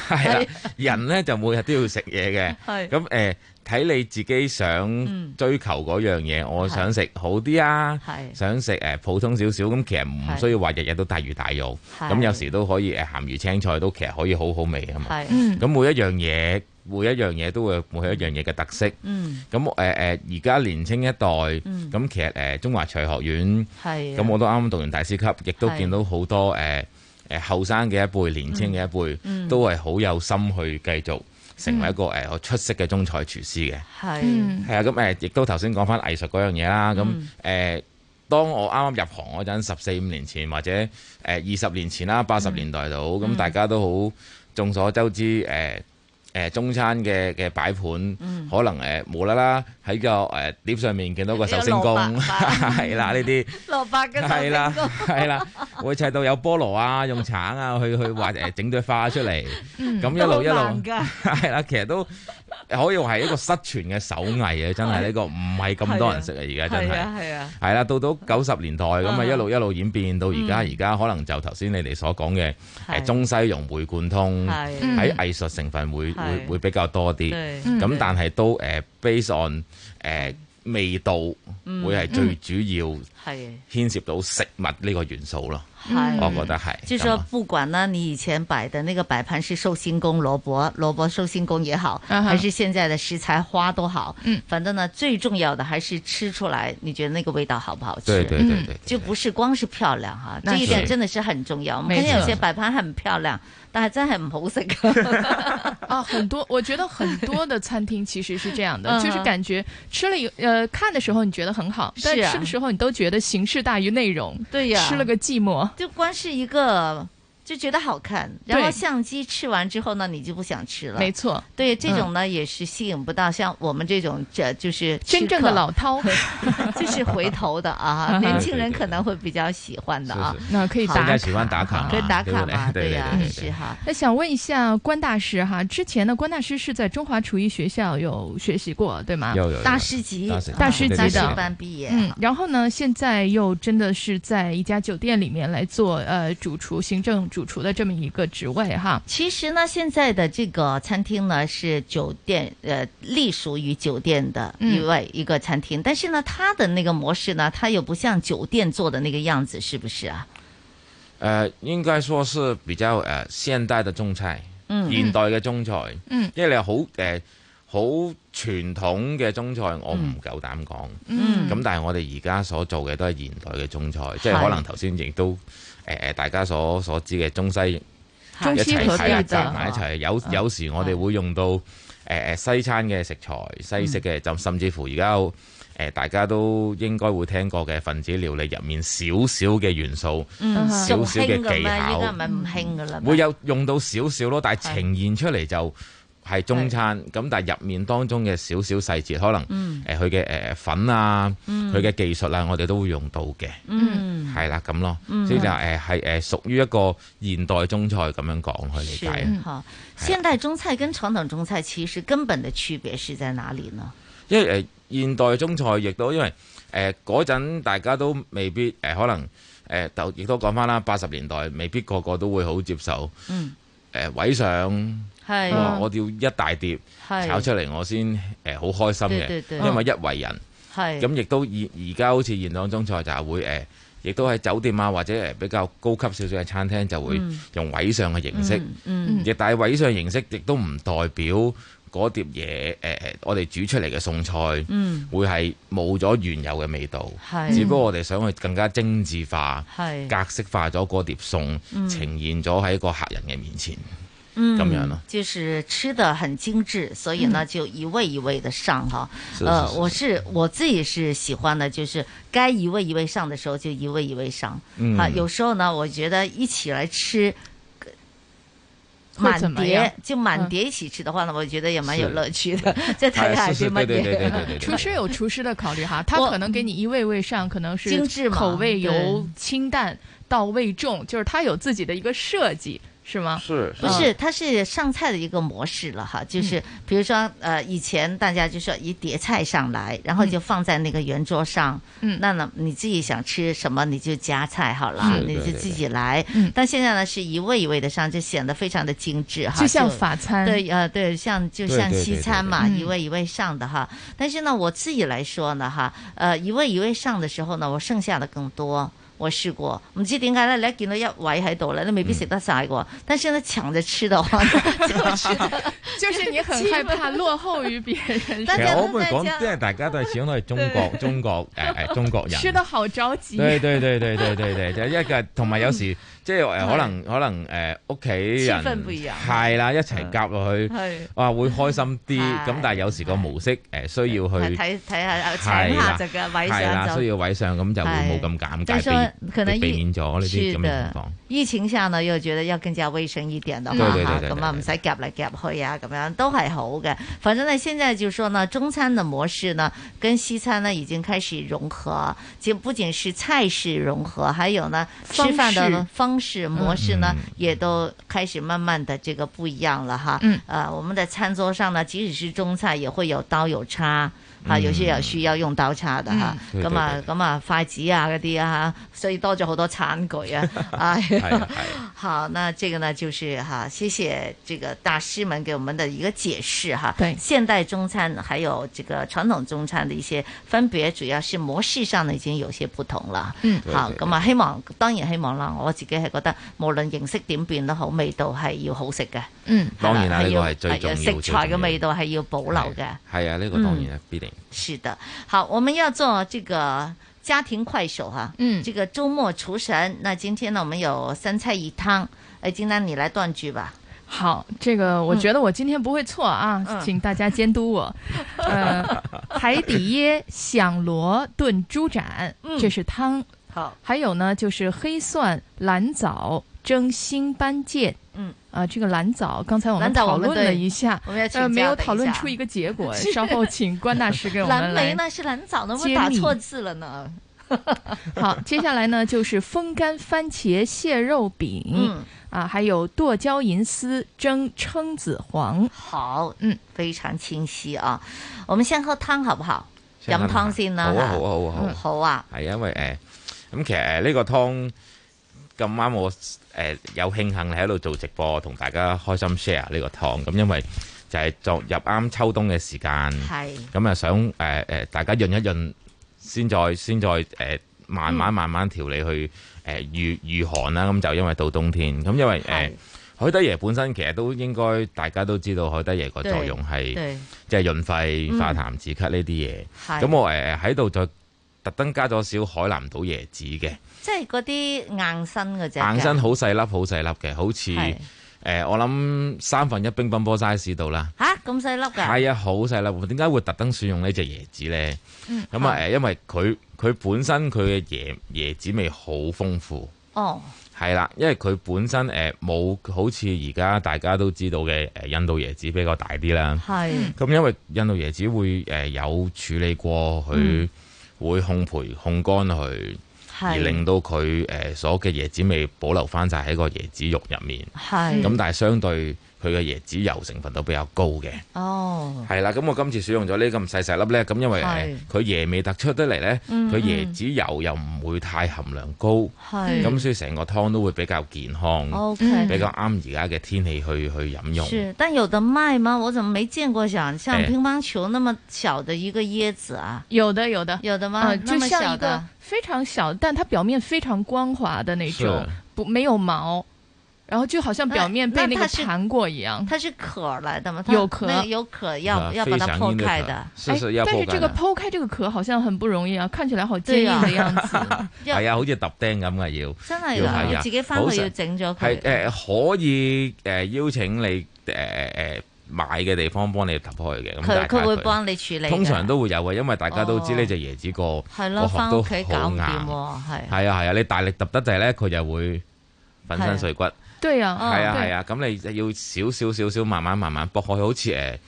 S28: 係啦，人咧就每日都要食嘢
S3: 係
S28: 嘅。咁誒，睇你自己
S3: 嗯
S28: 想追求嗰樣嘢，我想食好啲啊
S3: 係，
S28: 想食誒普通少少。咁其實唔
S3: 係
S28: 需要話日日都大魚大肉，
S3: 係
S28: 呃咁有時都可以誒鹹魚青菜都其實可以好好味啊嘛。
S3: 係
S28: 咁每一樣嘢每一樣嘢都會有每一樣嘢嘅特色。
S9: Ừ.
S3: 嗯，
S28: 咁誒誒，而家年青一代，咁其實誒中華廚學院，
S3: 係
S9: à.
S3: 啊
S28: 咁我都啱啱讀完大師級，亦都
S3: 係
S28: 見到好多誒誒後生嘅一輩、年青嘅一輩，
S3: 嗯嗯嗯
S28: 都係好有心去繼續成為一個誒出色嘅中菜廚師嘅。
S3: 係
S15: 嗯
S28: 係啊，咁誒，亦都頭先講翻藝術嗰樣嘢啦。咁誒、
S3: 嗯
S28: 當我啱啱入行嗰陣，十四五年前或者誒二十年前啦，八十年代度，咁、
S3: 嗯
S28: 大家都好眾所周知誒誒、中餐嘅嘅擺盤，
S3: 嗯
S28: 可能誒、無啦啦喺個誒、碟上面見到個壽星公，
S3: 有蘿蔔擺
S28: 係啦呢啲。
S3: 蘿蔔嘅
S28: 係啦，係啦，會砌到有菠蘿啊，用橙啊，去去畫誒整朵花出嚟，
S3: 嗯
S28: 咁一路一
S3: 都好難
S28: 路
S3: 㗎
S28: 係啦，其實都可以話係一個失傳嘅手藝啊，真係呢個唔係咁多人識啊，而家真
S3: 係
S28: 係
S3: 啊係啊，
S28: 係啦，到到九十年代咁啊，
S3: 嗯
S28: 一路一路演變到而家，
S3: 嗯
S28: 而家可能就頭先你哋所講嘅
S3: 係
S28: 誒中西融會貫通，
S3: 係
S28: 喺藝術成分會
S3: 係
S28: 會會比較多啲，
S3: 對
S28: 咁
S3: 嗯
S28: 但係都誒 based on 誒味道
S3: 嗯
S28: 會係最主要。
S3: 係。
S28: 牽涉到食物呢個元素咯，
S3: 係
S28: 我覺得係。
S3: 就
S28: 咁
S3: 说
S28: 啊
S3: 不管呢，你以前摆的那个摆盘是寿星公萝卜、萝卜寿星公也好，
S11: 嗯哼
S3: 还是现在的食材花都好，
S11: 嗯
S3: 反正呢，最重要的还是吃出来，你觉得那个味道好不好吃？
S11: 对对对嗯对对
S3: 就不是光是漂亮哈，
S11: 那
S3: 这
S11: 是
S3: 一点真的是很重要。我们看
S15: 没
S3: 见
S15: 错
S3: 有些摆盘很漂亮，但系真系唔好食。
S15: 啊，很多，我觉得很多的餐厅其实是这样的，
S3: 嗯
S15: 就是感觉吃了有呃看的时候你觉得很好，但
S3: 是啊
S15: 吃的时候你都觉得形式大于内容，
S3: 对呀
S15: 吃了个寂寞。
S3: 就光是一个就觉得好看，
S15: 哦对
S3: 然后相机吃完之后呢，你就不想吃了。
S15: 没错
S3: 对这种呢、也是吸引不到像我们这种这 就是吃
S15: 真正的
S3: 客
S15: 老饕，
S3: 就是回头的 啊，
S15: 嗯
S3: 年轻人可能会比较喜欢的啊
S28: 是。
S15: 那可以
S28: 大家
S15: 打嗯
S28: 喜歡打卡嘛，
S3: 可以打
S28: 對不
S3: 卡
S28: 對
S3: 嘛，
S28: 對
S3: 啊呀
S28: 對，對對
S3: 是哈。
S15: 那想问一下关大师哈，之前呢，关大师是在中华厨艺学校有学习过，对吗？
S3: 有有有大师级大师级
S15: 大师级
S3: 大师
S15: 的
S3: 班毕业啊
S15: 嗯，然后呢，现在又真的是在一家酒店里面来做呃主厨、行政主厨的这么一个职位哈。
S3: 其实呢，现在的这个餐厅呢是酒店呃隶属于酒店的
S15: 嗯
S3: 一位、一个餐厅，但是呢，它的那个模式呢，它又不像酒店做的那个样子，是不是啊？
S28: 誒應該說是比較誒現代的中菜，
S3: 嗯
S28: 現代嘅中菜，
S3: 嗯
S28: 因為你好誒好傳統嘅中菜，我唔夠膽講，
S3: 嗯
S28: 咁但係我哋而家所做嘅都係現代嘅中菜，即
S3: 係
S28: 係可能頭先亦都誒誒大家所所知嘅中西
S3: 中
S28: 一
S3: 西
S28: 齊
S3: 合璧
S28: 係
S3: 嘅啊
S28: 夾埋一齊，有有時我哋會用到誒誒西餐嘅食材、西式
S3: 嗯
S28: 嘅，就甚至乎而家有。誒大家都應該會聽過嘅分子料理入面少少嘅元素，
S3: 嗯，
S28: 少少嘅
S3: 仲興㗎
S28: 技
S3: 咩依家
S28: 巧
S3: 唔，係唔興噶啦咩，
S28: 會有用到少少咯，但係呈現出嚟就係中餐，咁但係入面當中嘅少少細節，可
S3: 嗯
S28: 能誒佢嘅誒粉啊，
S3: 嗯
S28: 佢嘅技術啊，我哋都會用到嘅，
S9: Ừ.
S3: 嗯
S28: 係啦咁咯，
S3: 嗯
S28: 所以就誒係誒屬於一個現代中菜咁樣講去理
S3: 是
S28: 解。
S3: 哈。嗯现代中菜跟传统中菜其实根本的区別是在哪裡呢？
S28: 因為誒、呃、現代中菜亦都因為誒嗰陣大家都未必誒、呃可能誒就亦都講翻啦，八十年代未必個個都會好接受
S3: 嗯，
S28: 誒、呃、位上，
S3: 係
S28: 哇我要一大碟
S3: 嗯係
S28: 炒出嚟，我先誒好開心
S3: 對對
S28: 嘅，
S3: 對
S28: 因為一圍人。
S3: 係
S28: 咁亦都而而家好似現當中菜就係會誒。呃亦都喺酒店啊，或者誒比較高級少少嘅餐廳，就會
S3: 嗯
S28: 用位上嘅形式。
S3: 嗯嗯
S28: 亦但係位上嘅形式，亦都唔代表嗰碟嘢誒、呃我哋煮出嚟嘅餸菜，
S3: 嗯
S28: 會係冇咗原有嘅味道。
S3: 係
S28: 只不過我哋想去更加精緻化、
S3: 係
S28: 格式化咗嗰碟餸，
S3: 嗯
S28: 呈現咗喺個客人嘅面前。
S3: 嗯，
S28: 咁樣咯
S3: 就是吃的很精致，所以呢
S11: 嗯
S3: 就一味一味的上哈。
S11: 是
S3: 呃
S11: 是，是
S3: 我是我自己是喜欢的，就是该一味一味上的时候就一味一味上。
S11: 嗯
S3: 啊，有时候呢，我觉得一起来吃。
S11: 会怎
S3: 满
S11: 么样嗯
S3: 碟就满碟一起吃的话呢，我觉得也蛮有
S15: 是
S3: 乐趣的。 再睇下
S28: 哎是
S3: 啲
S28: 是
S3: 乜
S28: 对对对对对对
S3: 嘢
S28: 对，
S15: 厨师有厨师的考虑哈，他可能给你一味味上，可能是
S3: 精致嘛
S15: 口味由
S3: 对
S15: 清淡到味重，就是他有自己的一个设计，是吗？嗯
S28: 是
S3: 不是，它是上菜的一个模式了哈，就是比如说呃，以前大家就说一碟菜上来，然后就放在那个圆桌上，
S11: 嗯
S3: 那呢你自己想吃什么你就夹菜好了，
S11: 是
S3: 你
S11: 对
S3: 就
S11: 对
S3: 自己来。
S15: 嗯
S3: 但现在呢是一味一味的上，就显得非常的精致哈，
S15: 就像法餐
S3: 对呃对，像就像
S15: 对对对
S3: 西餐嘛，
S15: 对对对
S3: 一味一味上的哈。但是呢，我自己来说呢哈，呃，一味一味上的时候呢，我剩下的更多。我試過，唔知點解咧，你一見到一位喺度咧，你未必食得晒嘅。但係呢搶着吃的 話，
S15: 就是你很害怕落後於別 人。
S28: 其實我會講，即係大家都係始終都係中國中國誒誒哎中國人。
S15: 吃得好着急。
S28: 對對對對對對對，一個同埋有時即係誒可能可能誒屋企人
S3: 氣氛唔一樣，
S28: 係啦，一齊夾落去，啊會開心啲。咁但係有時個模式誒需要去
S3: 睇睇下搶下隻嘅位上
S28: 需要位上咁就會冇咁尷尬，可能避免咗呢啲咁嘅情況。
S3: 疫情下呢，又覺得要更加衛生一點的話，咁啊唔使夾嚟夾去啊，咁樣都係好嘅。反正呢，現在就說呢，中餐的模式呢，跟西餐呢已經開始融合，就不僅是菜式融合，還有呢吃飯的方式模式呢，也都開始慢慢的這個不一樣了哈。嗯，呃，我們的餐桌上呢，即使是中菜，也會有刀有叉。啊，
S28: 嗯
S3: 有些又需要用刀叉的嚇，
S15: 嗯
S3: 咁啊咁啊筷子啊嗰啲啊，所以多咗好多餐 具啊。
S11: 哎
S3: 係，啊好，那這個呢，就是哈，謝謝這個大師們給我們的一個解釋哈。
S15: 對，
S3: 現代中餐還有這個傳統中餐的一些分別，主要是模式上呢已經有些不同啦。
S9: Ừ.
S15: 嗯，
S9: Ờ,
S3: 好，咁啊希望當然希望啦，我自己係覺得無論形式點變都好，味道係要好食嘅。啊
S15: 嗯，
S28: 當然啦，呢個係最重要。
S3: 食材嘅味道係要保留嘅。
S28: 係啊，呢個當然係必定。
S3: 是的，好，我們要做這個家庭快手哈、啊，
S15: 嗯，
S3: 這個周末廚神。那今天呢，我們有三菜一湯，哎，金丹你來斷句吧。
S15: 好，這個我覺得我今天不會錯啊，嗯、請大家監 督我。嗯、呃，海底椰響螺燉豬展，嗯、這是湯。
S3: 好，
S15: 還有呢，就是黑蒜藍棗蒸新斑芥。
S3: 嗯，
S15: 啊，這個藍棗，剛才我們討論了一下，呃，沒有討論出一個結 果， 稍後請關大師給我們
S3: 藍莓呢是藍棗，能不能打錯字了呢？
S15: 好，接下來呢就是風乾番茄蟹肉餅，嗯、啊，還有剁椒銀絲蒸蛏子黃。
S3: 好，嗯，非常清晰啊。我們先喝湯好不好？飲湯先啦。
S28: 好啊，好啊，好啊，
S3: 好啊。
S28: 係因為誒，咁其實呢個湯咁啱我。誒有慶幸你喺度做直播，同大家開心 share 呢個湯咁，因為就係作入啱秋冬嘅時間，咁啊想誒誒大家潤一潤，先再先再誒慢慢慢慢調理去誒御御寒啦。咁就因為到冬天，咁因為誒海底椰本身其實都應該大家都知道海底椰個作用係即係潤肺、化痰、止咳呢啲嘢。咁我誒喺度再特登加咗少海南島椰子嘅。
S3: 即係嗰啲硬身嗰隻，
S28: 硬身好細粒，好細粒嘅，好似誒我諗三分一乒乓波 size 度啦。
S3: 吓，咁細粒㗎？
S28: 係啊，好細粒。點解會特登選用呢隻椰子咧？
S3: 嗯
S28: 咁啊誒，因為佢佢本身佢嘅椰椰子味好豐富。
S3: 哦，
S28: 係啦，因為佢本身誒冇好似而家大家都知道嘅誒印度椰子比較大啲啦。
S3: 係。
S28: 咁因為印度椰子會誒有處理過佢，會烘焙烘乾佢。而令到佢誒所嘅椰子味保留翻晒喺個椰子肉入面，咁但係相對佢嘅椰子油成分都比較高嘅。
S3: 哦，
S28: 係啦，咁我今次選用咗呢咁細細粒呢，咁因為誒佢椰味突出得嚟呢，
S3: 嗯
S28: 佢椰子油又唔會太含量高，咁所以成個湯都會比較健康，比較啱而家嘅天氣去去飲用。哎
S3: 是，但有得賣嗎？我怎麼沒見過像像乒乓球那麼小的一個椰子啊？
S15: 有的，有的，呃
S3: 有的嗎？
S15: 嗯就像一個非常小，但它表面非常光滑的那種，不沒有毛。然後就好像表面被那個彈過一樣，
S3: 它是殼來的嘛？
S15: 有殼，
S3: 有殼要要把它剖開的。
S28: 但
S15: 是這個剖開這個殼好像很不容易啊，看起來好堅硬的 樣子。
S28: 係啊，好似揼釘咁嘅要。啊
S3: 真係㗎，我自己翻去要整咗佢。
S28: 係誒，可以誒邀請你誒誒誒。買嘅地方幫你揼開嘅，咁
S3: 佢佢會幫你哦處理。
S28: 通常都會有啊嘅，因為大家都知呢隻椰子個個殼都好硬，
S15: 啊
S3: 哎
S28: 係
S15: 哎
S28: 係啊係啊，你大力揼得滯咧，佢就會粉身碎骨。
S3: 哦
S15: 對啊，
S28: 係
S3: 嗯
S28: 啊係啊，咁你要少少少少慢慢慢慢剝開，好似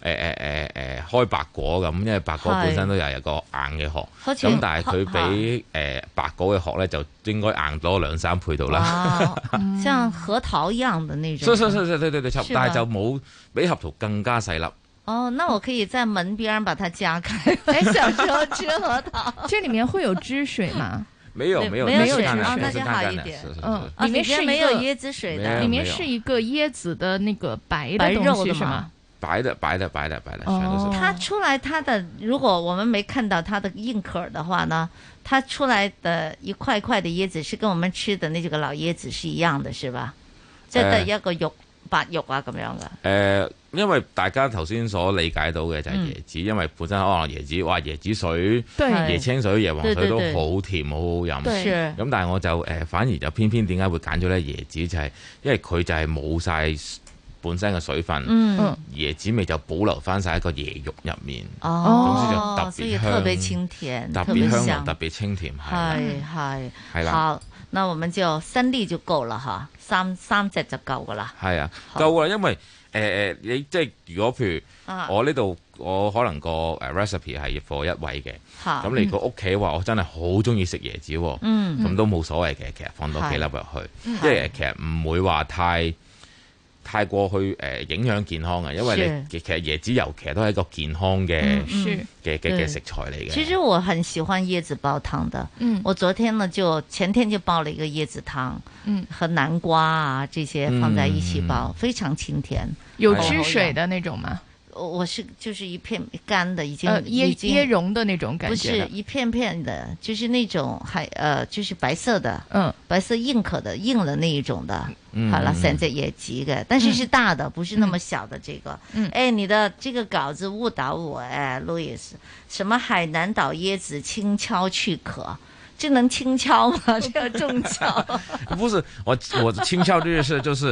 S28: 呃誒誒誒誒誒開白果咁，因為白果本身都有一個硬嘅殼，咁但係佢比誒白果嘅殼咧就應該硬多兩三倍度 啦。
S3: 像核桃一樣的那種。
S28: 是是是對對對，但係就冇。比合桃更加細粒。
S3: 哦，那我可以在門邊把它夾 開。哎，小時候吃核 桃，
S15: 這裡面會有汁水嗎？
S28: 沒有，沒有，
S3: 沒
S28: 有
S3: 水啊，那就好一啊點。
S15: 嗯，裡面是
S3: 沒有椰子水的，
S15: 裡面是一個椰子的那個白的東西是嗎？
S28: 白的，白的，白的，白的，全都是。
S3: 它出来它的，如果我们没看到它的硬壳的话呢，它出来的一块块的椰子是跟我们吃的那几個老椰子是一樣的，是吧？即係得
S28: 哎
S3: 一個肉白肉啊咁樣噶。
S28: 誒，因為大家頭先所理解到嘅就係椰子，因為本身可能椰子，哇椰子水、椰青水、椰黃水都好甜，好好飲。咁但係我就誒反而就偏偏點解會揀咗咧椰子，就係因為佢就係冇晒。本身嘅水分，椰子味就保留翻晒喺個椰肉入面，咁哦所以就特別
S3: 香，特
S28: 別香濃，特別清甜，
S3: 係係
S28: 係啦。
S3: 好，那我們就三粒就夠啦，嚇，三三隻就夠噶啦。
S28: 係啊，夠啊，因為誒誒，你即係如果譬
S3: 啊
S28: 如我呢度，我可能個誒 recipe 係 for 一位嘅，咁你個屋企話我真係好中意食椰子，
S3: 嗯
S28: 咁都冇所謂嘅，其實放多幾粒入去，因為其實唔會話太。太過去誒影響健康啊，因為你其實椰子油其實都係一個健康嘅嘅嘅嘅食材嚟嘅。
S3: 嗯其實我很喜歡椰子煲湯的，嗯，我昨天呢就前天就煲了一個椰子湯，嗯，和南瓜啊這些放在一起
S28: 嗯
S3: 煲，非常清甜。
S15: 有汁水的那種嗎？
S3: 我是就是一片乾的，已經
S15: 椰椰蓉的那種感覺，
S3: 不是一片片的，就是那種還呃就是白色的，嗯，白色硬殼的硬的那一種的。
S15: 嗯
S3: 好了，三隻椰子嘅，但是是大的，不是那麼小的這個。嗯，哎，你的這個稿子誤導我哎，Louis，什麼海南島椰子輕敲去殼，這能輕敲嗎？這要重敲？
S28: 不是，我我輕敲呢件事，就是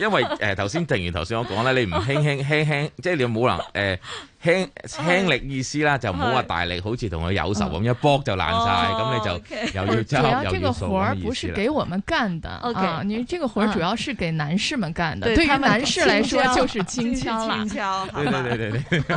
S28: 因為誒頭先定完頭先我講咧，你唔輕輕 輕輕，即係你冇能誒呃輕輕力意思啦，就唔好話大力，好似同佢有仇咁一剝就爛
S3: 哦
S28: 晒，
S15: 哦
S28: 咁你就又要啊
S15: 抓又要啊這個活兒不是給我們幹的啊，你這個活
S3: 嗯
S15: 兒主要是給男士們幹的，對於男士來說就是輕敲
S3: 啦。
S28: 對對對 對對。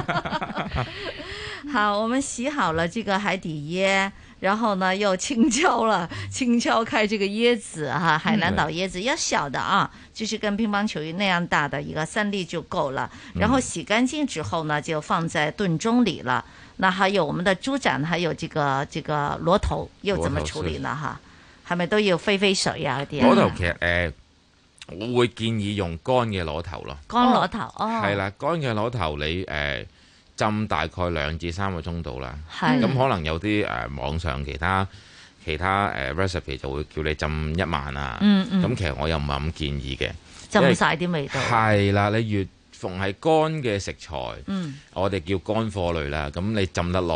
S3: 好，我們洗好了這個海底椰。然後呢，又輕敲了， 輕敲開這個椰子哈，海南島椰子要小的啊，就是跟乒乓球那樣大的一個三粒就夠了。
S28: 嗯
S3: 然後洗乾淨之後呢，就放在燉盅裏了。那還有我們的豬展，還有這個這個螺頭又怎麼處理呢？哈，係咪都要飛飛水啊啲？
S28: 螺頭其實誒，我會建議用乾嘅螺頭咯。
S3: 乾螺頭哦。
S28: 係啦，乾嘅螺頭你誒。浸大概兩至三個鐘度啦，咁可能有啲誒、呃、網上其他其他誒、呃、recipe 就會叫你浸一晚啊，咁、嗯嗯、其實我又唔係咁建議嘅，
S3: 浸晒啲味道。
S28: 係啦，你越逢係乾嘅食材，嗯、我哋叫乾貨類啦，咁你浸得耐，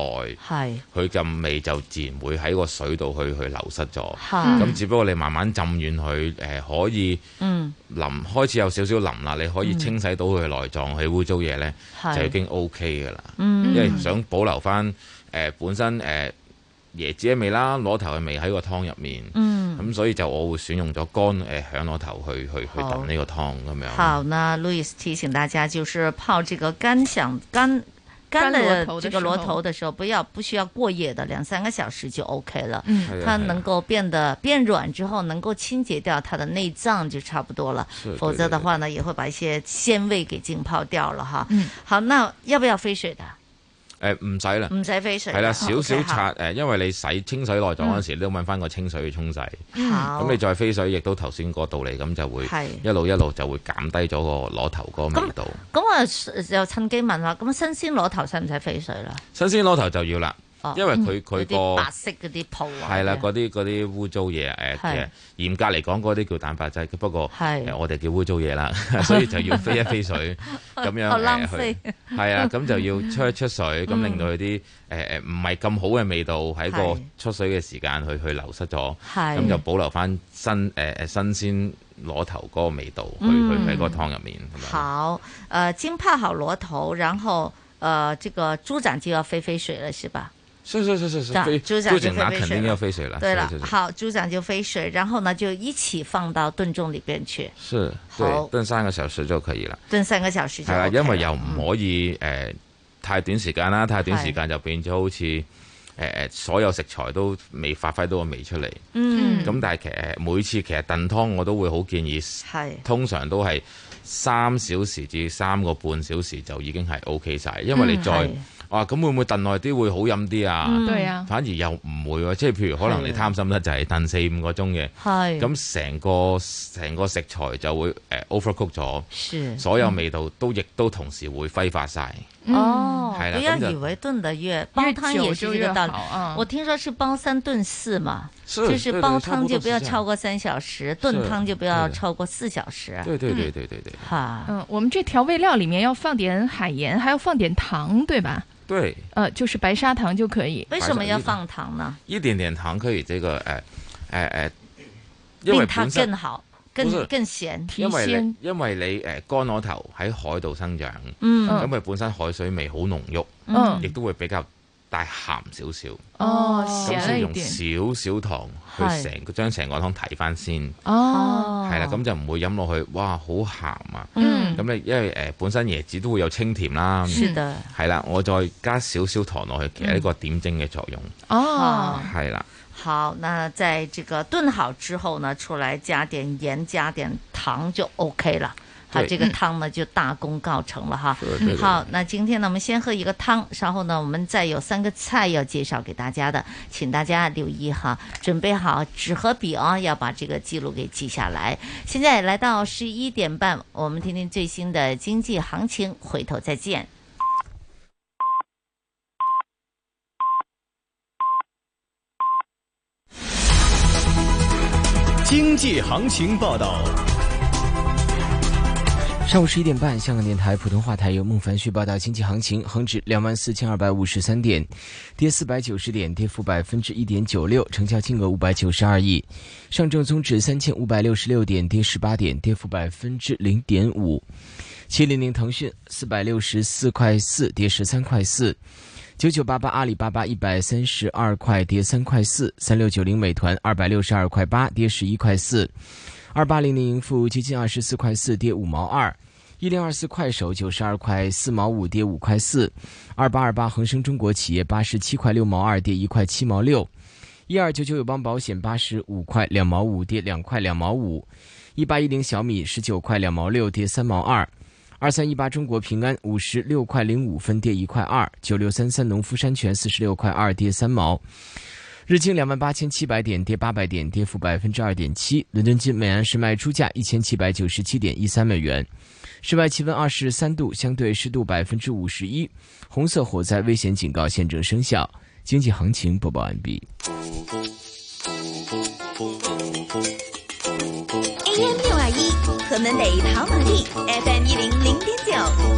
S28: 佢嘅味就自然會喺個水度去去流失咗，咁只不過你慢慢浸軟佢，誒、呃、可以。
S9: Ừ.
S28: 嗯淋開始有少少淋啦，你可以
S3: 嗯
S28: 清洗到佢內臟、佢污糟嘢咧，就已經 O K 嘅啦。
S3: 嗯
S28: 因為想保留翻誒本身誒椰子嘅味啦、螺頭嘅味喺個湯入面，
S3: 嗯
S28: 咁所以就我會選用咗乾誒響螺頭去去去燉呢個湯咁樣。
S3: 好，那 Louis 提醒大家，就是泡這個乾響乾乾的這個螺頭的時候，不要不需要過夜的，兩三個小時就 OK 了。
S28: 哎
S3: 嗯，它能夠變得變軟之後，能夠清潔掉它的內臟就差不多了。否則的話呢，也會把一些鮮味給浸泡掉了哈。嗯，好，那要不要飛水的？
S28: 誒呃唔使啦，
S3: 唔使飛水。
S28: 係啦，少少擦誒，因為你洗清洗內臟
S3: 嗯
S28: 嗰陣時，你都揾翻個清水去沖洗。咁你再飛水，亦都頭先嗰道理，咁就會一路一路就會減低咗個螺頭嗰個味道。
S3: 咁我又趁機問啦，咁啊新鮮螺頭使唔使飛水啦？
S28: 新鮮螺頭就要啦，因為佢佢個
S3: 白色哦嗯嗰啲泡啊，
S28: 係啦，嗰啲嗰啲污糟嘢誒嘅，嚴格嚟講嗰啲叫蛋白質，不過我哋叫污糟嘢啦， 所以就要飛一 飛水咁
S9: Ờ,
S28: 樣誒去。係啊，咁就要出一出水，
S3: 嗯
S28: 咁令到佢啲誒誒唔係咁好嘅味道喺個出水嘅時間去去流失咗，咁就保留翻新誒誒新鮮螺頭嗰個味道，去
S3: 嗯
S28: 去喺個湯入面。
S3: 好，誒浸泡好螺頭，然呃後誒這個豬展就要飛飛水了，是吧？
S28: 是是是是是，
S3: 豬展就
S28: 肯定要飛水了。
S3: 對了，好，豬展就飛水，然後呢就一起放到燉盅裏邊去。
S28: 是，對，燉三個小時就可以了。
S3: 燉三個小時就
S28: 係啦，因為又唔可以誒太短時間啦，太短時間就變咗好似誒誒所有食材都未發揮到個味出嚟。嗯，咁但係其實每次其實燉湯我都會好建議，係通常都係三小時至三個半小時就已經係 OK 晒，因為你再。啊咁會唔會燉耐啲會好飲啲啊？
S15: 嗯對啊
S28: 反而又唔會喎，即係譬如可能你貪心得就係燉四五個鐘嘅，
S3: 係
S28: 咁成個成個食材就會誒呃 overcook 咗，
S3: 是
S28: 所有味道都亦都同時會揮發晒。
S3: 哦，
S28: 係啦
S3: 不要
S28: 咁就
S3: 以為炖得越煲
S15: 越
S3: 湯
S15: 久
S3: 也
S15: 就是
S3: 这
S15: 越
S3: 个道理
S15: 好啊。
S3: 我听说是煲三炖四嘛，
S28: 是
S3: 就是
S28: 对
S3: 煲
S28: 对差不
S3: 汤
S28: 多
S3: 就不
S28: 是
S3: 要
S28: 这样
S3: 超过三小时，炖
S28: 是
S3: 汤就不要
S28: 对的
S3: 超过四小时。
S28: 對對對
S3: 嗯
S28: 對對對
S3: 哈，
S15: 嗯，我们这调味料里面要放点海盐，还要放点糖，对吧？
S28: 對，
S15: 呃，就是白砂糖就可以。
S3: 为什么要放糖呢？
S28: 一點點糖可以這個誒誒誒，因為
S3: 令它
S28: 本身
S3: 更好，
S28: 不
S3: 更
S28: 是
S3: 更咸，
S28: 因為你因為你呃誒乾螺頭喺海度生長，
S3: 嗯
S28: 咁佢本身海水味好濃郁，
S15: 嗯
S28: 亦都會比較帶鹹少少。
S15: 哦
S28: 咁
S15: 鹹
S28: 所以
S15: 一
S28: 用少少糖去成個將成個湯提翻先。
S3: 哦
S28: 係啦，咁就唔會飲落去，哇，好鹹啊！
S15: 嗯
S28: 咁你因為誒、呃本身椰子都會有清甜啦，
S3: 是的嗯
S28: 係啦，我再加少少糖落去，其實呢個點睛嘅作用，
S3: 哦
S28: 係啦、
S3: 好，那在这个炖好之后呢，出来加点盐，加点糖就 OK 了。好，
S11: 对
S3: 这个汤呢就大功告成了哈
S11: 对对。对
S3: 好，那今天呢我们先喝一个汤，稍后呢我们再有三个菜要介绍给大家的，请大家留意哈，准备好纸和笔哦，要把这个记录给记下来。现在来到十一点半，我们听听最新的经济行情，回头再见。
S5: 经济行情报道。
S21: 上午十一点半，香港电台普通话台由孟凡旭报道经济行情。恒指两万四千二百五十三点，跌四百九十点，跌幅百分之一点九六，成交金额五百九十二亿。上证综指三千五百六十六点，跌十八点，跌幅百分之零点五。七零零腾讯四百六十四块四，跌十三块四。九九八八阿里巴巴一百三十二块跌三块四，三六九零美团二百六十二块八跌十一块四，二八零零盈富基金二十四块四跌五毛二，一零二四快手九十二块四毛五跌五块四，二八二八恒生中国企业八十七块六毛二跌一块七毛六。一二九九友邦保险八十五块两毛五跌两块两毛五，一八一零小米十九块两毛六跌三毛二，二三一八中国平安五十六块零五分跌一块二，九六三三农夫山泉四十六块二跌三毛。日经两万八千七百点，跌八百点，跌幅百分之二点七。伦敦金每安士卖出价一千七百九十七点一三美元。室外气温二十三度，相对湿度百分之五十一。红色火灾危险警告现正生效。经济行情播报完毕。
S1: AM 六二一，河门北跑马地；FM 一零零点九，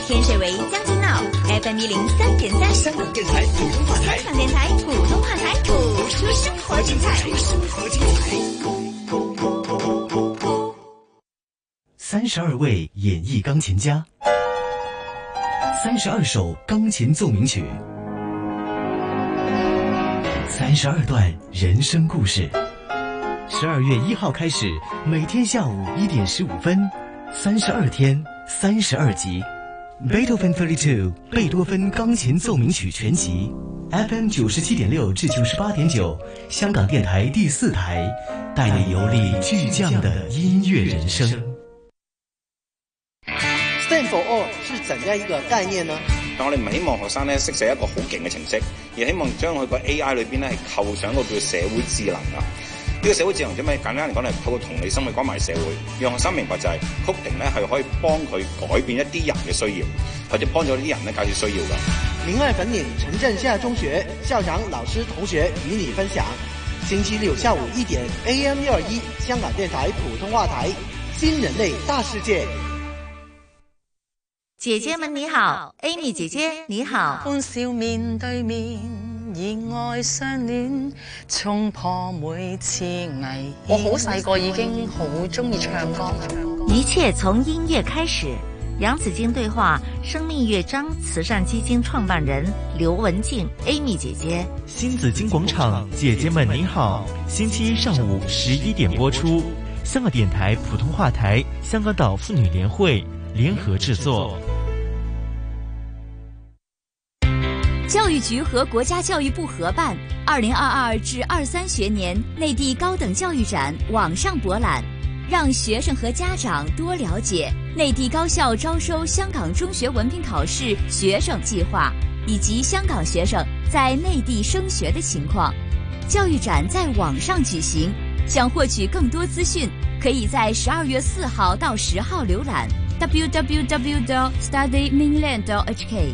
S1: 天水围将军澳；FM 一零三点三，香港电台普通话台。香港电台普通话台，谱出生活精彩。生活精
S5: 三十二位演艺钢琴家，三十二首钢琴奏鸣曲，三十二段人生故事。十二月一号开始，每天下午一点十五分，三十二天，三十二集，《Beethoven Thirty Two》贝多芬钢琴奏鸣曲全集，FM 九十七点六至九十八点九，香港电台第四台，带你游历巨匠的音乐人生。
S14: STEM for All 是怎样一个概念呢？
S9: 我哋唔係希望學生咧識寫一個好勁嘅程式，而希望將佢個 AI 裏邊咧係構想一個叫做社會智能啊。呢、個社會智能點解簡單嚟講咧，係透過同理心去關懷社會，讓學生明白就係、coding 咧係可以幫佢改變一啲人嘅需要，或者幫助呢啲人咧解決需要㗎。
S14: 明爱粉岭城镇下中学校长、老师、同学与你分享。星期六下午一点，AM 六二一，香港电台普通话台，《新人类大世界》。
S12: 姐姐们你好，Amy 姐姐你好，
S16: 歡笑面對面，以愛相戀，衝破每次危險。我好細個已經好中意唱歌。
S15: 嗯
S12: 一切从音乐开始。杨子晶对话生命乐章慈善基金创办人刘文静 Amy 姐姐。
S4: 新紫金广场，姐姐们您好，星期一上午十一点播出，香港电台普通话台、香港岛妇女联会联合制作。
S17: 教育局和国家教育部合办二零二二至二三学年内地高等教育展网上博览，让学生和家长多了解内地高校招收香港中学文凭考试学生计划
S29: 以及香港学生在内地升学的情况。教育展在网上举行，想获取更多资讯，可以在十二月四号到十号浏览 www.studymainland.hk。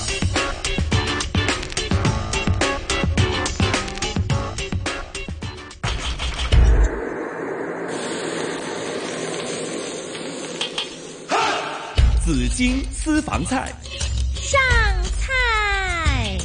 S10: 紫金私房菜
S1: 上菜。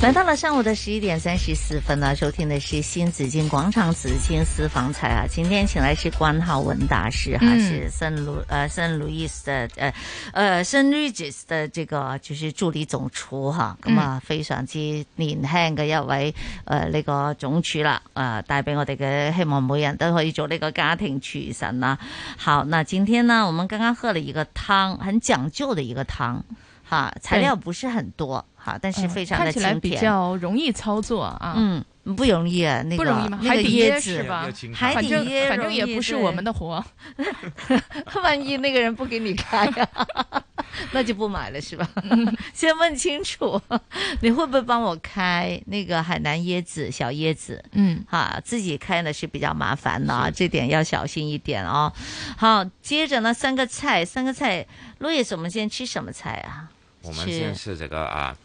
S3: 来到了上午的十一点三十四分呢，收听的是新紫金广场紫金私房菜啊。今天请来是关浩文大师哈、啊，
S11: 嗯
S3: 是圣路呃圣路易斯的呃呃圣路易斯的这个就是助理总廚哈、咁啊、非常之年輕嘅一位誒呢、個總廚啦，誒、帶俾我哋嘅希望每人都可以做呢個家庭廚神啦。好，那今天呢，我們剛剛喝了一個湯，很講究的一個湯哈，材料不是很多哈，但是非常
S15: 嗯看
S3: 的
S15: 起来
S3: 清
S15: 比
S3: 甜。
S15: 较容易操作啊。
S3: 嗯，不容易啊，那个
S15: 不容易吗？
S3: 那
S15: 嗯海
S3: 个
S15: 底
S3: 椰
S15: 椰
S3: 子
S15: 是吧？
S3: 海
S15: 反
S3: 底
S15: 正
S3: 椰
S15: 反正也
S3: 容易
S15: 不是
S3: 对
S15: 我们的活。
S3: 万一那个人不给你开 啊，那就不买了是吧？ 先问清楚， 你会不会帮我开那个海南椰子小椰子？
S15: 嗯，
S3: 哈，自己开呢是比较麻烦的啊，这点要小心一点哦。好，接着呢三个菜，三个菜，Louis，我们先吃什么菜啊？
S28: 我們先試這個啊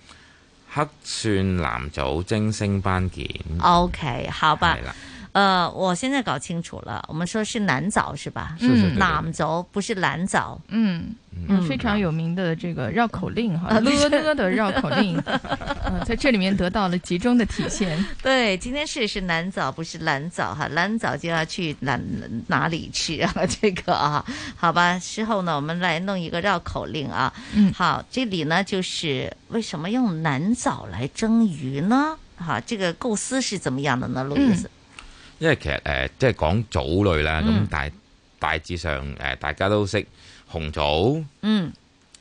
S28: 黑蒜南棗蒸星斑件，
S3: OK，好吧
S28: 係。啦，
S3: 呃，我现在搞清楚了，我们说是南枣是吧？
S28: 是是对对对
S3: 南枣不是蓝枣。
S15: 嗯，
S3: 嗯
S15: 非常有名的这个绕口令哈，
S3: 啊
S15: 了
S3: 对
S15: 了的绕口 令，嗯，在这里面得到了集中的体现。
S3: 对，今天是是蓝枣，不是蓝枣哈，蓝枣就要去哪哪里吃啊？这个啊，好吧，事后呢，我们来弄一个绕口令啊。
S15: 嗯，
S3: 好，这里呢就是为什么用蓝枣来蒸鱼呢？哈，这个构思是怎么样的呢，路易
S15: 嗯
S3: 斯？
S28: 因為其實誒、呃即係講藻類啦，咁、
S3: 嗯
S28: 大大致上誒、呃大家都識紅棗，
S3: 嗯，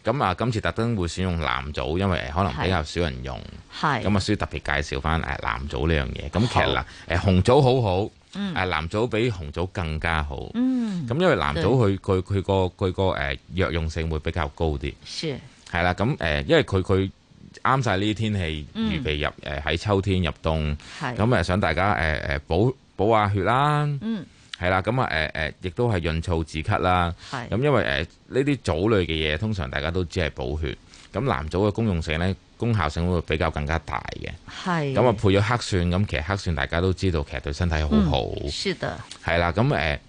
S28: 咁啊今次特登會選用藍棗，因為呃可能比較少人用，
S3: 係
S28: 咁啊，所以特別介紹翻誒藍棗呢樣嘢。咁其實嗱誒紅棗好好，
S3: 嗯
S28: 誒藍棗比紅棗更加好，
S3: 嗯
S28: 咁因為藍棗佢佢佢個佢個誒藥用性會比較高啲。
S3: 是
S28: 係啦，咁誒、呃因為佢佢啱晒呢啲天氣，
S3: 嗯
S28: 預備入誒呃喺、秋天入冬，
S3: 係
S28: 咁誒想大家呃誒誒補補下血啦，
S3: 嗯
S28: 係啦，咁啊誒誒，亦都係潤燥止咳啦，
S3: 係
S28: 咁因為誒呢啲藻類嘅嘢，通常大家都只係補血，咁藍藻嘅功用性咧，功效性會比較更加大嘅，
S3: 係
S28: 咁啊配咗黑蒜，咁其實黑蒜大家都知道，其實對身體好好。
S3: 嗯是的，
S28: 係啦，咁誒、呃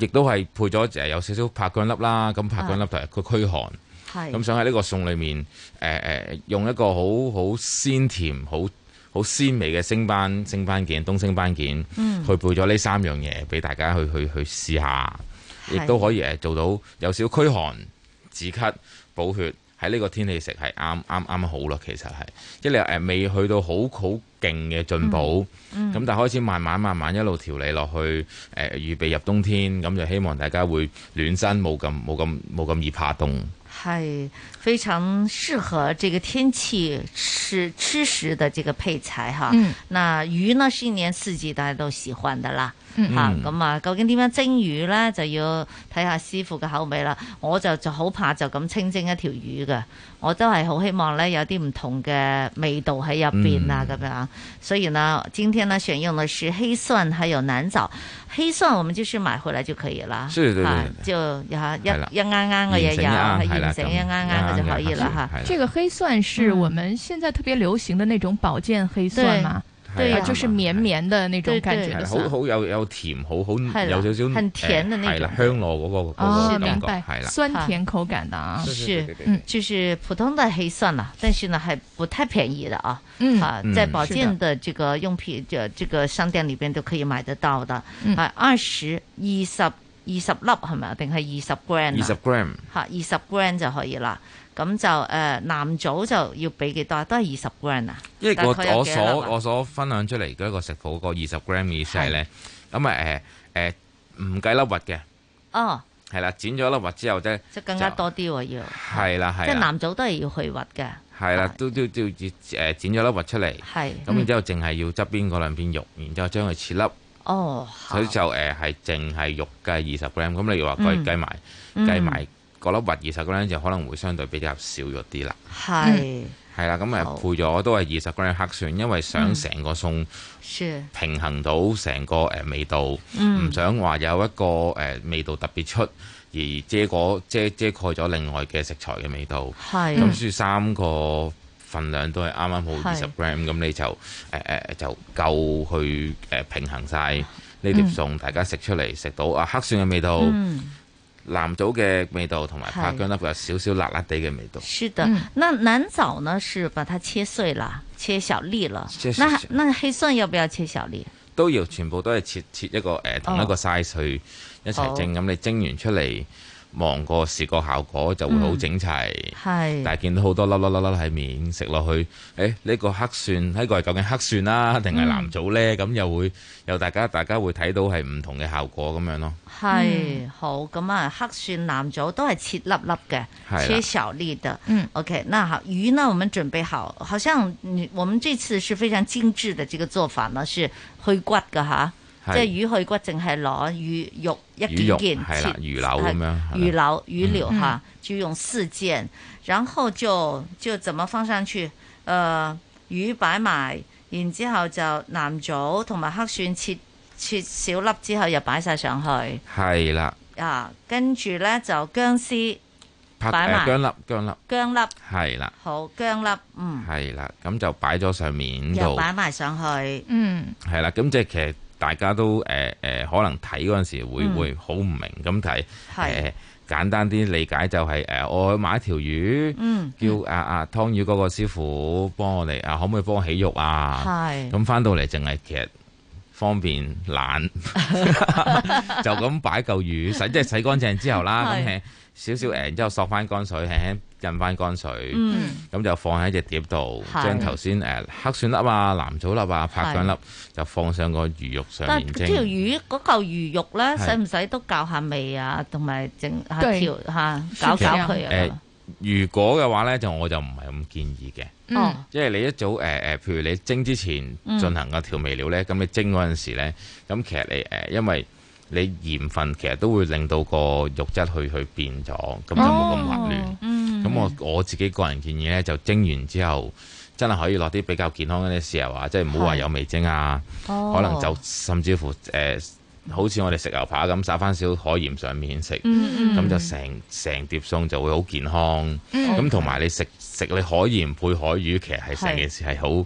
S28: 亦都係配咗誒有少少拍姜粒啦，咁拍姜粒就係佢驅寒，
S3: 係
S28: 咁想喺呢個餸裏面誒誒、呃呃用一個好好鮮甜、好好鮮味嘅星斑星斑件、東星斑件，
S17: 嗯
S28: 去配咗呢三樣嘢俾大家去去去試下，亦
S17: 係
S28: 都可以誒做到有少驅寒、止咳、補血。喺呢個天氣食係啱啱啱好咯，其實係，即係你誒未去到好好勁嘅進補，
S17: 嗯嗯
S28: 咁但係開始慢慢慢慢一路調理落去，誒、預備入冬天，咁就希望大家會暖身，冇咁冇咁冇咁易怕凍。
S3: 係非常適合這個天氣吃吃食的這個配菜哈。
S11: 嗯
S3: 那魚呢是一年四季大家都喜歡的啦。
S11: 嗯
S3: 嚇咁啊，究竟點樣蒸魚呢？就要睇下師傅嘅口味啦。我就就好怕就咁清蒸一條魚嘅，我都係好希望呢有啲唔同嘅味道喺入邊啊
S11: 嗯
S3: 咁樣。所以呢，今天呢選用的是黑蒜還有南棗。黑蒜我們就是買回來就可以啦。
S28: 是對對
S3: 啊
S28: 對
S3: 就嚇一
S28: 係啦
S3: 嗯一啊啱啱嘅嘢
S28: 現成一啱
S3: 有，
S28: 係啦
S3: 現成一
S28: 咁
S3: 啱啱嘅就可以
S28: 啱啱
S3: 啦
S28: 係啦
S3: 嚇。
S15: 这个黑蒜是
S3: 嗯
S15: 我们现在特别流行的那种保健黑蒜嘛，
S28: 对
S15: 啊
S28: 对呀
S15: 就是绵绵的那种感觉
S28: 係
S15: 的
S28: 啦
S15: 蒜
S28: 好。好有有甜，好好
S15: 係啦
S28: 有少少
S15: 很甜的
S28: 誒
S15: 那種
S28: 係啦香糯嗰、個嗰、
S15: 哦，
S28: 個
S15: 明
S28: 感覺
S15: 白
S28: 係，啦，
S15: 酸甜口感的啊，
S3: 是，嗯就是普通的黑蒜啦，但是呢还不太便宜的啊，
S15: 嗯
S3: 啊
S15: 嗯，
S3: 在保健
S15: 是
S3: 的这个用品这这个商店里边都可以买得到的
S15: 嗯，
S3: 啊，二十、二十二十粒係咪啊？定係二十 gram？
S28: 二十 gram
S3: 嚇，二十 gram 就可以啦。咁就誒、呃、男組就要俾幾多？都係二十 gram 啊。
S28: 因為
S3: 大概
S28: 我
S3: 有
S28: 我
S3: 幾多粒啊
S28: 所我所分享出嚟嗰一個食譜個二十 gram 意思係咧，咁啊誒誒唔計粒核嘅，
S3: 哦，
S28: 係啦，剪咗粒核之後咧，
S3: 即係更加多啲喎要。
S28: 係啦係
S3: 即係
S28: 啦，
S3: 男組都係要去核嘅。
S28: 係啦，都都都要誒剪咗粒核出嚟，
S3: 係嗯
S28: 咁然之後淨係要側邊嗰兩片肉，然之後將佢切粒，
S3: 哦，
S28: 所以就誒係淨係肉嘅二十 gram，咁你話
S3: 嗯
S28: 計計埋
S3: 嗯
S28: 計埋嗰粒核二十 gram 就可能會相對比較少咗啲啦。
S3: 係
S28: 係啦，咁誒配咗都係二十 gram 黑蒜，因為
S3: 嗯
S28: 想成個餸
S3: 是
S28: 平衡到成個誒味道，唔、
S3: 嗯
S28: 想話有一個誒味道特別出而遮過遮遮蓋咗另外嘅食材嘅味道。
S3: 係
S28: 咁，所以三個份量都係啱啱好二十
S3: 係
S28: gram，咁你就誒誒就夠去誒平衡晒呢碟餸，大家食出嚟食到啊黑蒜嘅味道。
S3: 嗯。
S28: 南棗嘅味道同埋
S3: 係
S28: 拍姜粒有少少辣辣地嘅味道，
S3: 是的，那南枣呢是把它切碎了，切小粒了
S28: 切。小
S3: 那
S28: 小
S3: 那黑蒜要不要切小粒？
S28: 都要全部都係切切一個誒、呃
S3: 哦
S28: 同一個 size 去一齊蒸，咁、你蒸完出嚟望個視覺效果就會好整齊。
S3: 嗯係
S28: 但係見到好多粒粒粒粒喺面食落去，誒、呢、個黑蒜呢、個係究竟黑蒜啦、
S3: 嗯
S28: 定係藍藻呢？咁、又會又大家大家會睇到係唔同嘅效果咁樣咯。
S3: 係好咁啊，黑蒜南棗都係切粒粒嘅，
S28: 係啦
S3: 切小粒的。
S28: 嗯
S3: ，OK，那好，魚呢，我們準備好，好像你我們這次是非常精緻的這個做法呢，是去骨嘅吓，即
S28: 係
S3: 係魚去骨淨係攞魚肉一
S28: 魚
S3: 件
S28: 肉
S3: 件
S28: 係
S3: 切
S28: 啦，魚柳咁樣係啦
S3: 魚柳魚柳
S28: 嗯
S3: 哈，就用四件，然後就就怎麼放上去？呃，魚擺埋，然之後就南棗同埋黑蒜切切小粒之後又擺晒上去。
S28: 係啦，
S3: 啊，跟住咧就姜絲、
S28: 拍
S3: 擺埋
S28: 誒姜粒姜粒
S3: 姜粒，
S28: 係啦
S3: 好姜粒，嗯，
S28: 係啦，咁就擺咗上面
S3: 又
S28: 度。
S3: 擺埋上去，
S15: 嗯，
S28: 係啦，咁即係其實大家都誒誒、呃呃可能睇嗰陣時會、
S3: 嗯
S28: 會好唔明咁睇，
S3: 係
S28: 誒簡單啲理解就係、呃我去買一條魚，
S3: 嗯
S28: 叫啊啊湯魚嗰個師傅幫我哋啊，可唔可以幫我起肉啊？
S3: 係
S28: 咁翻到嚟淨係其實方便 懶， 就咁擺嚿魚洗，即係洗乾淨之後啦，咁
S3: 係
S28: 輕少少誒，然之後索翻乾水，輕輕浸翻乾水。
S3: 嗯
S28: 咁就放喺隻碟度，
S3: 係
S28: 將頭先誒黑蒜粒啊、藍藻粒啊、拍姜粒
S3: 係
S28: 就放上個魚肉上
S3: 但
S28: 面
S3: 條
S28: 蒸。
S3: 魚嗰嚿魚肉咧，
S28: 係
S3: 使唔使都教下味啊？同埋整下
S15: 對
S3: 調下搞搞佢
S28: 誒
S3: 啊？，
S28: 如果嘅話咧，就我就唔係咁建議嘅，
S3: 哦，
S28: 因為你一早誒誒、呃譬如你蒸之前
S3: 嗯
S28: 進行個調味料咧，咁、你蒸嗰陣時咧，咁其實你誒、呃因為你鹽分其實都會令到個肉質去去變咗，咁就冇咁滑嫩。
S3: 嗯，
S28: 咁我我自己個人建議咧，就蒸完之後，真係可以落啲比較健康嘅豉油啊，即係唔好話有味精啊，
S3: 哦
S28: 可能就甚至乎誒、呃好似我哋食牛扒咁，撒翻少海鹽上面食，咁、
S3: 嗯嗯
S28: 就成成碟餸就會好健康。
S3: 嗯
S28: 咁同埋你食食你海鹽配海魚，其實
S3: 係
S28: 係成件事係好。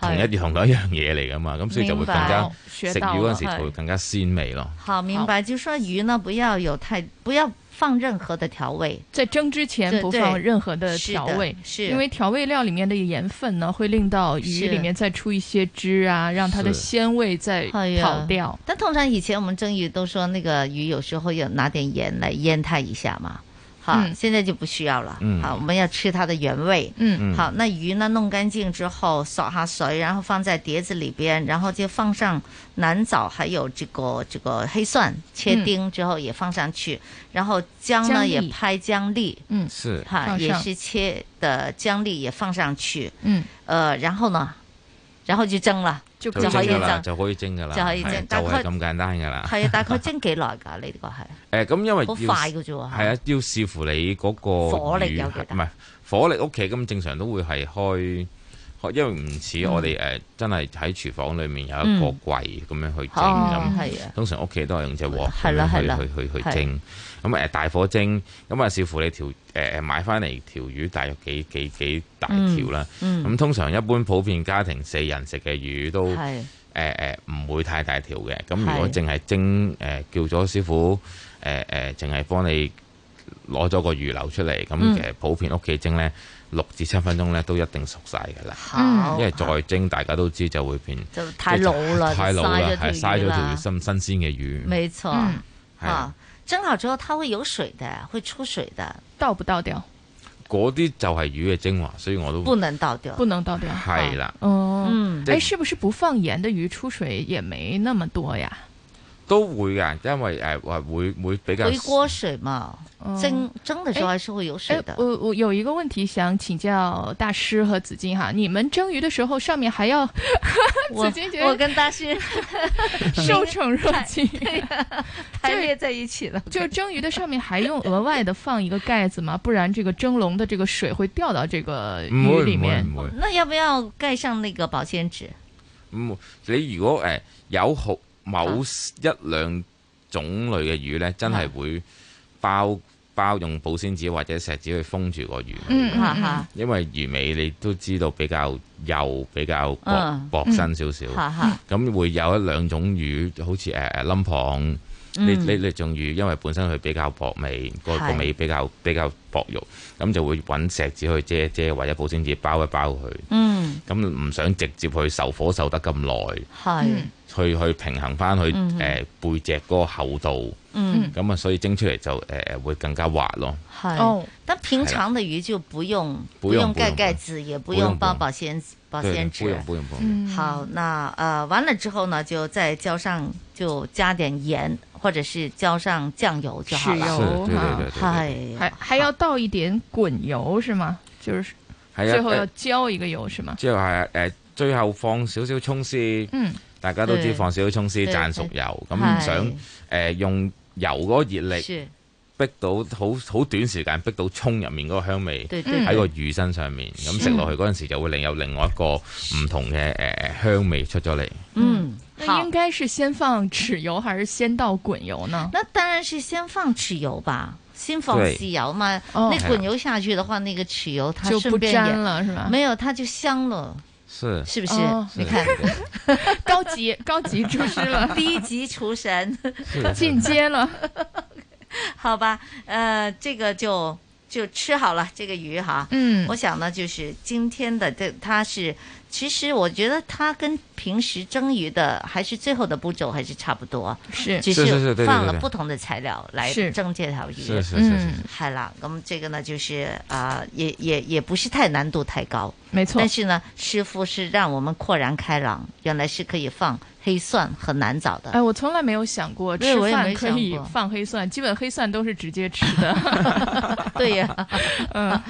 S28: 同
S3: 係
S28: 一啲同兩樣嘢嚟噶嘛，咁所以就會更
S3: 明
S28: 加
S3: 白
S28: 食魚嗰陣時
S3: 學到啦啊
S28: 就會更加鮮味咯。
S3: 好明白，就說魚呢不要有太不要放任何的调味，
S15: 在蒸之前
S3: 对
S15: 不
S3: 对
S15: 放任何的
S3: 是
S15: 调
S3: 的
S15: 味，
S3: 是
S15: 因为调味料里面的盐分呢，会令到鱼
S3: 是
S15: 里面再出一些汁啊，让它的
S3: 是
S15: 鲜味再
S3: 哎呀
S15: 跑掉。
S3: 但通常以前我们蒸鱼都说那个鱼有时候要拿点盐来腌它一下嘛，好，
S15: 嗯
S3: 现在就不需要了，
S15: 嗯
S3: 好，我们要吃它的原味，
S15: 嗯
S3: 好，那鱼呢弄干净之后扫下水，然后放在碟子里边，然后就放上南枣，还有这个这个黑蒜切丁之后也放上去，然后姜呢
S15: 姜
S3: 也
S15: 粒
S3: 拍姜粒，
S15: 嗯
S28: 是
S3: 哈，
S15: 放
S3: 也
S15: 上
S3: 是切的姜粒也放上去，
S15: 嗯，
S3: 呃，然后呢，然后就蒸啦，
S15: 就
S28: 就
S3: 可以
S28: 蒸噶啦，
S3: 蒸。
S28: 就可以蒸噶啦，
S3: 就可以蒸
S28: 係就
S3: 但
S28: 係
S3: 佢
S28: 咁簡單噶啦。
S3: 係啊，大概蒸幾耐㗎？你呢個係
S28: 誒咁、因為
S3: 好
S28: 要
S3: 快嘅啫喎嚇
S28: 係啊，要視乎你嗰個
S3: 火力有
S28: 魚
S3: 幾
S28: 係唔係火力屋企咁正常都會係開開，因為唔似我哋誒、呃真係喺廚房裡面有一個
S3: 嗯
S28: 櫃咁樣去蒸咁。
S3: 哦，係啊，
S28: 通常屋企都係用隻鑊
S3: 係啦係
S28: 咁
S3: 啦
S28: 樣去去去去
S3: 係
S28: 蒸，咁誒大火蒸，咁啊視乎你條誒誒買翻嚟條魚大約幾幾幾大條啦。
S3: 嗯嗯
S28: 咁通常一般普遍家庭四人食嘅魚都
S3: 係
S28: 誒誒呃唔會太大條嘅。咁如果
S3: 係
S28: 淨係蒸誒叫咗師傅誒誒，淨係幫你攞咗個魚柳出嚟，咁
S3: 嗯
S28: 其實普遍屋企蒸咧六至七分鐘咧都一定熟晒㗎啦。
S3: 好
S28: 因為再蒸大家都知就會變
S3: 就太老啦，
S28: 太老
S3: 嘥
S28: 啦
S3: 咗，條
S28: 係嘥
S3: 魚
S28: 咗條
S3: 啦，
S28: 新新鮮嘅魚。
S3: 沒錯
S28: 嗯，係
S3: 嚇
S28: 啊。
S3: 蒸好之後它會有水的，會出水的。
S15: 倒不倒掉？
S28: 嗰啲就係魚嘅精華，所以我都
S3: 不能倒掉，
S15: 不能倒掉。
S28: 係啦，
S15: 哦，嗯，誒，是不是不放鹽的魚出水也沒那麼多呀？
S28: 都會㗎，因為誒話、呃、會會比較
S3: 回鍋水嘛，嗯、蒸蒸的時候還是會有水的。
S15: 哦哎我我有一個問題想請教大師和紫荊哈，你們蒸魚的時候上面還要
S3: 我我跟大師
S15: 受寵若 驚，
S3: 排列在一起了。
S15: 就是蒸魚的上面還用額外的放一個蓋子嗎？不然這個蒸籠的這個水會掉到這個魚裡面。
S28: 哦、
S3: 那要不要蓋上那個保鮮紙？
S28: 嗯，你如果誒、呃、有好。某一兩種類嘅魚呢，真係會包包用保鮮紙或者錫紙去封住個魚。
S3: 嗯，嚇嚇。
S28: 因為魚尾你都知道比較幼，比較薄薄身少少。咁會有一兩種魚，好似誒誒冧蚌呢呢呢種魚，因為本身佢比較薄尾，個個尾比較比較薄肉，咁就會揾錫紙去遮一遮，或者保鮮紙包一包佢。
S3: 嗯。
S28: 咁唔想直接去受火受得咁耐。
S3: 係。
S9: 嗯
S28: 去去平衡翻佢誒
S15: 嗯
S28: 背脊嗰個厚度，咁啊，所以蒸出嚟就誒會更加滑咯。
S3: 係，但平常嘅魚就不用不用蓋蓋子，也不用包保鮮保鮮紙。
S28: 不用不用不
S15: 嗯
S28: 用。
S3: 好，那呃完了之後呢，就再澆上就加點鹽，或者是澆上醬油就好了。
S28: 油
S3: 哈，
S15: 還還要倒一點滾油是嗎？就是最後
S28: 哎
S15: 要澆一個油是嗎？
S28: 啊最後係誒，最後放少少葱絲。
S15: 嗯。
S28: 大家都知放少少葱絲灒熟油，咁想誒用油嗰個熱力逼到好好短時間逼到葱入面嗰個香味喺個魚身上面，咁食落去嗰陣時就會另有另外一個唔同嘅誒香味出咗嚟。
S3: 嗯，
S15: 那應該是先放豉油還是先倒滾油呢？
S3: 那當然是先放豉油吧，先放豉油嘛。那滾油下去的話，那個豉油它
S15: 哦就不沾了，是吧？哦
S3: 沒有，它就香了。
S28: 是，
S3: 是不是？你看，
S15: 高級高級廚師了，
S3: 低級廚神
S15: 進階了，
S3: 好吧？呃，這個就就吃好了這個魚哈。
S15: 嗯，
S3: 我想呢，就是今天的這它是，其實我覺得它跟平時蒸魚的還是最後的步驟還是差不多，
S15: 是，
S3: 只是放了不同的材料來蒸這條魚。
S28: 嗯，
S3: 係啦，咁這個呢，就是啊，也也也不是太難度太高。
S15: 沒錯，
S3: 但是呢，師傅是讓我們豁然開朗，原來是可以放黑蒜，很難找的。
S15: 哎，我從來沒有想過吃飯可以放黑蒜，基本黑蒜都是直接吃的。
S3: 對呀、 啊，嗯，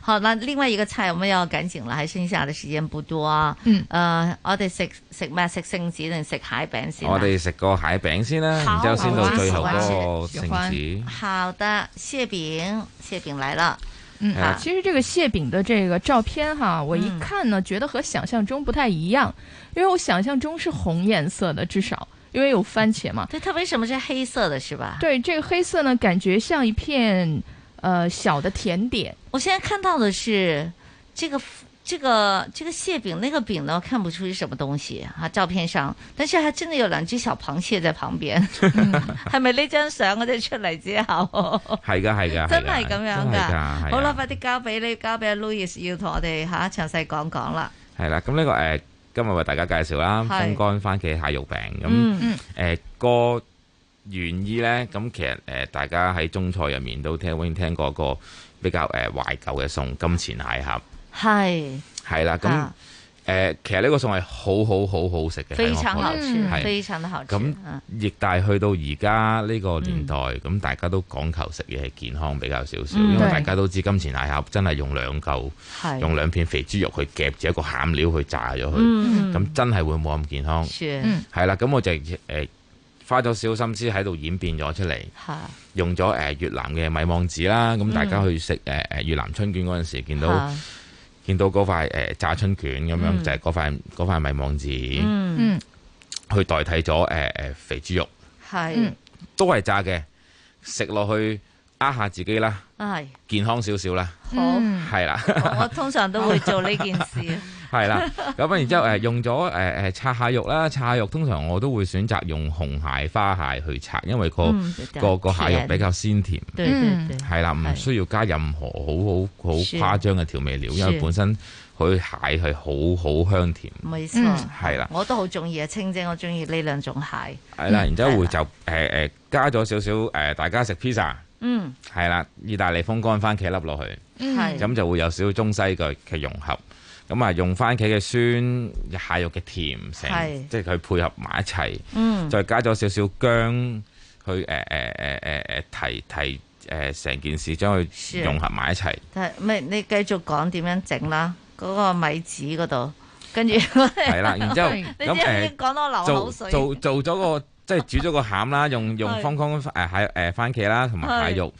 S3: 好，那另外一個菜我們要趕緊了，還剩下的時間不多啊。
S15: 嗯，誒、
S3: 呃，我哋食食咩？食聖子定食蟹餅先？啊
S28: 我哋食個蟹餅先啦，然之後先到最後嗰個聖子。
S3: 好的，蟹餅，蟹餅來了。
S15: 嗯，啊，其實這個蟹餅的這個照片哈，
S3: 嗯
S15: 我一看呢，覺得和想象中不太一樣，因為我想象中是紅顏色的，至少因為有番茄嘛。
S3: 對，它為什麼是黑色的，是吧？
S15: 對，這個黑色呢，感覺像一片呃小的甜點。
S3: 我現在看到的是這個這個這個蟹餅，那個餅呢，看不出是什麼東西啊，照片上，但是還真的有兩隻小螃蟹在旁邊， 係咪呢張相嗰啲出嚟之後？
S28: 係噶係
S3: 哦
S28: 啊噶，
S3: 真係咁樣
S28: 噶。
S3: 好啦，快啲交俾你，交俾阿 Louis 要同我哋吓詳細講講 啦。
S28: 係啦，咁呢個誒，今日為大家介紹啦，風乾番茄蟹肉餅
S3: 嗯
S28: 咁誒個原意咧，咁其實誒大家喺中菜入面都聽永遠聽過個比較誒懷舊嘅餸金錢蟹盒。
S3: 係
S28: 係啦，咁誒，其實呢個餸係好好好好食嘅，
S3: 啊非常好吃，非常好吃。
S28: 嗯
S3: 嗯
S28: 咁亦但係去到而家呢個年代，咁大家都講求食嘢係健康比較少少，
S3: 嗯
S28: 因為大家都知金錢蟹盒真係用兩嚿，用兩片肥豬肉去夾住一個餡料去炸咗
S3: 嗯
S28: 佢，咁真係會冇咁健康。係啦，咁我就誒花咗小心思喺度演變咗出嚟，用咗誒越南嘅米網紙啦，
S3: 嗯
S28: 咁大家去食誒誒越南春卷嗰陣時見到。見到嗰塊、呃、炸春卷咁樣，嗯、就係嗰塊嗰塊米網紙，
S3: 嗯、
S28: 去代替咗、呃、肥豬肉，
S3: 係
S28: 都係炸嘅，食落去呃下自己啦，
S3: 係
S28: 健康少少啦，
S3: 好
S28: 係啦，
S3: 我通常都會做呢件事。
S28: 係 啦，咁啊，然之後誒用咗誒誒擦蟹肉啦，擦蟹肉通常我都會選擇用紅蟹、花蟹去擦，因為個
S3: 嗯
S28: 個個蟹肉比較鮮甜，
S3: 對對對，
S28: 係啦，唔需要加任何好好好
S3: 是
S28: 誇張嘅調味料，因為
S3: 是
S28: 本身佢蟹係好好香甜，
S3: 冇
S28: 嗯
S3: 錯，
S28: 係啦
S3: 我都好中意啊，清蒸我中意呢兩種蟹，
S28: 係啦，
S3: 嗯
S28: 然之後會就誒誒加咗少少誒大家食 pizza，
S3: 嗯
S28: 係啦，意大利風乾番茄粒落去。
S3: 係
S28: 咁就會有少少中西嘅嘅融合。咁啊，用番茄嘅酸、蟹肉嘅甜成
S3: 係，
S28: 即係佢配合埋一齊，
S3: 嗯
S28: 再加咗少少薑去誒誒誒誒誒提提誒成件事，將
S3: 是
S28: 佢融合埋一齊。
S3: 但係咪你繼續講點樣整啦？嗰、個米紙嗰度，跟住
S28: 係
S3: 係
S28: 啦，然 之後
S3: 你知唔
S28: 咁
S3: 知
S28: 誒，
S3: 講到流口
S28: 做
S3: 水？
S28: 做做咗個即係煮咗個餡啦，用用
S3: 係
S28: 方乾誒蟹誒番茄啦，同埋
S3: 係
S28: 蟹肉，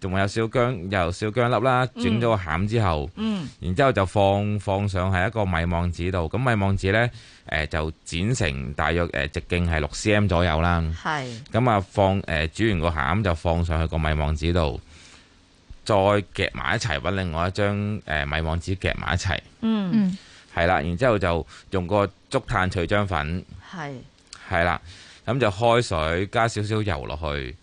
S28: 仲有少薑，有少薑粒啦，
S3: 嗯
S28: 整咗個餡之後。
S3: 嗯
S28: 然之後就放放上係一個米網紙度，咁米網紙呢，誒、就剪成大約誒、直徑係六 cm 左右啦。
S3: 係
S28: 咁啊放誒、煮完個餡就放上去個米網紙度，再夾埋一齊揾另外一張誒、米網紙夾埋一齊，
S3: 嗯
S15: 嗯
S28: 係啦。然之後就用個竹炭脆漿粉，
S9: 嗯
S3: 係
S28: 係啦，咁就開水加少少油落去，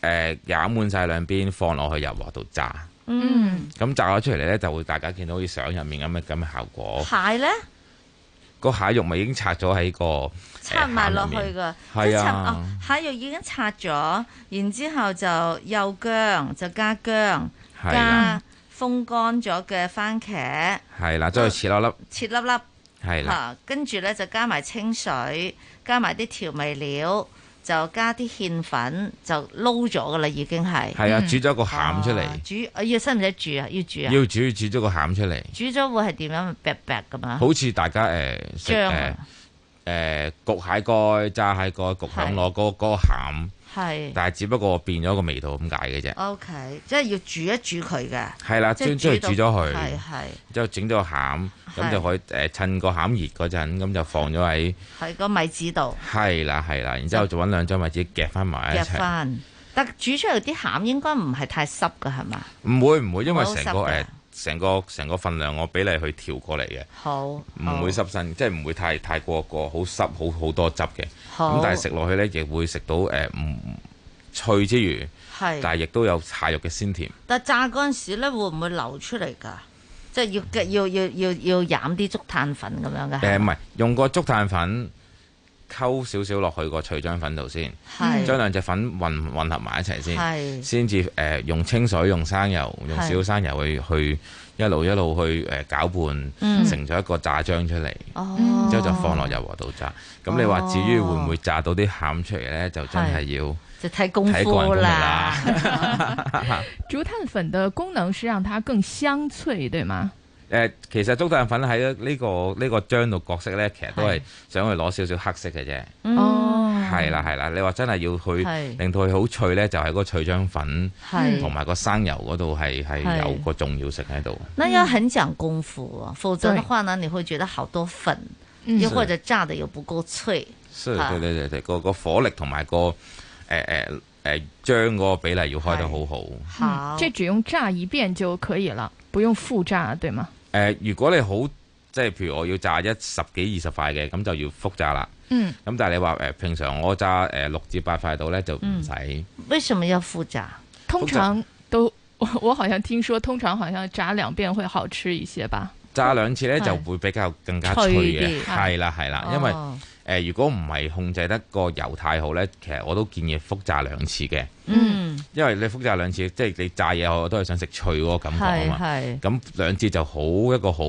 S28: 誒、也滿晒兩邊，放落去油鑊度炸。
S3: 嗯
S28: 咁炸咗出嚟咧，就會大家見到好似相入面咁嘅咁嘅效果。
S3: 蟹咧
S28: 個蟹肉咪已經拆咗喺個
S3: 插埋落去㗎，
S28: 㗎。
S3: 即
S28: 係
S3: 係插
S28: 啊
S3: 哦蟹肉已經拆咗，然之後就又薑就加薑，加
S28: 係啦
S3: 風乾咗嘅番茄
S28: 係啦，將佢切粒粒，
S3: 切粒粒。
S28: 係啦，
S3: 嚇，跟住咧就加埋清水，加埋啲調味料，就加啲芡粉，就撈咗噶啦，已經係。
S28: 係啊，
S3: 嗯
S28: 煮咗個餡出嚟，
S3: 煮，啊要使唔使煮啊？要煮啊？
S28: 要煮煮咗個餡出嚟，
S3: 煮咗會係點樣？白白噶嘛？
S28: 好似大家誒食
S3: 醬
S28: 誒
S3: 啊
S28: 誒焗蟹蓋、炸蟹蓋、焗響螺嗰個嗰個餡，
S3: 係。
S28: 但係只不過變咗個味道咁解嘅啫。
S3: O K，即係要煮一煮佢嘅。
S28: 係啦，
S3: 即
S28: 將
S3: 係
S28: 將佢
S3: 到
S28: 煮咗佢，
S3: 係係
S28: 之後整咗個餡，
S3: 係
S28: 咁就可以誒趁個餡熱嗰陣，咁就放咗喺。
S3: 喺個米紙度
S28: 係啦，係啦，然之後就揾兩張位置夾翻埋一
S3: 夾
S28: 齊，
S3: 翻，但煮出嚟啲餡應該唔係太濕噶係嘛？
S28: 唔會唔會，因為
S3: 好
S28: 成
S3: 濕
S28: 個
S3: 㗎
S28: 誒成個成個份量我俾你去調過嚟嘅，
S3: 好，
S28: 唔會濕身，即係唔會太太過過好濕，好好多汁嘅。
S3: 好
S28: 咁但係食落去呢，亦會食到誒唔脆之餘，
S3: 係
S28: 但係亦都有蟹肉嘅鮮甜。
S3: 但炸嗰陣時咧，會唔會流出嚟㗎？即係要要要要要染啲竹炭粉咁樣嘅。
S28: 誒唔係用個竹炭粉溝少少落去個脆漿粉度先
S3: 係，
S28: 將兩隻粉混混合埋一齊
S3: 係
S28: 先，先至誒用清水、用生油、用
S3: 嗯係
S28: 少生油去去一路一路去誒攪
S3: 嗯
S28: 拌，成咗一個炸漿出嚟。
S3: 哦
S28: 之後就放落油鑊度炸。咁你話至於會唔會炸到啲餡出嚟呢？就真係要
S3: 就睇功
S28: 睇個人
S3: 夫
S28: 功力
S3: 啦。
S28: 啦。
S15: 竹炭粉的功能是让它更香脆，对吗？
S28: 誒、呃其實竹炭粉喺呢、個呢、個漿度角色呢，其實都係想去攞少少黑色嘅啫。
S15: 哦
S28: 係啦係啦，你話真係要去
S3: 嗯係
S28: 令到佢好脆呢，就係嗰個脆漿粉
S3: 係
S28: 同埋個生油嗰度係係
S3: 係
S28: 有個重要性喺度。
S3: 那要很講功夫啊，否則的
S28: 對
S3: 話呢，你會覺得好多粉，
S28: 嗯
S3: 又或者炸得又不夠脆。
S28: 所以
S3: 啊
S28: 對對對對，個個火力同埋個呃誒誒誒漿嗰個比例要開得好好。
S15: 嗯，这只用炸一遍就可以了，不用复炸，对吗？
S28: 誒、呃如果你好即係譬如我要炸一十幾二十塊嘅，咁就要複炸啦。
S15: 嗯
S28: 咁但係你話誒、呃平常我炸誒六至八塊度咧就
S15: 嗯
S28: 唔使。
S3: 為什麼要复炸？
S15: 通
S28: 复炸
S15: 常都 我我好像听说，通常好像炸两遍会好吃一些吧？
S28: 炸兩次咧
S15: 係
S28: 就會比較更加
S15: 脆
S28: 脆
S15: 啲
S28: 嘅，
S15: 係
S28: 係啦係啦
S15: 哦，
S28: 因為誒、如果唔係控制得個油太好咧，其實我都建議複炸兩次嘅，
S3: 嗯，
S28: 因為你複炸兩次，即係你炸嘢我都係想食脆嗰個感覺啊
S3: 係
S28: 嘛，
S3: 係，
S28: 咁兩次就好一個好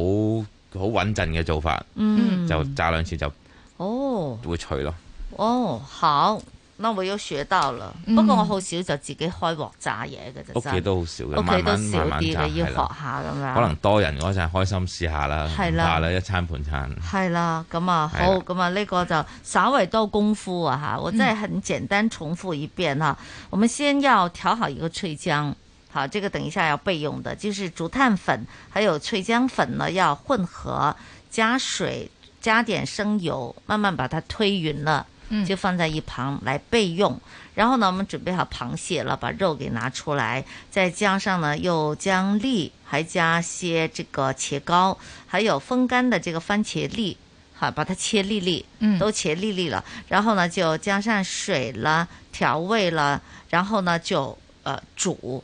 S28: 好穩陣嘅做法，
S3: 嗯
S28: 就炸兩次就
S3: 哦
S28: 會脆咯。
S3: 哦，好，那我又學到了。
S15: 嗯
S3: 不過我好少就自己開鑊炸嘢嘅啫，
S28: 屋企都好少嘅
S3: 屋企
S28: 慢
S3: 都
S28: 慢
S3: 少啲
S28: 慢
S3: 嘅，
S28: 慢
S3: 要
S28: 炸
S3: 學
S28: 係啦
S3: 下咁樣。
S28: 可能多人嗰陣開心試下啦，
S3: 係
S28: 唔
S3: 啦
S28: 怕啦，一餐半餐。
S3: 係啦，咁啊
S28: 係啦
S3: 好，咁啊呢個就稍微多功夫啊哈，我
S28: 嗯
S3: 再很簡單重複一遍哈、我們先要調好一個脆漿，好，這個等一下要備用的，就是竹炭粉還有脆漿粉呢，要混合加水，加點生油，慢慢把它推匀了。就放在一旁来备用。然后呢，我们准备好螃蟹了，把肉给拿出来，再加上呢又姜粒，还加些这个茄膏，还有风干的这个番茄粒。好，把它切粒粒，都切粒粒了，然后呢就加上水了，调味了，然后呢就呃煮，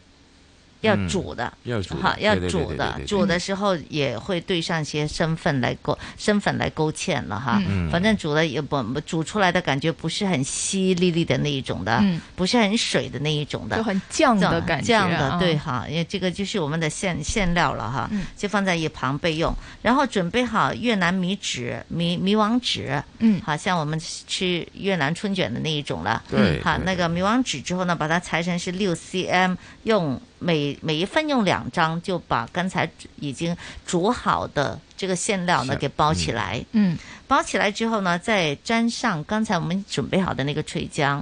S3: 要煮的，
S28: 嗯要煮，
S3: 好要煮的，煮
S15: 嗯
S3: 的时候也会兑上些生粉来勾生粉来勾芡了哈，
S15: 嗯
S3: 反正煮了也不煮出来的感觉不是很稀粒粒的那一种的，不是很水的那一种的，
S15: 嗯就很酱的感觉，
S3: 酱
S15: 啊
S3: 的对哈，因为这个就是我们的馅馅料了哈，
S15: 嗯
S3: 就放在一旁备用，然后准备好越南米纸、米米网纸，嗯，好像我们吃越南春卷的那一种了，
S28: 对，
S3: 好那个米网纸之后呢，把它裁成是六 cm 用。每每一份用两张，就把刚才已经煮好的这个馅料呢给包起来。
S15: 嗯，
S3: 包起来之后呢，再沾上刚才我们准备好的那个脆浆。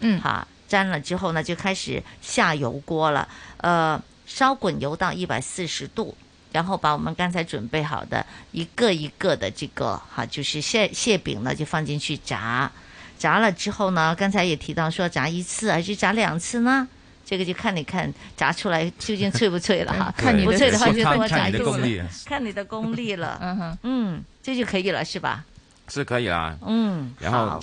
S15: 嗯，
S3: 哈，沾了之后呢，就开始下油锅了。呃，烧滚油到一百四十度，然后把我们刚才准备好的一个一个的这个哈，就是蟹蟹饼呢，就放进去炸。炸了之后呢，刚才也提到说炸一次还是炸两次呢？这个就看你看炸出来究竟脆不脆了哈，
S15: 看你
S3: 不脆
S15: 的
S3: 话就多
S28: 看
S3: 炸
S28: 你
S3: 一
S28: 的功力
S3: 次，，看你的功力 了，嗯，这就可以了是吧？
S28: 是可以啦。
S3: 嗯，
S28: 然後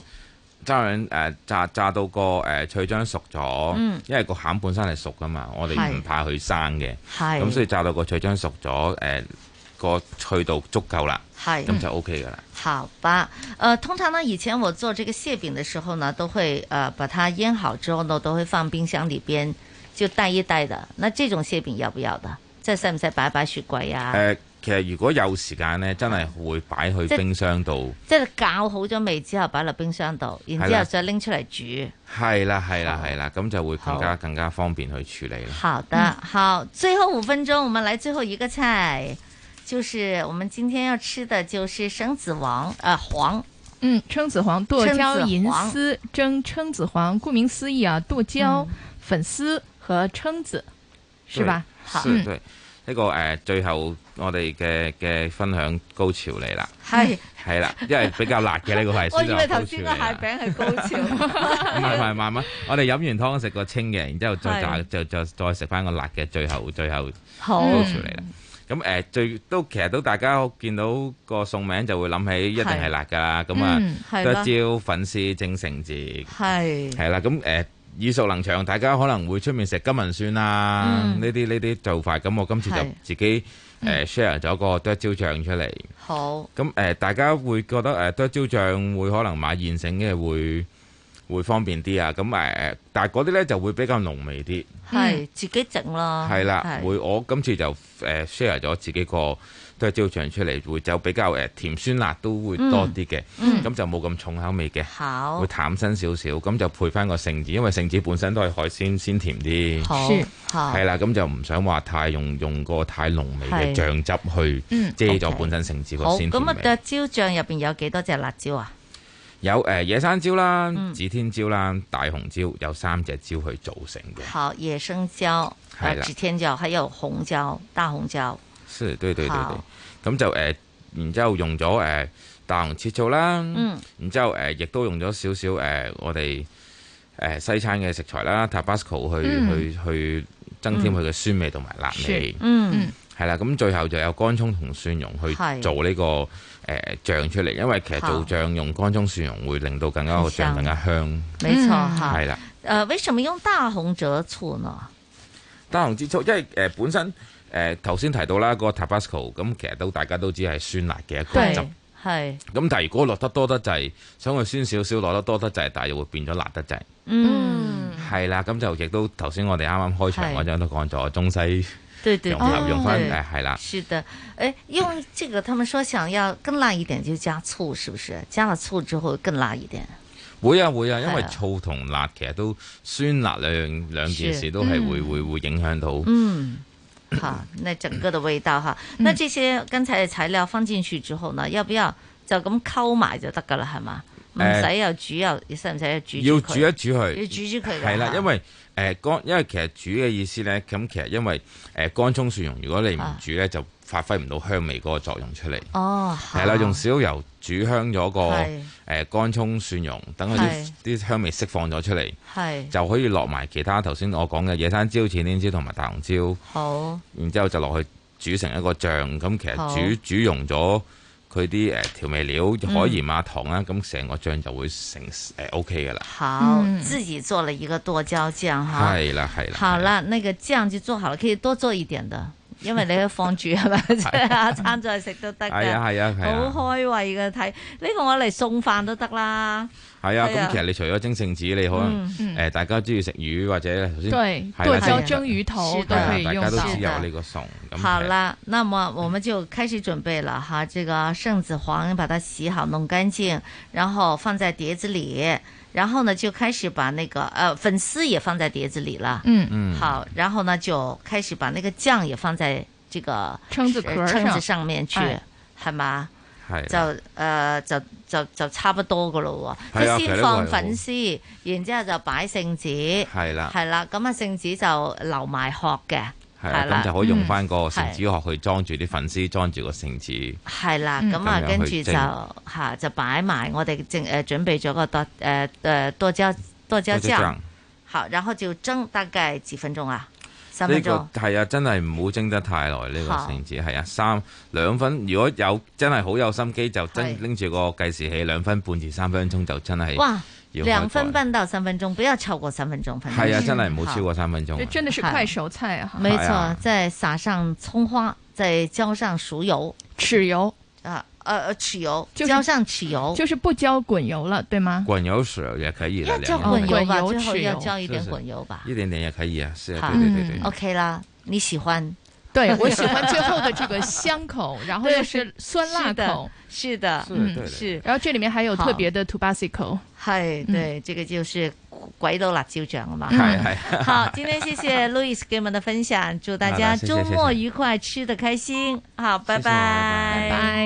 S28: 揸人誒炸炸到個誒脆漿熟咗，
S3: 嗯
S28: 因為個餡本身係熟噶嘛，我哋唔怕佢生嘅，
S3: 係
S28: 咁所以炸到個脆漿熟咗，誒個脆度足夠啦，
S3: 係
S28: 咁就 O K 噶啦。
S3: 好吧，呃，通常呢，以前我做这个蟹饼的时候呢，都会呃把它腌好之后呢，都会放冰箱里边就袋一袋的。那这种蟹饼要不要的？即係使唔使擺擺雪櫃啊？
S28: 誒，呃其實如果有時間咧，真係會擺去
S3: 即係
S28: 冰箱度。
S3: 即係教好咗味之後，擺落冰箱度，然之
S28: 係
S3: 後
S28: 啦
S3: 再拎出嚟煮。
S28: 係啦，係啦，係啦，咁就會更
S3: 好
S28: 加更加方便去處理啦。
S3: 好的，好，最后五分钟，我们来最后一个菜，就是我们今天要吃的就是生子王，呃，黄，
S15: 嗯，蛏子黄剁
S3: 蛏子
S15: 椒银
S3: 黄
S15: 丝蒸蛏子黄，顾名思义啊，剁椒、
S3: 嗯
S15: 粉丝和蛏子，是
S28: 對
S15: 吧？好，嗯
S28: 是對呢個誒，最後我哋嘅嘅分享高潮嚟啦，
S15: 嗯
S3: 係
S28: 係 啦，因為比較辣嘅呢個係。
S3: 我
S28: 先
S3: 以
S28: 就
S3: 為
S28: 高
S3: 頭先
S28: 潮
S3: 個
S28: 嚟啦
S3: 蟹餅係高潮，
S28: 唔係唔係 慢慢，我哋飲完湯食個清嘅，然之後再炸，
S3: 係
S28: 就就再食翻個辣嘅，最後最後
S3: 好
S28: 高潮嚟啦。咁誒、呃最都其實都大家見到個餸名就會諗起一定係辣㗎啦。咁啊
S3: 嗯，係
S28: 剁
S3: 啦
S28: 椒粉絲蒸成字
S3: 係
S28: 係啦。咁誒、呃耳熟能詳，大家可能會出面食金銀蒜啦，
S3: 嗯
S28: 呢啲呢啲做法。咁我今次就
S3: 係
S28: 自己誒 share 咗個剁椒醬出嚟。
S3: 嗯好，
S28: 咁誒、呃大家會覺得誒、呃、剁椒醬會可能買現成嘅會會方便啲啊。咁誒、呃但係嗰啲咧就會比較濃味啲，
S3: 係自己整啦，
S28: 係嗯啦、
S3: 哦係
S28: 會我今次就誒、呃 share 咗自己個剁椒醬出嚟，會就比較誒、呃甜酸辣都會多啲嘅，咁、
S3: 嗯
S28: 就冇咁重口味嘅。
S3: 好
S28: 會，淡身少少，咁就配翻個聖子，因為聖子本身都係海鮮鮮甜啲，
S3: 好
S15: 是，
S3: 好
S28: 係，啦，咁就唔想話太用用個太濃味嘅醬汁去
S3: 嗯
S28: 遮咗
S3: OK
S28: 本身聖子個
S3: 好，
S28: 鮮甜
S3: 咁啊，
S28: 味。
S3: 剁椒醬入邊有幾多隻辣椒啊？
S28: 有誒、呃野生椒啦
S3: 嗯、
S28: 指天椒啦、大紅椒，有三隻椒去組成嘅。
S3: 好，野生椒，
S28: 係
S3: 呃，
S28: 啦
S3: 指天椒，還有紅椒、大紅椒，
S28: 是，對對對
S3: 好
S28: 對。咁就誒、呃然之後用咗誒、呃大紅切醋啦，
S3: 嗯，
S28: 然之後誒亦都用咗少少誒我哋誒、呃西餐嘅食材啦，Tabasco 去、
S15: 嗯
S28: 去去增添佢嘅酸味同埋辣味。
S3: 嗯，
S28: 係啦，咁最後就有乾葱同蒜蓉去
S3: 係
S28: 做呢、個誒、呃、醬出嚟，因為其實
S3: 好
S28: 做醬用乾葱蒜蓉會令到更加個
S3: 很香
S28: 醬更加香，
S3: 沒錯
S15: 嗯
S3: 哈
S28: 係。啦。
S3: 呃，為什麼用大紅浙醋呢？
S28: 單紅之醋，因為誒、呃本身誒頭先提到啦，個 Tabasco 咁其實都大家都知係酸辣嘅一個
S15: 對
S28: 汁。
S3: 係，
S28: 咁但係如果落得多得滯，想佢酸少少，落得多得滯，但係又會變咗辣得滯。
S3: 嗯，
S28: 係啦，咁就亦都頭先我哋啱啱開場
S3: 係
S28: 嗰張都講咗中西
S3: 對對
S28: 融
S3: 對，
S28: 合用翻
S3: 對
S28: 誒係啦，
S3: 是的，哎，用这个，他们说想要更辣一点就加醋，是不是？加了醋之后更辣一点。
S28: 會啊會啊，因為
S3: 係啊
S28: 醋同辣其實都酸辣兩兩件
S3: 是
S28: 事都係會會會影響到。
S3: 嗯，好，那整个的味道哈，那这些刚才的材料放进去之后呢，要不要就咁溝埋就得噶啦，係嘛？唔
S28: 誒
S3: 使又煮又，使唔使又煮
S28: 呃要
S3: 佢
S28: 煮一煮佢，
S3: 要煮煮佢㗎
S28: 係啦，
S3: 嚇
S28: 因為誒乾，因為其實煮嘅意思咧，咁其實因為誒乾葱蒜蓉，如果你唔
S3: 啊
S28: 煮咧，就發揮唔到香味嗰個作用出嚟。
S3: 哦，
S28: 係啦，用少油煮香咗個誒乾葱蒜蓉，等佢啲啲香味釋放咗出嚟，
S3: 係
S28: 就可以落埋其他頭先我講嘅野生椒、淺甸椒同埋大紅椒。
S3: 好，
S28: 然之後就落去煮成一個醬，咁其
S3: 好
S28: 實煮煮溶咗。佢啲誒調味料、海鹽啊、糖啊，咁成個醬就會成誒 OK 嘅啦。
S3: 好，
S15: 嗯
S28: 嗯
S3: 自己做了一個剁椒醬哈。
S28: 係啦，係啦。
S3: 好了，那個醬就做好了，可以多做一點的，因為你喺放住 係咪？即係下餐再食都得㗎。
S28: 係啊係啊係啊
S3: 好開胃嘅睇，呢個我嚟送飯都得啦。
S28: 係啊，
S3: 係啊
S28: 咁其實你除咗蒸聖子，你可
S3: 嗯
S28: 能
S3: 嗯
S28: 誒大家中意食魚或者頭先
S15: 對
S28: 係啦
S15: 剁
S28: 即係
S15: 椒蒸魚頭
S28: 係
S15: 都可以
S28: 大
S15: 用
S28: 家都
S15: 到
S28: 只有呢個餸咁。
S3: 好
S28: 其實
S3: 啦，那么我们就开始准备了哈。这个圣子黄把它洗好，弄干净，然后放在碟子里。然后呢，就开始把那个呃粉丝也放在碟子里了。
S15: 嗯
S28: 嗯
S3: 好，然后呢，就开始把那个酱也放在这个
S15: 蛏子壳
S3: 呃
S15: 上
S3: 蛏子上面去
S15: 哎，
S3: 系嘛？
S28: 係
S3: 就誒、呃就就就差不多噶咯喎，
S28: 係啊
S3: 佢
S28: 其實
S3: 先
S28: 呢個
S3: 放
S28: 係好
S3: 粉絲，然之後就擺聖紙，
S28: 係啦
S3: 係啦，咁啊聖紙就留埋殼嘅，
S28: 係啦，啊咁就可以
S3: 嗯
S28: 用翻個聖子殼去裝住啲粉絲，裝住個聖子。
S3: 係啦，
S28: 嗯
S3: 咁啊
S28: 咁樣
S3: 跟住
S28: 去
S3: 就
S28: 蒸
S3: 嚇就擺埋我哋正誒準備咗呃個剁誒誒剁椒剁椒
S28: 多汁醬
S3: 醬，好，然後就蒸大概幾分鐘啊，三
S28: 呢
S3: 分
S28: 個
S3: 鐘，
S28: 係啊，真係唔好蒸得太耐呢個
S3: 好
S28: 聖子係啊，三兩分。如果有真係好有心機，就
S3: 係
S28: 真拎住個計時器兩分半至三分鐘就真係
S3: 哇，
S28: 要
S3: 兩
S28: 開
S3: 分嗯
S28: 火。
S3: 半到三分鐘，不要超過三分鐘，反正
S28: 係啊，真係唔好超過三分鐘
S15: 这
S28: 啊。
S15: 真的是快手菜啊！
S3: 没
S28: 哎
S3: 错
S28: 呀，
S3: 再撒上葱花，再浇上熟油、
S15: 豉油
S3: 啊，呃呃，豉油，
S15: 就是
S3: 浇上豉油，
S15: 就是不浇滚油了，对吗？
S28: 滾油水也可以的，
S3: 要浇
S28: 兩
S3: 滚油
S28: 分
S15: 哦滚
S3: 吧，
S15: 油
S3: 最后
S15: 豉
S3: 要
S15: 油
S3: 浇一点
S28: 是是
S3: 滚油吧。嗯
S28: 一點點也可以啊，是啊，
S3: 好
S28: 對對對對。
S3: OK 啦，你喜欢？
S15: 对我喜欢最后的这个 香口，然后又是酸辣
S3: 是的
S15: 口，嗯
S3: 是的，
S28: 是对的
S3: 是，
S15: 然后这里面还有特别 的 tobacco。
S3: 嗨，
S15: 嗯
S3: 对，这个就是鬼佬辣椒酱了啊嘛。
S28: 係 係。
S3: 好，今天谢谢 Louis 给我们的分享，祝大
S28: 好
S3: 家
S28: 的谢
S3: 周
S28: 谢
S3: 末
S28: 谢谢
S3: 愉快，吃的开心。好，拜
S28: 谢谢拜
S3: 拜，
S28: 拜